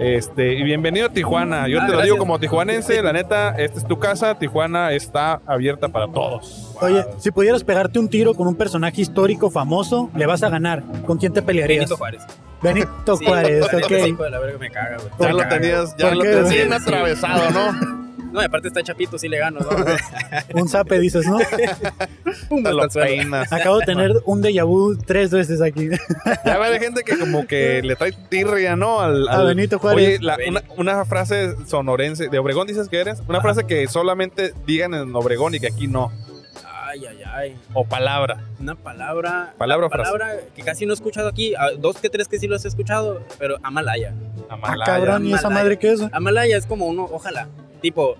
[SPEAKER 3] Este, y bienvenido a Tijuana. Yo te
[SPEAKER 7] Ah,
[SPEAKER 3] lo
[SPEAKER 7] gracias.
[SPEAKER 3] digo como tijuanense, la neta, esta es tu casa, Tijuana está abierta para todos.
[SPEAKER 6] Oye, si pudieras pegarte un tiro con un personaje histórico famoso, le vas a ganar. ¿Con quién te pelearías?
[SPEAKER 7] Benito Juárez.
[SPEAKER 6] Benito
[SPEAKER 7] Sí,
[SPEAKER 6] Juárez,
[SPEAKER 7] Benito Juárez, hijo
[SPEAKER 6] ok.
[SPEAKER 7] de la verga, me caga, güey.
[SPEAKER 3] Ya
[SPEAKER 6] ¿Por
[SPEAKER 3] lo
[SPEAKER 6] qué?
[SPEAKER 3] tenías, ya
[SPEAKER 6] ¿Por
[SPEAKER 3] lo
[SPEAKER 6] qué,
[SPEAKER 3] tenías
[SPEAKER 6] güey?
[SPEAKER 3] bien atravesado, ¿no?
[SPEAKER 7] No, y aparte está Chapito, sí le gano. ¿no?
[SPEAKER 6] Un zape, dices, ¿no?
[SPEAKER 7] Pum,
[SPEAKER 3] Te
[SPEAKER 7] hasta
[SPEAKER 3] lo
[SPEAKER 7] el suelo.
[SPEAKER 3] peinas.
[SPEAKER 6] Acabo de tener un déjà vu tres veces aquí.
[SPEAKER 3] Ya ve, hay gente que como que le trae tirria, ¿no? Al,
[SPEAKER 6] A
[SPEAKER 3] al-
[SPEAKER 6] Benito
[SPEAKER 3] Oye,
[SPEAKER 6] Juárez.
[SPEAKER 3] la- una, una frase sonorense, de Obregón dices que eres, una frase que solamente digan en Obregón y que aquí no,
[SPEAKER 7] Ay, ay, ay.
[SPEAKER 3] o palabra,
[SPEAKER 7] Una palabra.
[SPEAKER 3] palabra o frase.
[SPEAKER 7] Palabra que casi no he escuchado aquí, a- dos que tres que sí los he escuchado, pero Amalaya.
[SPEAKER 6] Ah,
[SPEAKER 3] Amalaya.
[SPEAKER 6] cabrón, ¿y esa
[SPEAKER 7] Malaya.
[SPEAKER 6] madre qué es?
[SPEAKER 7] Amalaya es como uno, ojalá, tipo,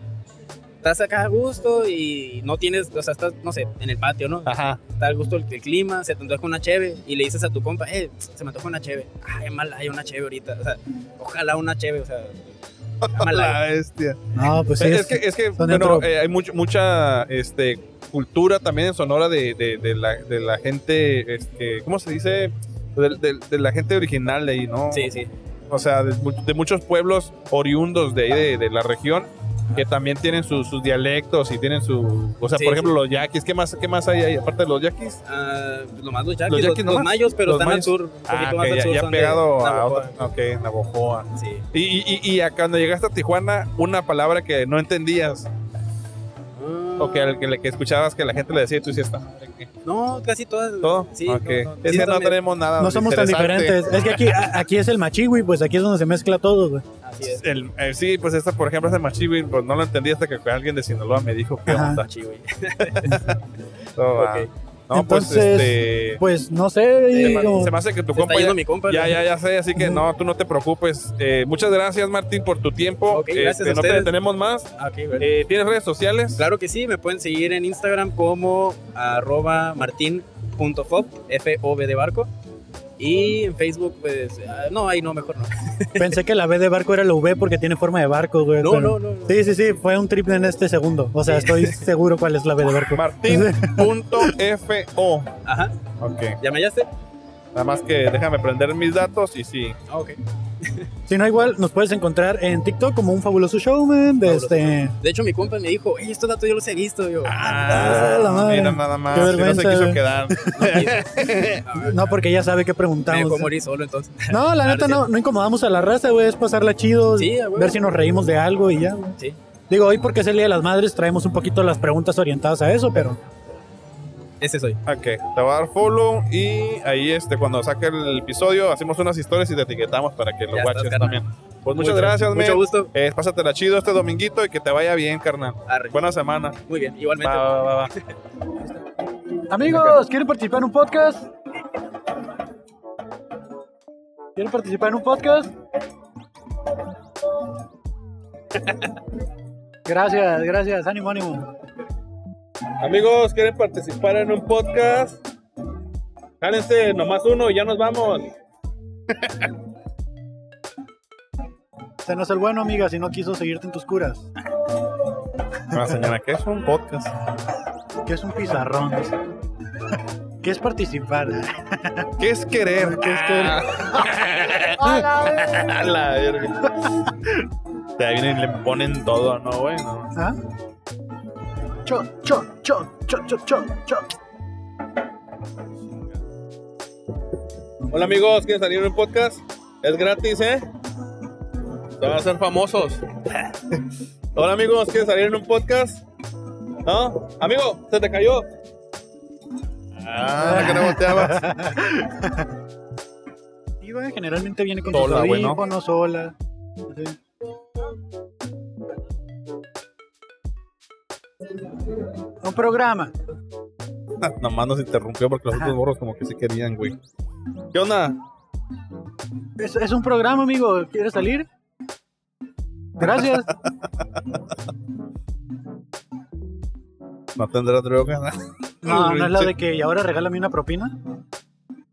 [SPEAKER 7] estás acá a gusto y no tienes, o sea, estás, no sé, en el patio, ¿no?
[SPEAKER 3] Ajá.
[SPEAKER 7] Está al gusto el, el clima, se te antoja una cheve y le dices a tu compa, eh, se me antoja una cheve. Ay, Amalaya, una cheve ahorita, o sea, ojalá una cheve, o sea,
[SPEAKER 3] La
[SPEAKER 7] Amalaya.
[SPEAKER 3] bestia.
[SPEAKER 6] No, pues sí.
[SPEAKER 3] es,
[SPEAKER 6] Es,
[SPEAKER 3] es que, es que
[SPEAKER 6] son
[SPEAKER 3] bueno,
[SPEAKER 6] dentro-
[SPEAKER 3] eh, hay much- mucha este, cultura también en Sonora de, de- de la, de la gente, este, ¿cómo se dice? De, de- de la gente original de ahí, ¿no?
[SPEAKER 7] Sí, sí.
[SPEAKER 3] O sea, de, mu- de muchos pueblos oriundos de ahí, de, de la región, que también tienen sus- sus dialectos y tienen su... O sea,
[SPEAKER 7] Sí,
[SPEAKER 3] por ejemplo, los yaquis. ¿Qué más, ¿Qué más hay ahí? Aparte de los yaquis.
[SPEAKER 7] Ah, pues nomás los yaquis,
[SPEAKER 3] Los
[SPEAKER 7] los,
[SPEAKER 3] yaquis
[SPEAKER 7] los
[SPEAKER 3] nomás.
[SPEAKER 7] mayos, pero
[SPEAKER 3] Los
[SPEAKER 7] están
[SPEAKER 3] mayos.
[SPEAKER 7] al sur, un poquito
[SPEAKER 3] Ah,
[SPEAKER 7] más
[SPEAKER 3] que
[SPEAKER 7] al
[SPEAKER 3] ya,
[SPEAKER 7] sur.
[SPEAKER 3] ya
[SPEAKER 7] son de
[SPEAKER 3] pegado a
[SPEAKER 7] Navajo.
[SPEAKER 3] otra... Ok, Navojoa.
[SPEAKER 7] Sí.
[SPEAKER 3] Y, y, y- y a- cuando llegaste a Tijuana, una palabra que no entendías o que, al que, le- que escuchabas que la gente le decía, tú sí está.
[SPEAKER 7] No, casi todas.
[SPEAKER 3] ¿Todo?
[SPEAKER 7] Sí.
[SPEAKER 3] Ok.
[SPEAKER 7] no, no,
[SPEAKER 3] Es
[SPEAKER 7] sí,
[SPEAKER 3] que no
[SPEAKER 7] también.
[SPEAKER 3] tenemos nada.
[SPEAKER 7] ah,
[SPEAKER 6] no somos tan
[SPEAKER 3] interesante.
[SPEAKER 6] diferentes. Es que aquí, a- aquí es el machiwi, pues aquí es donde se mezcla todo, güey.
[SPEAKER 7] Así es.
[SPEAKER 3] El- eh, sí, pues esta, por ejemplo, es de Machiwi, pues no lo entendí hasta que alguien de Sinaloa me dijo que
[SPEAKER 6] Ajá.
[SPEAKER 3] onda. ah,
[SPEAKER 7] Está chido, güey.
[SPEAKER 3] No, va.
[SPEAKER 7] Ok.
[SPEAKER 3] No, pues
[SPEAKER 6] Entonces,
[SPEAKER 3] este.
[SPEAKER 6] Pues no sé.
[SPEAKER 7] Eh, Se
[SPEAKER 6] y
[SPEAKER 7] me-
[SPEAKER 6] como-
[SPEAKER 3] se me hace que tu
[SPEAKER 7] Se está
[SPEAKER 3] compa.
[SPEAKER 7] yendo
[SPEAKER 3] Ya,
[SPEAKER 7] mi compa.
[SPEAKER 3] ya, ya, ya sé, así que
[SPEAKER 6] Ujú.
[SPEAKER 3] no, tú no te preocupes. Eh, muchas gracias, Martín, por tu tiempo.
[SPEAKER 7] Ok, gracias
[SPEAKER 3] Este, no
[SPEAKER 7] a
[SPEAKER 3] te
[SPEAKER 7] ustedes.
[SPEAKER 3] detenemos más.
[SPEAKER 7] Ah, ok, bueno.
[SPEAKER 3] Eh, ¿Tienes redes sociales?
[SPEAKER 7] Claro que sí, me pueden seguir en Instagram como arroba martin.fob, F-O-B de barco. Y en Facebook, pues, ah, no, ahí no, mejor no.
[SPEAKER 6] Pensé que la B de barco era la V porque tiene forma de barco, güey.
[SPEAKER 7] No,
[SPEAKER 6] pero-
[SPEAKER 7] no, no. no.
[SPEAKER 6] Sí, sí, sí, fue un triple en este segundo. O sea, estoy seguro cuál es la B de barco.
[SPEAKER 3] Martín.fo.
[SPEAKER 7] Ajá,
[SPEAKER 3] Ok.
[SPEAKER 7] ¿ya me hallaste?
[SPEAKER 3] Nada más que déjame prender mis datos y sí.
[SPEAKER 7] Ah, ok.
[SPEAKER 6] Si no, igual nos puedes encontrar en TikTok como un fabuloso showman. De
[SPEAKER 7] Fabuloso
[SPEAKER 6] este.
[SPEAKER 7] De hecho, mi compa me dijo, "Ey, estos datos yo los he visto. Yo,
[SPEAKER 6] Ah, la madre.
[SPEAKER 3] mira nada más.
[SPEAKER 6] Qué
[SPEAKER 3] sí, no se
[SPEAKER 6] vergüenza,
[SPEAKER 7] eh.
[SPEAKER 3] quiso quedar.
[SPEAKER 6] güey. No, porque ya sabe que
[SPEAKER 7] Me
[SPEAKER 6] preguntamos.
[SPEAKER 7] dejó morir solo entonces.
[SPEAKER 6] No, la
[SPEAKER 7] Claro,
[SPEAKER 6] neta
[SPEAKER 7] sí.
[SPEAKER 6] no, no incomodamos a la raza, güey. Es pasarla chido,
[SPEAKER 7] Sí, a huevo.
[SPEAKER 6] ver si nos reímos de algo y ya. güey.
[SPEAKER 7] Sí.
[SPEAKER 6] Digo, hoy porque es el Día de las Madres, traemos un poquito las preguntas orientadas a eso, pero
[SPEAKER 7] Ese soy.
[SPEAKER 3] Ok, te voy a dar follow y ahí este cuando saque el episodio hacemos unas historias y te etiquetamos para que lo
[SPEAKER 7] Ya estás,
[SPEAKER 3] watches
[SPEAKER 7] carnal.
[SPEAKER 3] también. Pues muchas
[SPEAKER 7] Mucho-
[SPEAKER 3] gracias,
[SPEAKER 7] Mucho
[SPEAKER 3] men.
[SPEAKER 7] gusto.
[SPEAKER 3] Eh, pásatela chido este dominguito y que te vaya bien, carnal.
[SPEAKER 7] Arre.
[SPEAKER 3] Buena semana.
[SPEAKER 7] Muy bien, igualmente.
[SPEAKER 3] Va, va, va, va.
[SPEAKER 6] Amigos, ¿quieren participar en un podcast? ¿Quieren participar en un podcast? Gracias, gracias, ánimo, ánimo.
[SPEAKER 3] Amigos, ¿quieren participar en un podcast? Jálense, nomás uno y ya nos vamos.
[SPEAKER 6] Se nos el bueno, amiga, si no quiso seguirte en tus curas.
[SPEAKER 3] No, Ah, señora, ¿qué es un podcast?
[SPEAKER 1] ¿Qué es un pizarrón? ¿Qué es participar?
[SPEAKER 6] ¿eh?
[SPEAKER 3] ¿Qué es querer? ¿Qué es querer? Ah. A la verga. Te vienen y le ponen todo, ¿no, güey? No.
[SPEAKER 6] ¿Ah? Cho, cho, cho, cho, cho, cho, cho.
[SPEAKER 3] Hola amigos, ¿quieren salir en un podcast? Es gratis, ¿eh? Se van a hacer famosos. Hola amigos, ¿quieren salir en un podcast? ¿No? Amigo, se te cayó. Ah, que no volteabas.
[SPEAKER 6] Y güey, generalmente viene con
[SPEAKER 3] Sola,
[SPEAKER 6] sus
[SPEAKER 3] güey, ¿no?
[SPEAKER 6] audífonos, sola. Sí. Un programa.
[SPEAKER 3] Nomás nos interrumpió porque los otros morros como que sí querían, güey. ¿Qué onda?
[SPEAKER 6] Es, es un programa, amigo. ¿Quieres salir? Gracias.
[SPEAKER 3] ¿No tendrás droga?
[SPEAKER 6] No, no es la de que y ahora regálame una propina.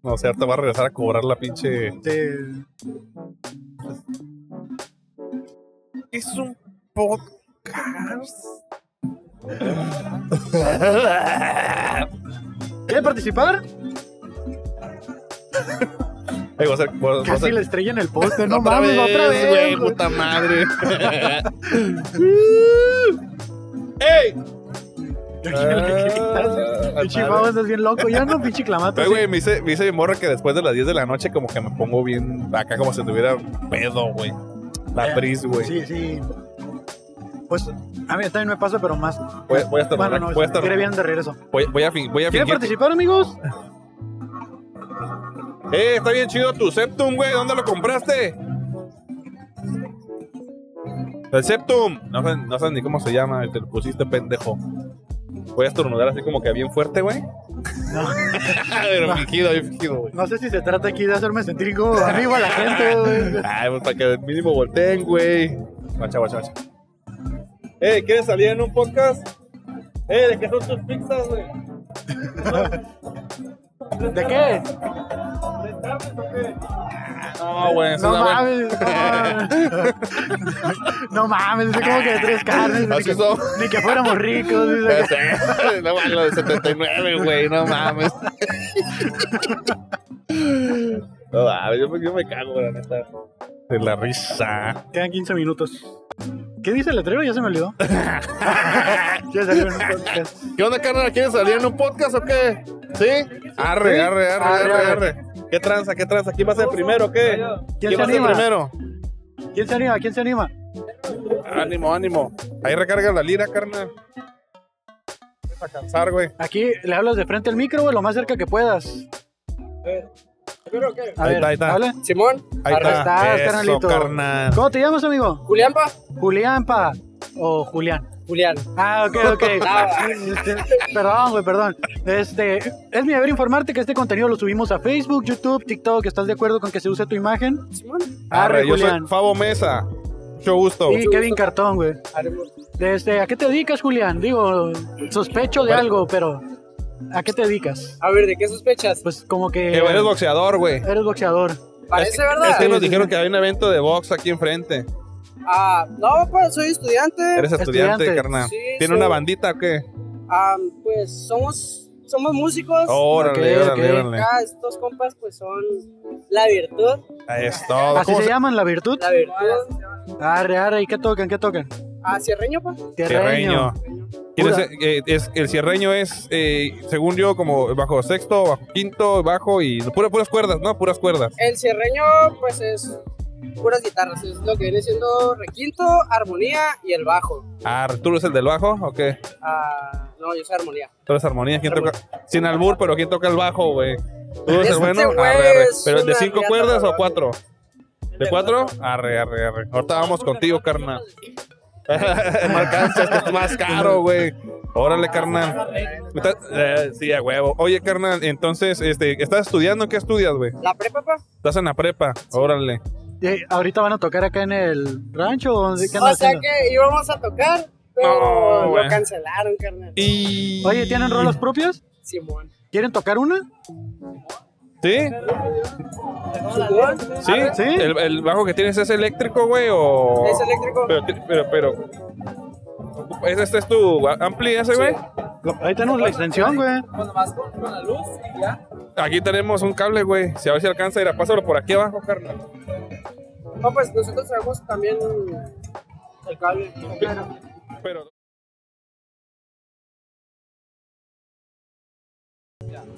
[SPEAKER 3] No, o sea, te va a regresar a cobrar la pinche...
[SPEAKER 6] Te-
[SPEAKER 3] es un podcast.
[SPEAKER 6] ¿Quieren participar?
[SPEAKER 3] Ahí voy a hacer- voy a- voy a
[SPEAKER 6] Casi
[SPEAKER 3] hacer-
[SPEAKER 6] la estrella en el poste, no
[SPEAKER 3] otra
[SPEAKER 6] mames,
[SPEAKER 3] vez,
[SPEAKER 6] otra vez.
[SPEAKER 3] güey,
[SPEAKER 6] güey.
[SPEAKER 3] puta madre. ¡Ey! Ah,
[SPEAKER 6] Pinche
[SPEAKER 3] madre.
[SPEAKER 6] Mau, andas bien loco, ya no, pinche clamato.
[SPEAKER 3] Oye,
[SPEAKER 6] sí.
[SPEAKER 3] güey, me dice, me dice mi morra que después de las 10 de la noche como que me pongo bien acá como si tuviera pedo, güey. La
[SPEAKER 6] Eh,
[SPEAKER 3] bris, güey.
[SPEAKER 6] Sí, sí. Pues a mí también me pasa, pero más.
[SPEAKER 3] Voy, voy a estar
[SPEAKER 6] Bueno, no,
[SPEAKER 3] voy a
[SPEAKER 6] si quiere
[SPEAKER 3] estar
[SPEAKER 6] bien de regreso.
[SPEAKER 3] voy, voy a fin- voy a
[SPEAKER 6] ¿Quieren
[SPEAKER 3] fingir.
[SPEAKER 6] participar, amigos?
[SPEAKER 3] Eh, está bien chido tu Septum, güey. ¿Dónde lo compraste? El Septum. No sé, no sé ni cómo se llama. Te lo pusiste pendejo. Voy a estornudar así como que bien fuerte, güey.
[SPEAKER 6] No.
[SPEAKER 3] Pero fingido, bien fingido, güey.
[SPEAKER 6] No sé si se trata aquí de hacerme sentir como amigo a la gente, güey.
[SPEAKER 3] Ay, pues para que mínimo volteen, güey. Guacha, guacha, guacha. Eh, ¿quieres salir en un podcast? Eh, ¿de qué son tus pizzas, güey?
[SPEAKER 6] ¿De qué?
[SPEAKER 3] No, güey, eso
[SPEAKER 6] No
[SPEAKER 3] da, güey.
[SPEAKER 6] mames, no mames. No mames, es como que de tres carnes. Ni
[SPEAKER 3] Así
[SPEAKER 6] que,
[SPEAKER 3] son. Este.
[SPEAKER 6] ni que fuéramos ricos. dice acá.
[SPEAKER 3] no mames, lo de 79, güey, no mames. No mames, yo, me- yo me cago, la neta. De la risa.
[SPEAKER 6] Quedan 15 minutos. ¿Qué dice el letrero? Ya se me olvidó. ya salió en un podcast.
[SPEAKER 3] ¿Qué onda, carnal? ¿Quieres salir en un podcast o qué? ¿Sí? Arre, arre, arre, arre, arre. ¿Qué tranza, qué tranza? ¿Quién va a ser primero o qué? ¿Quién
[SPEAKER 6] ¿Quién se
[SPEAKER 3] va a ser
[SPEAKER 6] anima?
[SPEAKER 3] primero?
[SPEAKER 6] ¿Quién se anima? ¿Quién se anima?
[SPEAKER 3] Ánimo, ánimo. Ahí recarga la lira, carnal. Para cansar, güey.
[SPEAKER 6] Aquí le hablas de frente al micro, güey, lo más cerca que puedas. A
[SPEAKER 3] Ahí
[SPEAKER 6] ver,
[SPEAKER 3] está, ahí está.
[SPEAKER 6] habla.
[SPEAKER 2] Simón,
[SPEAKER 3] Ahí
[SPEAKER 6] Arre,
[SPEAKER 3] está.
[SPEAKER 6] estás,
[SPEAKER 3] Eso,
[SPEAKER 6] carnalito.
[SPEAKER 3] carnal.
[SPEAKER 6] ¿Cómo te llamas, amigo?
[SPEAKER 2] Julián pa.
[SPEAKER 6] Julián, pa. O Julián.
[SPEAKER 2] Julián.
[SPEAKER 6] Ah, ok, ok. Este, perdón, güey, perdón. Este, es mi deber informarte que este contenido lo subimos a Facebook, YouTube, TikTok. ¿Estás de acuerdo con que se use tu imagen? Arre,
[SPEAKER 3] Arre, yo soy
[SPEAKER 6] Julián.
[SPEAKER 3] Fabo Mesa. Mucho gusto.
[SPEAKER 6] Y Kevin Cartón, güey. Desde, ¿a qué te dedicas, Julián? Digo, sospecho de
[SPEAKER 3] Vale.
[SPEAKER 6] algo, pero ¿a qué te dedicas?
[SPEAKER 2] A ver, ¿de qué sospechas?
[SPEAKER 6] Pues como que
[SPEAKER 3] Que eres boxeador, güey.
[SPEAKER 6] eres boxeador.
[SPEAKER 2] Parece
[SPEAKER 3] Es
[SPEAKER 2] verdad.
[SPEAKER 3] que nos dijeron que había un evento de box aquí enfrente.
[SPEAKER 2] Ah, no, pues soy estudiante.
[SPEAKER 3] Eres estudiante,
[SPEAKER 6] Estudiante.
[SPEAKER 3] carnal.
[SPEAKER 2] Sí,
[SPEAKER 3] ¿Tiene
[SPEAKER 2] soy-
[SPEAKER 3] una bandita o qué?
[SPEAKER 2] Ah, pues somos somos músicos.
[SPEAKER 3] Órale,
[SPEAKER 6] ok,
[SPEAKER 3] órale,
[SPEAKER 6] ok.
[SPEAKER 3] órale.
[SPEAKER 2] Acá Ah, estos compas pues son la virtud,
[SPEAKER 3] Ahí es todo.
[SPEAKER 6] ¿Así
[SPEAKER 3] ¿Cómo
[SPEAKER 6] se
[SPEAKER 3] se-
[SPEAKER 6] llaman, la virtud?
[SPEAKER 2] la virtud.
[SPEAKER 6] Arre, arre, ¿y qué tocan, qué tocan?
[SPEAKER 2] Ah, Cierreño, pa.
[SPEAKER 3] Cierreño. ¿Quién es,
[SPEAKER 6] Pura.
[SPEAKER 3] eh, es- el cierreño es, eh, según yo, como bajo sexto, bajo quinto, bajo y puras, puras cuerdas, ¿no? Puras cuerdas.
[SPEAKER 2] El cierreño, pues es puras guitarras, es lo que viene siendo requinto, armonía y el bajo.
[SPEAKER 3] Ah, ¿tú eres el del bajo o qué?
[SPEAKER 2] Ah, no, yo soy armonía.
[SPEAKER 3] Tú eres armonía. ¿Quién toca? Sin albur, pero ¿quién toca el bajo, güey? ¿Tú eres el
[SPEAKER 2] Este
[SPEAKER 3] bueno?
[SPEAKER 2] güey
[SPEAKER 3] Arre, arre.
[SPEAKER 2] es
[SPEAKER 3] ¿Pero de
[SPEAKER 2] una
[SPEAKER 3] cinco
[SPEAKER 2] riata,
[SPEAKER 3] cuerdas o
[SPEAKER 2] cabrón.
[SPEAKER 3] cuatro? ¿De cuatro? Arre, arre, arre. Ahorita vamos contigo, carnal. no alcanzas, es más caro, güey. Órale, carnal. Está- eh, sí, a huevo. Oye, carnal, entonces, este, ¿estás estudiando? ¿Qué estudias, güey?
[SPEAKER 2] La prepa, pues. pa.
[SPEAKER 3] ¿Estás en la prepa? Órale.
[SPEAKER 6] Eh, ¿Ahorita van a tocar acá en el rancho o dónde- qué andan
[SPEAKER 2] O sea
[SPEAKER 6] haciendo?
[SPEAKER 2] que íbamos a tocar, pero
[SPEAKER 3] No,
[SPEAKER 2] lo
[SPEAKER 3] güey.
[SPEAKER 2] cancelaron, carnal.
[SPEAKER 3] Y...
[SPEAKER 6] Oye, ¿tienen rolas propias?
[SPEAKER 2] Simón.
[SPEAKER 6] ¿Quieren tocar una?
[SPEAKER 3] ¿Sí?
[SPEAKER 2] Simón.
[SPEAKER 3] ¿Sí?
[SPEAKER 6] ¿Sí?
[SPEAKER 3] ¿El, el bajo que tienes es eléctrico, güey? O...
[SPEAKER 2] Es eléctrico.
[SPEAKER 3] Pero, ti- pero, pero... ¿Ese este es tu ampli ese, güey?
[SPEAKER 6] Lo- Ahí tenemos la extensión, güey.
[SPEAKER 3] Aquí tenemos un cable, güey. Si a ver si alcanza, ir a pásalo por aquí abajo, carnal.
[SPEAKER 2] No, pues nosotros sabemos también el cable.
[SPEAKER 3] Pero...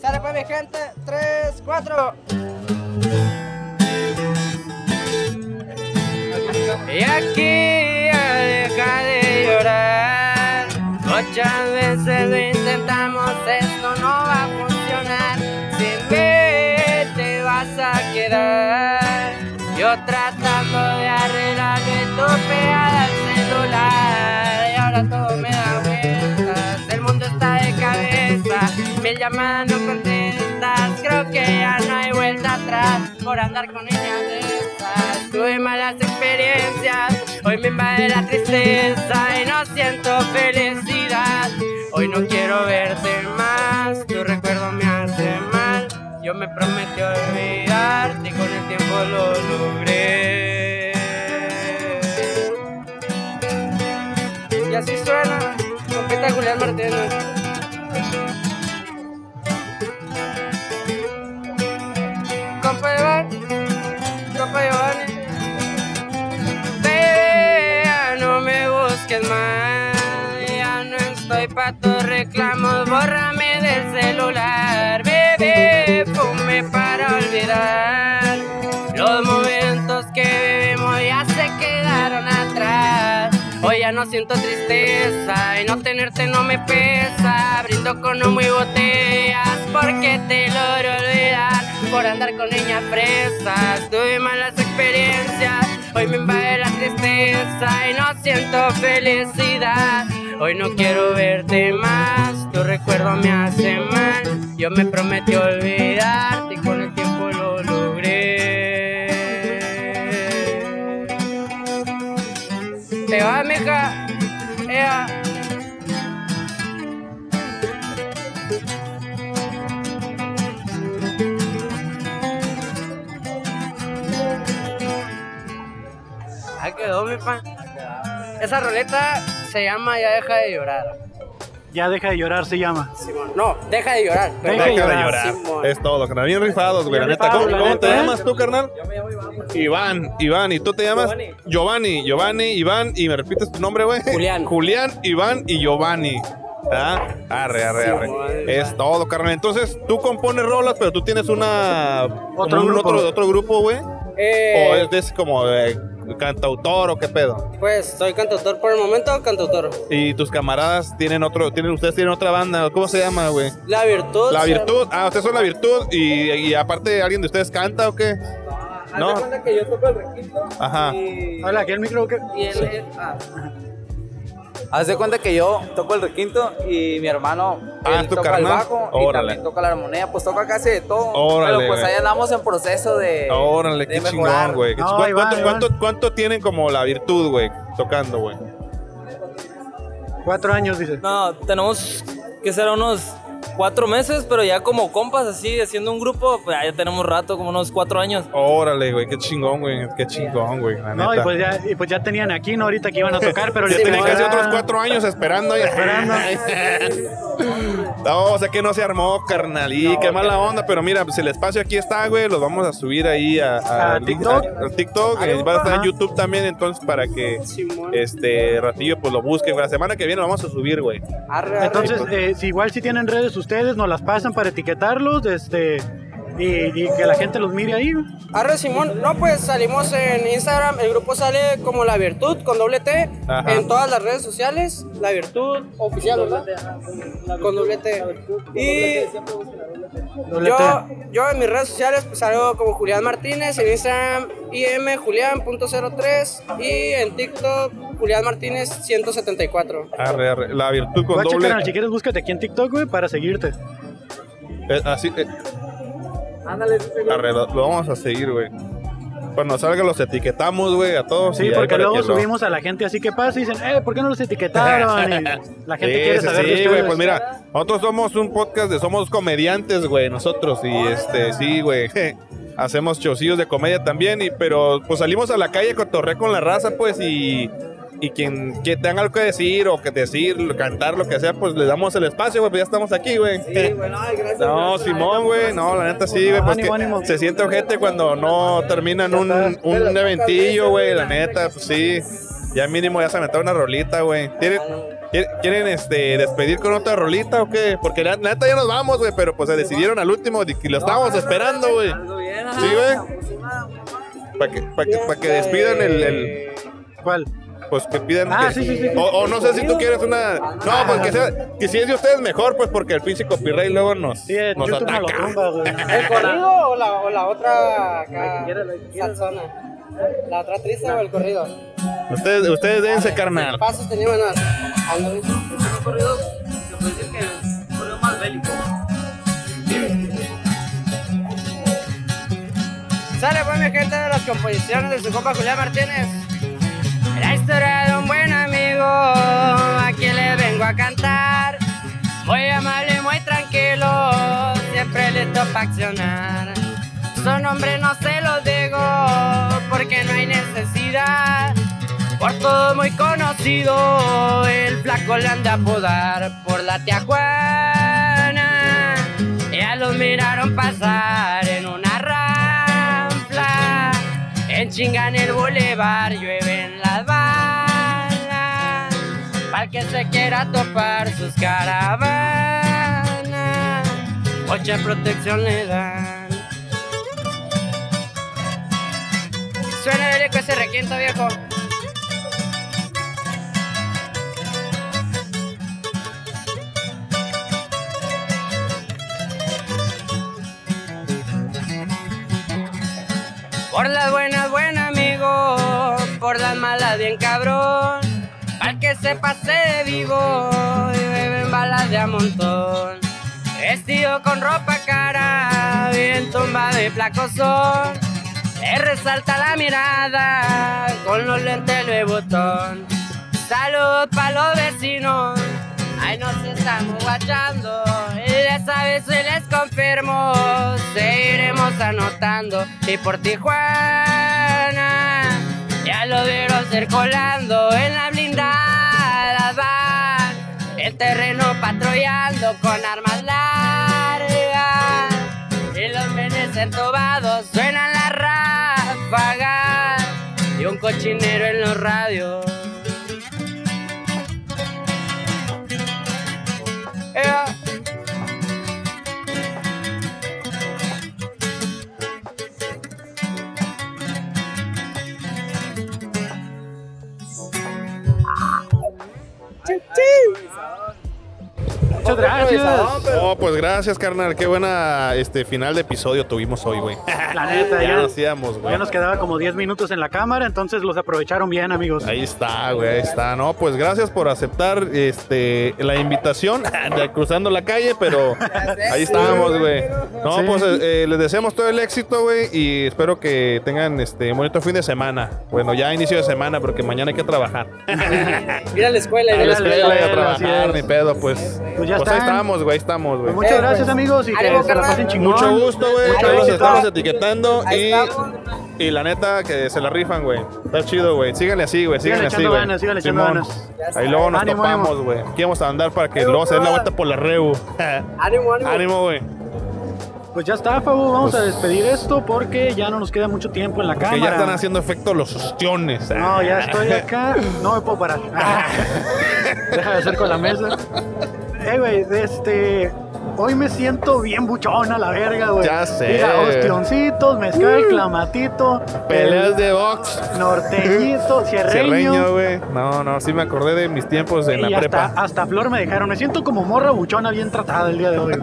[SPEAKER 2] Sale pues mi gente, 3, 4.
[SPEAKER 10] Y aquí ya deja de llorar. Muchas veces lo intentamos, esto no va a funcionar. Sin mí te vas a quedar. Yo tratando de arreglarlo y tú pegada al celular. Y ahora todo me da vueltas, el mundo está de cabeza. Mil llamadas no contestas, creo que ya no hay vuelta atrás por andar con niñas de estas. Tuve malas experiencias, hoy me invade la tristeza y no siento felicidad. Hoy no quiero verte más, tu recuerdo me hace mal. Yo me prometí olvidarte y con el tiempo lo logré. así suena. Coqueta Julián Martínez. Compa Giovanni, compa Giovanni. Baby, ya no me busques más. Ya no estoy pa' tus reclamos. Bórrame del celular. Bebé, fume para olvidar. Los momentos que vivimos ya se quedaron atrás. Hoy ya no siento tristeza y no tenerte no me pesa. Brindo con humo y botellas porque te logro olvidar. Por andar con niñas fresas tuve malas experiencias. Hoy me invade la tristeza y no siento felicidad. Hoy no quiero verte más, tu recuerdo me hace mal. Yo me prometí olvidarte y con el tiempo lo logré. Te va, mija. Ea. Ahí quedó, mi pan. Esa roleta se llama Ya deja de llorar.
[SPEAKER 1] Ya deja de llorar, se llama.
[SPEAKER 10] No, deja de llorar.
[SPEAKER 3] Deja de llorar. Es todo, carnal. Bien rifados, güey. La neta, ¿eh? ¿cómo, cómo te llamas tú, carnal? Iván, Iván, ¿y tú te llamas? Giovanni, Giovanni, Iván, y me repites tu nombre, güey. Julián. Julián, Iván y Giovanni. ¿Ah? Arre, arre, arre. es todo, carnal. Entonces, tú compones rolas, pero tú tienes una.
[SPEAKER 1] Otro
[SPEAKER 3] como un
[SPEAKER 1] grupo.
[SPEAKER 3] Otro, otro grupo, güey.
[SPEAKER 10] Eh.
[SPEAKER 3] O es de ese como eh, cantautor o qué pedo.
[SPEAKER 10] Pues soy cantautor por el momento, cantautor.
[SPEAKER 3] Y tus camaradas tienen otro. tienen Ustedes tienen otra banda. ¿Cómo se llama, güey?
[SPEAKER 10] La virtud.
[SPEAKER 3] La
[SPEAKER 10] se-
[SPEAKER 3] virtud. Ah, ustedes son la virtud. Y, y aparte, ¿alguien de ustedes canta o qué?
[SPEAKER 10] Haz
[SPEAKER 3] No.
[SPEAKER 10] de cuenta que yo toco el requinto.
[SPEAKER 3] Ajá.
[SPEAKER 10] Y,
[SPEAKER 1] Hola, aquí el micro. ¿qué?
[SPEAKER 10] y él- él- ah,
[SPEAKER 11] Haz de cuenta que yo toco el requinto y mi hermano
[SPEAKER 3] Ah,
[SPEAKER 11] él
[SPEAKER 3] tu
[SPEAKER 11] toca el
[SPEAKER 3] carnal.
[SPEAKER 11] bajo y
[SPEAKER 3] Órale.
[SPEAKER 11] también toca la armonía, pues toca casi de todo.
[SPEAKER 3] Órale,
[SPEAKER 11] pero pues
[SPEAKER 3] güey. Oh.
[SPEAKER 11] ahí andamos en proceso
[SPEAKER 3] Eh,
[SPEAKER 11] de
[SPEAKER 3] Órale,
[SPEAKER 11] de
[SPEAKER 3] qué
[SPEAKER 11] mejorar.
[SPEAKER 3] chingón, güey. Qué
[SPEAKER 11] No,
[SPEAKER 3] chi- ¿cu-
[SPEAKER 11] ahí va,
[SPEAKER 3] ¿Cuánto,
[SPEAKER 11] ahí va.
[SPEAKER 3] cuánto, cuánto tienen como la virtud, güey? Tocando, güey.
[SPEAKER 1] Cuatro años, dice.
[SPEAKER 12] No, tenemos que ser unos cuatro meses, pero ya como compas, así, haciendo un grupo, pues ya tenemos rato, como unos cuatro años.
[SPEAKER 3] Órale, güey, qué chingón, güey. Qué chingón, güey. La
[SPEAKER 1] No, y
[SPEAKER 3] neta.
[SPEAKER 1] pues, ya, y pues ya tenían aquí, ¿no? Ahorita que iban a tocar, pero
[SPEAKER 3] Ya
[SPEAKER 1] les
[SPEAKER 3] tienen
[SPEAKER 1] tocó
[SPEAKER 3] casi
[SPEAKER 1] ya-
[SPEAKER 3] otros cuatro años esperando. y-
[SPEAKER 1] Esperando.
[SPEAKER 3] no, o sea que no se armó, carnal. Y qué mala onda, pero mira, pues el espacio aquí está, güey. Los vamos a subir ahí a, a-
[SPEAKER 1] A TikTok.
[SPEAKER 3] a- a TikTok. eh, va a estar en
[SPEAKER 1] Ajá.
[SPEAKER 3] YouTube también, entonces, para que este ratillo pues lo busquen. güey. La semana que viene lo vamos a subir, güey.
[SPEAKER 1] Entonces, eh, si igual si tienen redes ustedes, nos las pasan para etiquetarlos, este, y, y que la gente los mire ahí.
[SPEAKER 10] Arre Simón, no pues salimos en Instagram, el grupo sale como La Virtud con doble T
[SPEAKER 1] Ajá.
[SPEAKER 10] en todas las redes sociales, La Virtud oficial, ¿verdad? Con doble T. Y
[SPEAKER 1] Doble
[SPEAKER 10] yo,
[SPEAKER 1] T.
[SPEAKER 10] yo en mis redes sociales pues, salgo como Julián Martínez, en Instagram imjulian.03 y en TikTok Julián Martínez 174.
[SPEAKER 3] Arre, arre. La virtud con
[SPEAKER 1] Guacha,
[SPEAKER 3] doble.
[SPEAKER 1] carnal, si quieres, búscate aquí en TikTok, güey, para seguirte.
[SPEAKER 3] Eh, así, eh,
[SPEAKER 10] Ándale,
[SPEAKER 3] arre, lo, lo vamos a seguir, güey. Cuando salga los etiquetamos, güey, a todos. y
[SPEAKER 1] Sí,
[SPEAKER 3] ahí
[SPEAKER 1] porque
[SPEAKER 3] para
[SPEAKER 1] luego
[SPEAKER 3] que lo-
[SPEAKER 1] subimos a la gente así que pasa y dicen, eh, ¿por qué no los etiquetaron? Y la gente
[SPEAKER 3] Sí,
[SPEAKER 1] quiere
[SPEAKER 3] sí,
[SPEAKER 1] saber de
[SPEAKER 3] sí, güey,
[SPEAKER 1] ustedes.
[SPEAKER 3] pues mira, nosotros somos un podcast de somos comediantes, güey, nosotros y este sí, güey. je, Hacemos chocillos de comedia también y pero pues salimos a la calle a cotorrear con la raza, pues y y quien que tenga algo que decir o que decir, cantar lo que sea, pues le damos el espacio, güey, pues ya estamos aquí, güey. No, Simón, güey, no, la neta sí, güey, pues que se siente ojete cuando no terminan un, un eventillo, güey, la neta, pues sí. Ya mínimo ya se aventaron una rolita, güey. ¿Quieren, quieren- quieren, este, despedir con otra rolita o qué? Porque la la neta ya nos vamos, güey, pero pues se decidieron al último di- y lo estábamos esperando, güey. Sí, güey. Para que, pa' que, pa' que despidan el...
[SPEAKER 1] ¿Cuál?
[SPEAKER 3] Pues que pidan
[SPEAKER 1] Ah,
[SPEAKER 3] que-
[SPEAKER 1] sí, sí, sí.
[SPEAKER 3] O, o no sé si tú quieres una... No, pues que sea... Que si es de ustedes mejor, pues porque el pinche copyright luego nos,
[SPEAKER 6] eh,
[SPEAKER 3] nos
[SPEAKER 1] YouTube no lo
[SPEAKER 3] ataca.
[SPEAKER 1] tumba, güey.
[SPEAKER 10] ¿El corrido o la, o la otra acá? Salsona. La otra triste o el corrido.
[SPEAKER 3] Ustedes, ustedes dense, carnal.
[SPEAKER 10] Pasos tenemos más. corrido
[SPEAKER 12] Sale pues mi gente de las composiciones de su compa Julián Martínez. La historia de un buen amigo, aquí le vengo a cantar. Muy amable y muy tranquilo, siempre listo para accionar. Su nombre no se lo digo, porque no hay necesidad.
[SPEAKER 10] por todo muy conocido. El flaco le anda a podar por la Tijuana. Ya los miraron pasar en una ranfla. En chinga en el bulevar llueven las balas. Para que se quiera topar sus caravanas. Mucha protección le dan. Suena bélico ese requinto, viejo. Por las buenas, buen amigo. Por las malas, bien cabrón. Al que se pase de vivo y beben balas de a montón. Vestido con ropa cara, bien tumbado y placozón. Le resalta la mirada con los lentes de botón. Salud para los vecinos, ahí nos estamos guachando. Y de esa vez se les confirmo, seguiremos anotando. Y por Tijuana, ya lo vieron circulando en la blindada van. El terreno patrullando con armas largas y los menes entubados suenan las ráfagas y un cochinero en los radios. Ea.
[SPEAKER 6] Muchas gracias.
[SPEAKER 3] No, pues gracias, carnal. Qué buena este final de episodio tuvimos hoy, güey.
[SPEAKER 6] La neta,
[SPEAKER 3] ya
[SPEAKER 6] ya,
[SPEAKER 3] nos íbamos, güey.
[SPEAKER 6] ya nos quedaba como 10 minutos en la cámara, entonces los aprovecharon bien, amigos.
[SPEAKER 3] Ahí está, güey, ahí está. No, pues gracias por aceptar este la invitación de cruzando la calle, pero ahí estamos, güey. No,
[SPEAKER 6] Sí.
[SPEAKER 3] pues eh, eh, les deseamos todo el éxito, güey, y espero que tengan este un bonito fin de semana. Bueno, ya inicio de semana porque mañana hay que trabajar.
[SPEAKER 13] Ir a la escuela,
[SPEAKER 3] A
[SPEAKER 13] ir
[SPEAKER 3] la
[SPEAKER 13] a la
[SPEAKER 3] escuela y
[SPEAKER 13] escuela,
[SPEAKER 3] a
[SPEAKER 13] así
[SPEAKER 3] trabajar,
[SPEAKER 13] es.
[SPEAKER 3] ni pedo, pues. Pues,
[SPEAKER 6] Pues ya
[SPEAKER 3] ahí
[SPEAKER 6] están.
[SPEAKER 3] estamos, güey, ahí estamos, güey.
[SPEAKER 6] Muchas gracias, amigos, y que
[SPEAKER 3] Eh, pues, Ánimo,
[SPEAKER 6] se la
[SPEAKER 3] carnal.
[SPEAKER 6] pasen chingón.
[SPEAKER 3] Mucho gusto, güey.
[SPEAKER 6] Mucho
[SPEAKER 3] Ahí los
[SPEAKER 6] éxito.
[SPEAKER 3] estamos etiquetando
[SPEAKER 6] Ahí
[SPEAKER 3] y, y la neta que se la rifan, güey. Está chido, güey. Síganle así, güey. Síganle así,
[SPEAKER 6] Síganle echando
[SPEAKER 3] güey.
[SPEAKER 6] ganas, síganle echando
[SPEAKER 3] Simón.
[SPEAKER 6] ganas. Ya está.
[SPEAKER 3] Ahí luego nos
[SPEAKER 6] Ánimo,
[SPEAKER 3] topamos,
[SPEAKER 6] ánimo.
[SPEAKER 3] güey. Aquí vamos a andar para que luego se den la vuelta por la Rebu.
[SPEAKER 13] Ánimo,
[SPEAKER 3] Ánimo, güey.
[SPEAKER 6] Pues ya está, Fabo, vamos
[SPEAKER 3] Pues-
[SPEAKER 6] a despedir esto porque ya no nos queda mucho tiempo en la
[SPEAKER 3] Que
[SPEAKER 6] cámara.
[SPEAKER 3] ya están haciendo efecto los ostiones.
[SPEAKER 6] No, ya estoy acá, no me puedo parar. Deja de hacer con la mesa. Eh, güey, este. Hoy me siento bien buchón a la verga, güey.
[SPEAKER 3] Ya sé.
[SPEAKER 6] Mira, ostioncitos, mezcal,
[SPEAKER 3] Uh.
[SPEAKER 6] clamatito.
[SPEAKER 3] Peleas
[SPEAKER 6] el
[SPEAKER 3] de box.
[SPEAKER 6] Norteñito, sierreño.
[SPEAKER 3] Cerreño, güey. No, no, sí me acordé de mis tiempos en
[SPEAKER 6] Y
[SPEAKER 3] la
[SPEAKER 6] hasta,
[SPEAKER 3] prepa.
[SPEAKER 6] hasta flor me dejaron. Me siento como morra buchona bien tratada el día de hoy.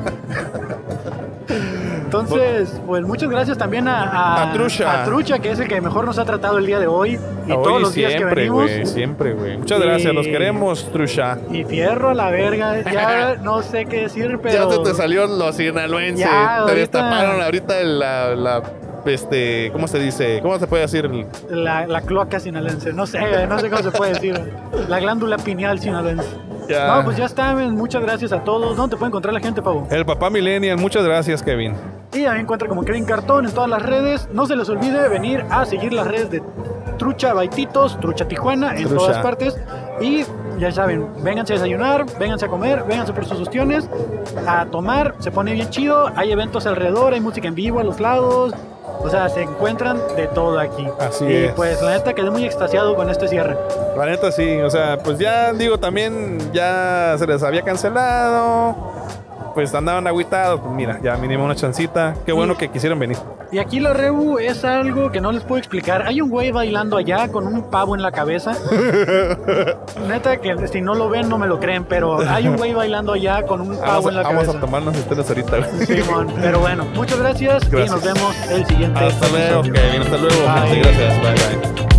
[SPEAKER 6] Entonces, pues muchas gracias también a, a,
[SPEAKER 3] A Trucha.
[SPEAKER 6] a Trucha, que es el que mejor nos ha tratado el día de hoy y
[SPEAKER 3] Hoy
[SPEAKER 6] todos los días que
[SPEAKER 3] siempre,
[SPEAKER 6] venimos.
[SPEAKER 3] güey. Siempre, güey. Muchas
[SPEAKER 6] Y-
[SPEAKER 3] gracias. Los queremos, Trusha.
[SPEAKER 6] Y fierro a la verga, ya no sé qué decir, pero.
[SPEAKER 3] Ya se te salió los sinaloenses.
[SPEAKER 6] Ya,
[SPEAKER 3] te
[SPEAKER 6] ahorita-
[SPEAKER 3] destaparon ahorita el- la, la, este, ¿cómo se dice? ¿Cómo se puede decir? El-
[SPEAKER 6] La, la cloaca sinalense, no sé, güey, no sé cómo se puede decir. güey. La glándula pineal sinalense.
[SPEAKER 3] Ya.
[SPEAKER 6] No, pues ya está, men, muchas gracias a todos. ¿Dónde te puede encontrar la gente, Pavo?
[SPEAKER 3] El papá Millennial. Muchas gracias, Kevin.
[SPEAKER 6] Y ahí encuentra como Kevin Cartón en todas las redes. No se les olvide venir a seguir las redes de Trucha Baititos, Trucha Tijuana, en
[SPEAKER 3] Trucha.
[SPEAKER 6] todas partes. Y ya saben, vénganse a desayunar, vénganse a comer, vénganse por sus ostiones, a tomar, se pone bien chido. Hay eventos alrededor, hay música en vivo a los lados. O sea, se encuentran de todo aquí.
[SPEAKER 3] Así
[SPEAKER 6] y
[SPEAKER 3] es.
[SPEAKER 6] pues la neta quedé muy extasiado con este cierre.
[SPEAKER 3] La neta sí, o sea, pues ya digo también, ya se les había cancelado. Pues andaban agüitados, pues mira, ya mínimo una chancita. Qué bueno que quisieron venir.
[SPEAKER 6] Y aquí la Rebu es algo que no les puedo explicar. Hay un güey bailando allá con un pavo en la cabeza. Neta que si no lo ven no me lo creen, pero hay un güey bailando allá con un pavo
[SPEAKER 3] Vamos,
[SPEAKER 6] en la
[SPEAKER 3] a, vamos
[SPEAKER 6] cabeza.
[SPEAKER 3] a tomarnos estrellas ahorita. güey.
[SPEAKER 6] Simón, pero bueno, muchas gracias, y
[SPEAKER 3] Gracias.
[SPEAKER 6] nos vemos el siguiente.
[SPEAKER 3] Hasta luego,
[SPEAKER 6] episodio.
[SPEAKER 3] Kevin. Hasta luego. gente, Gracias. Bye, bye.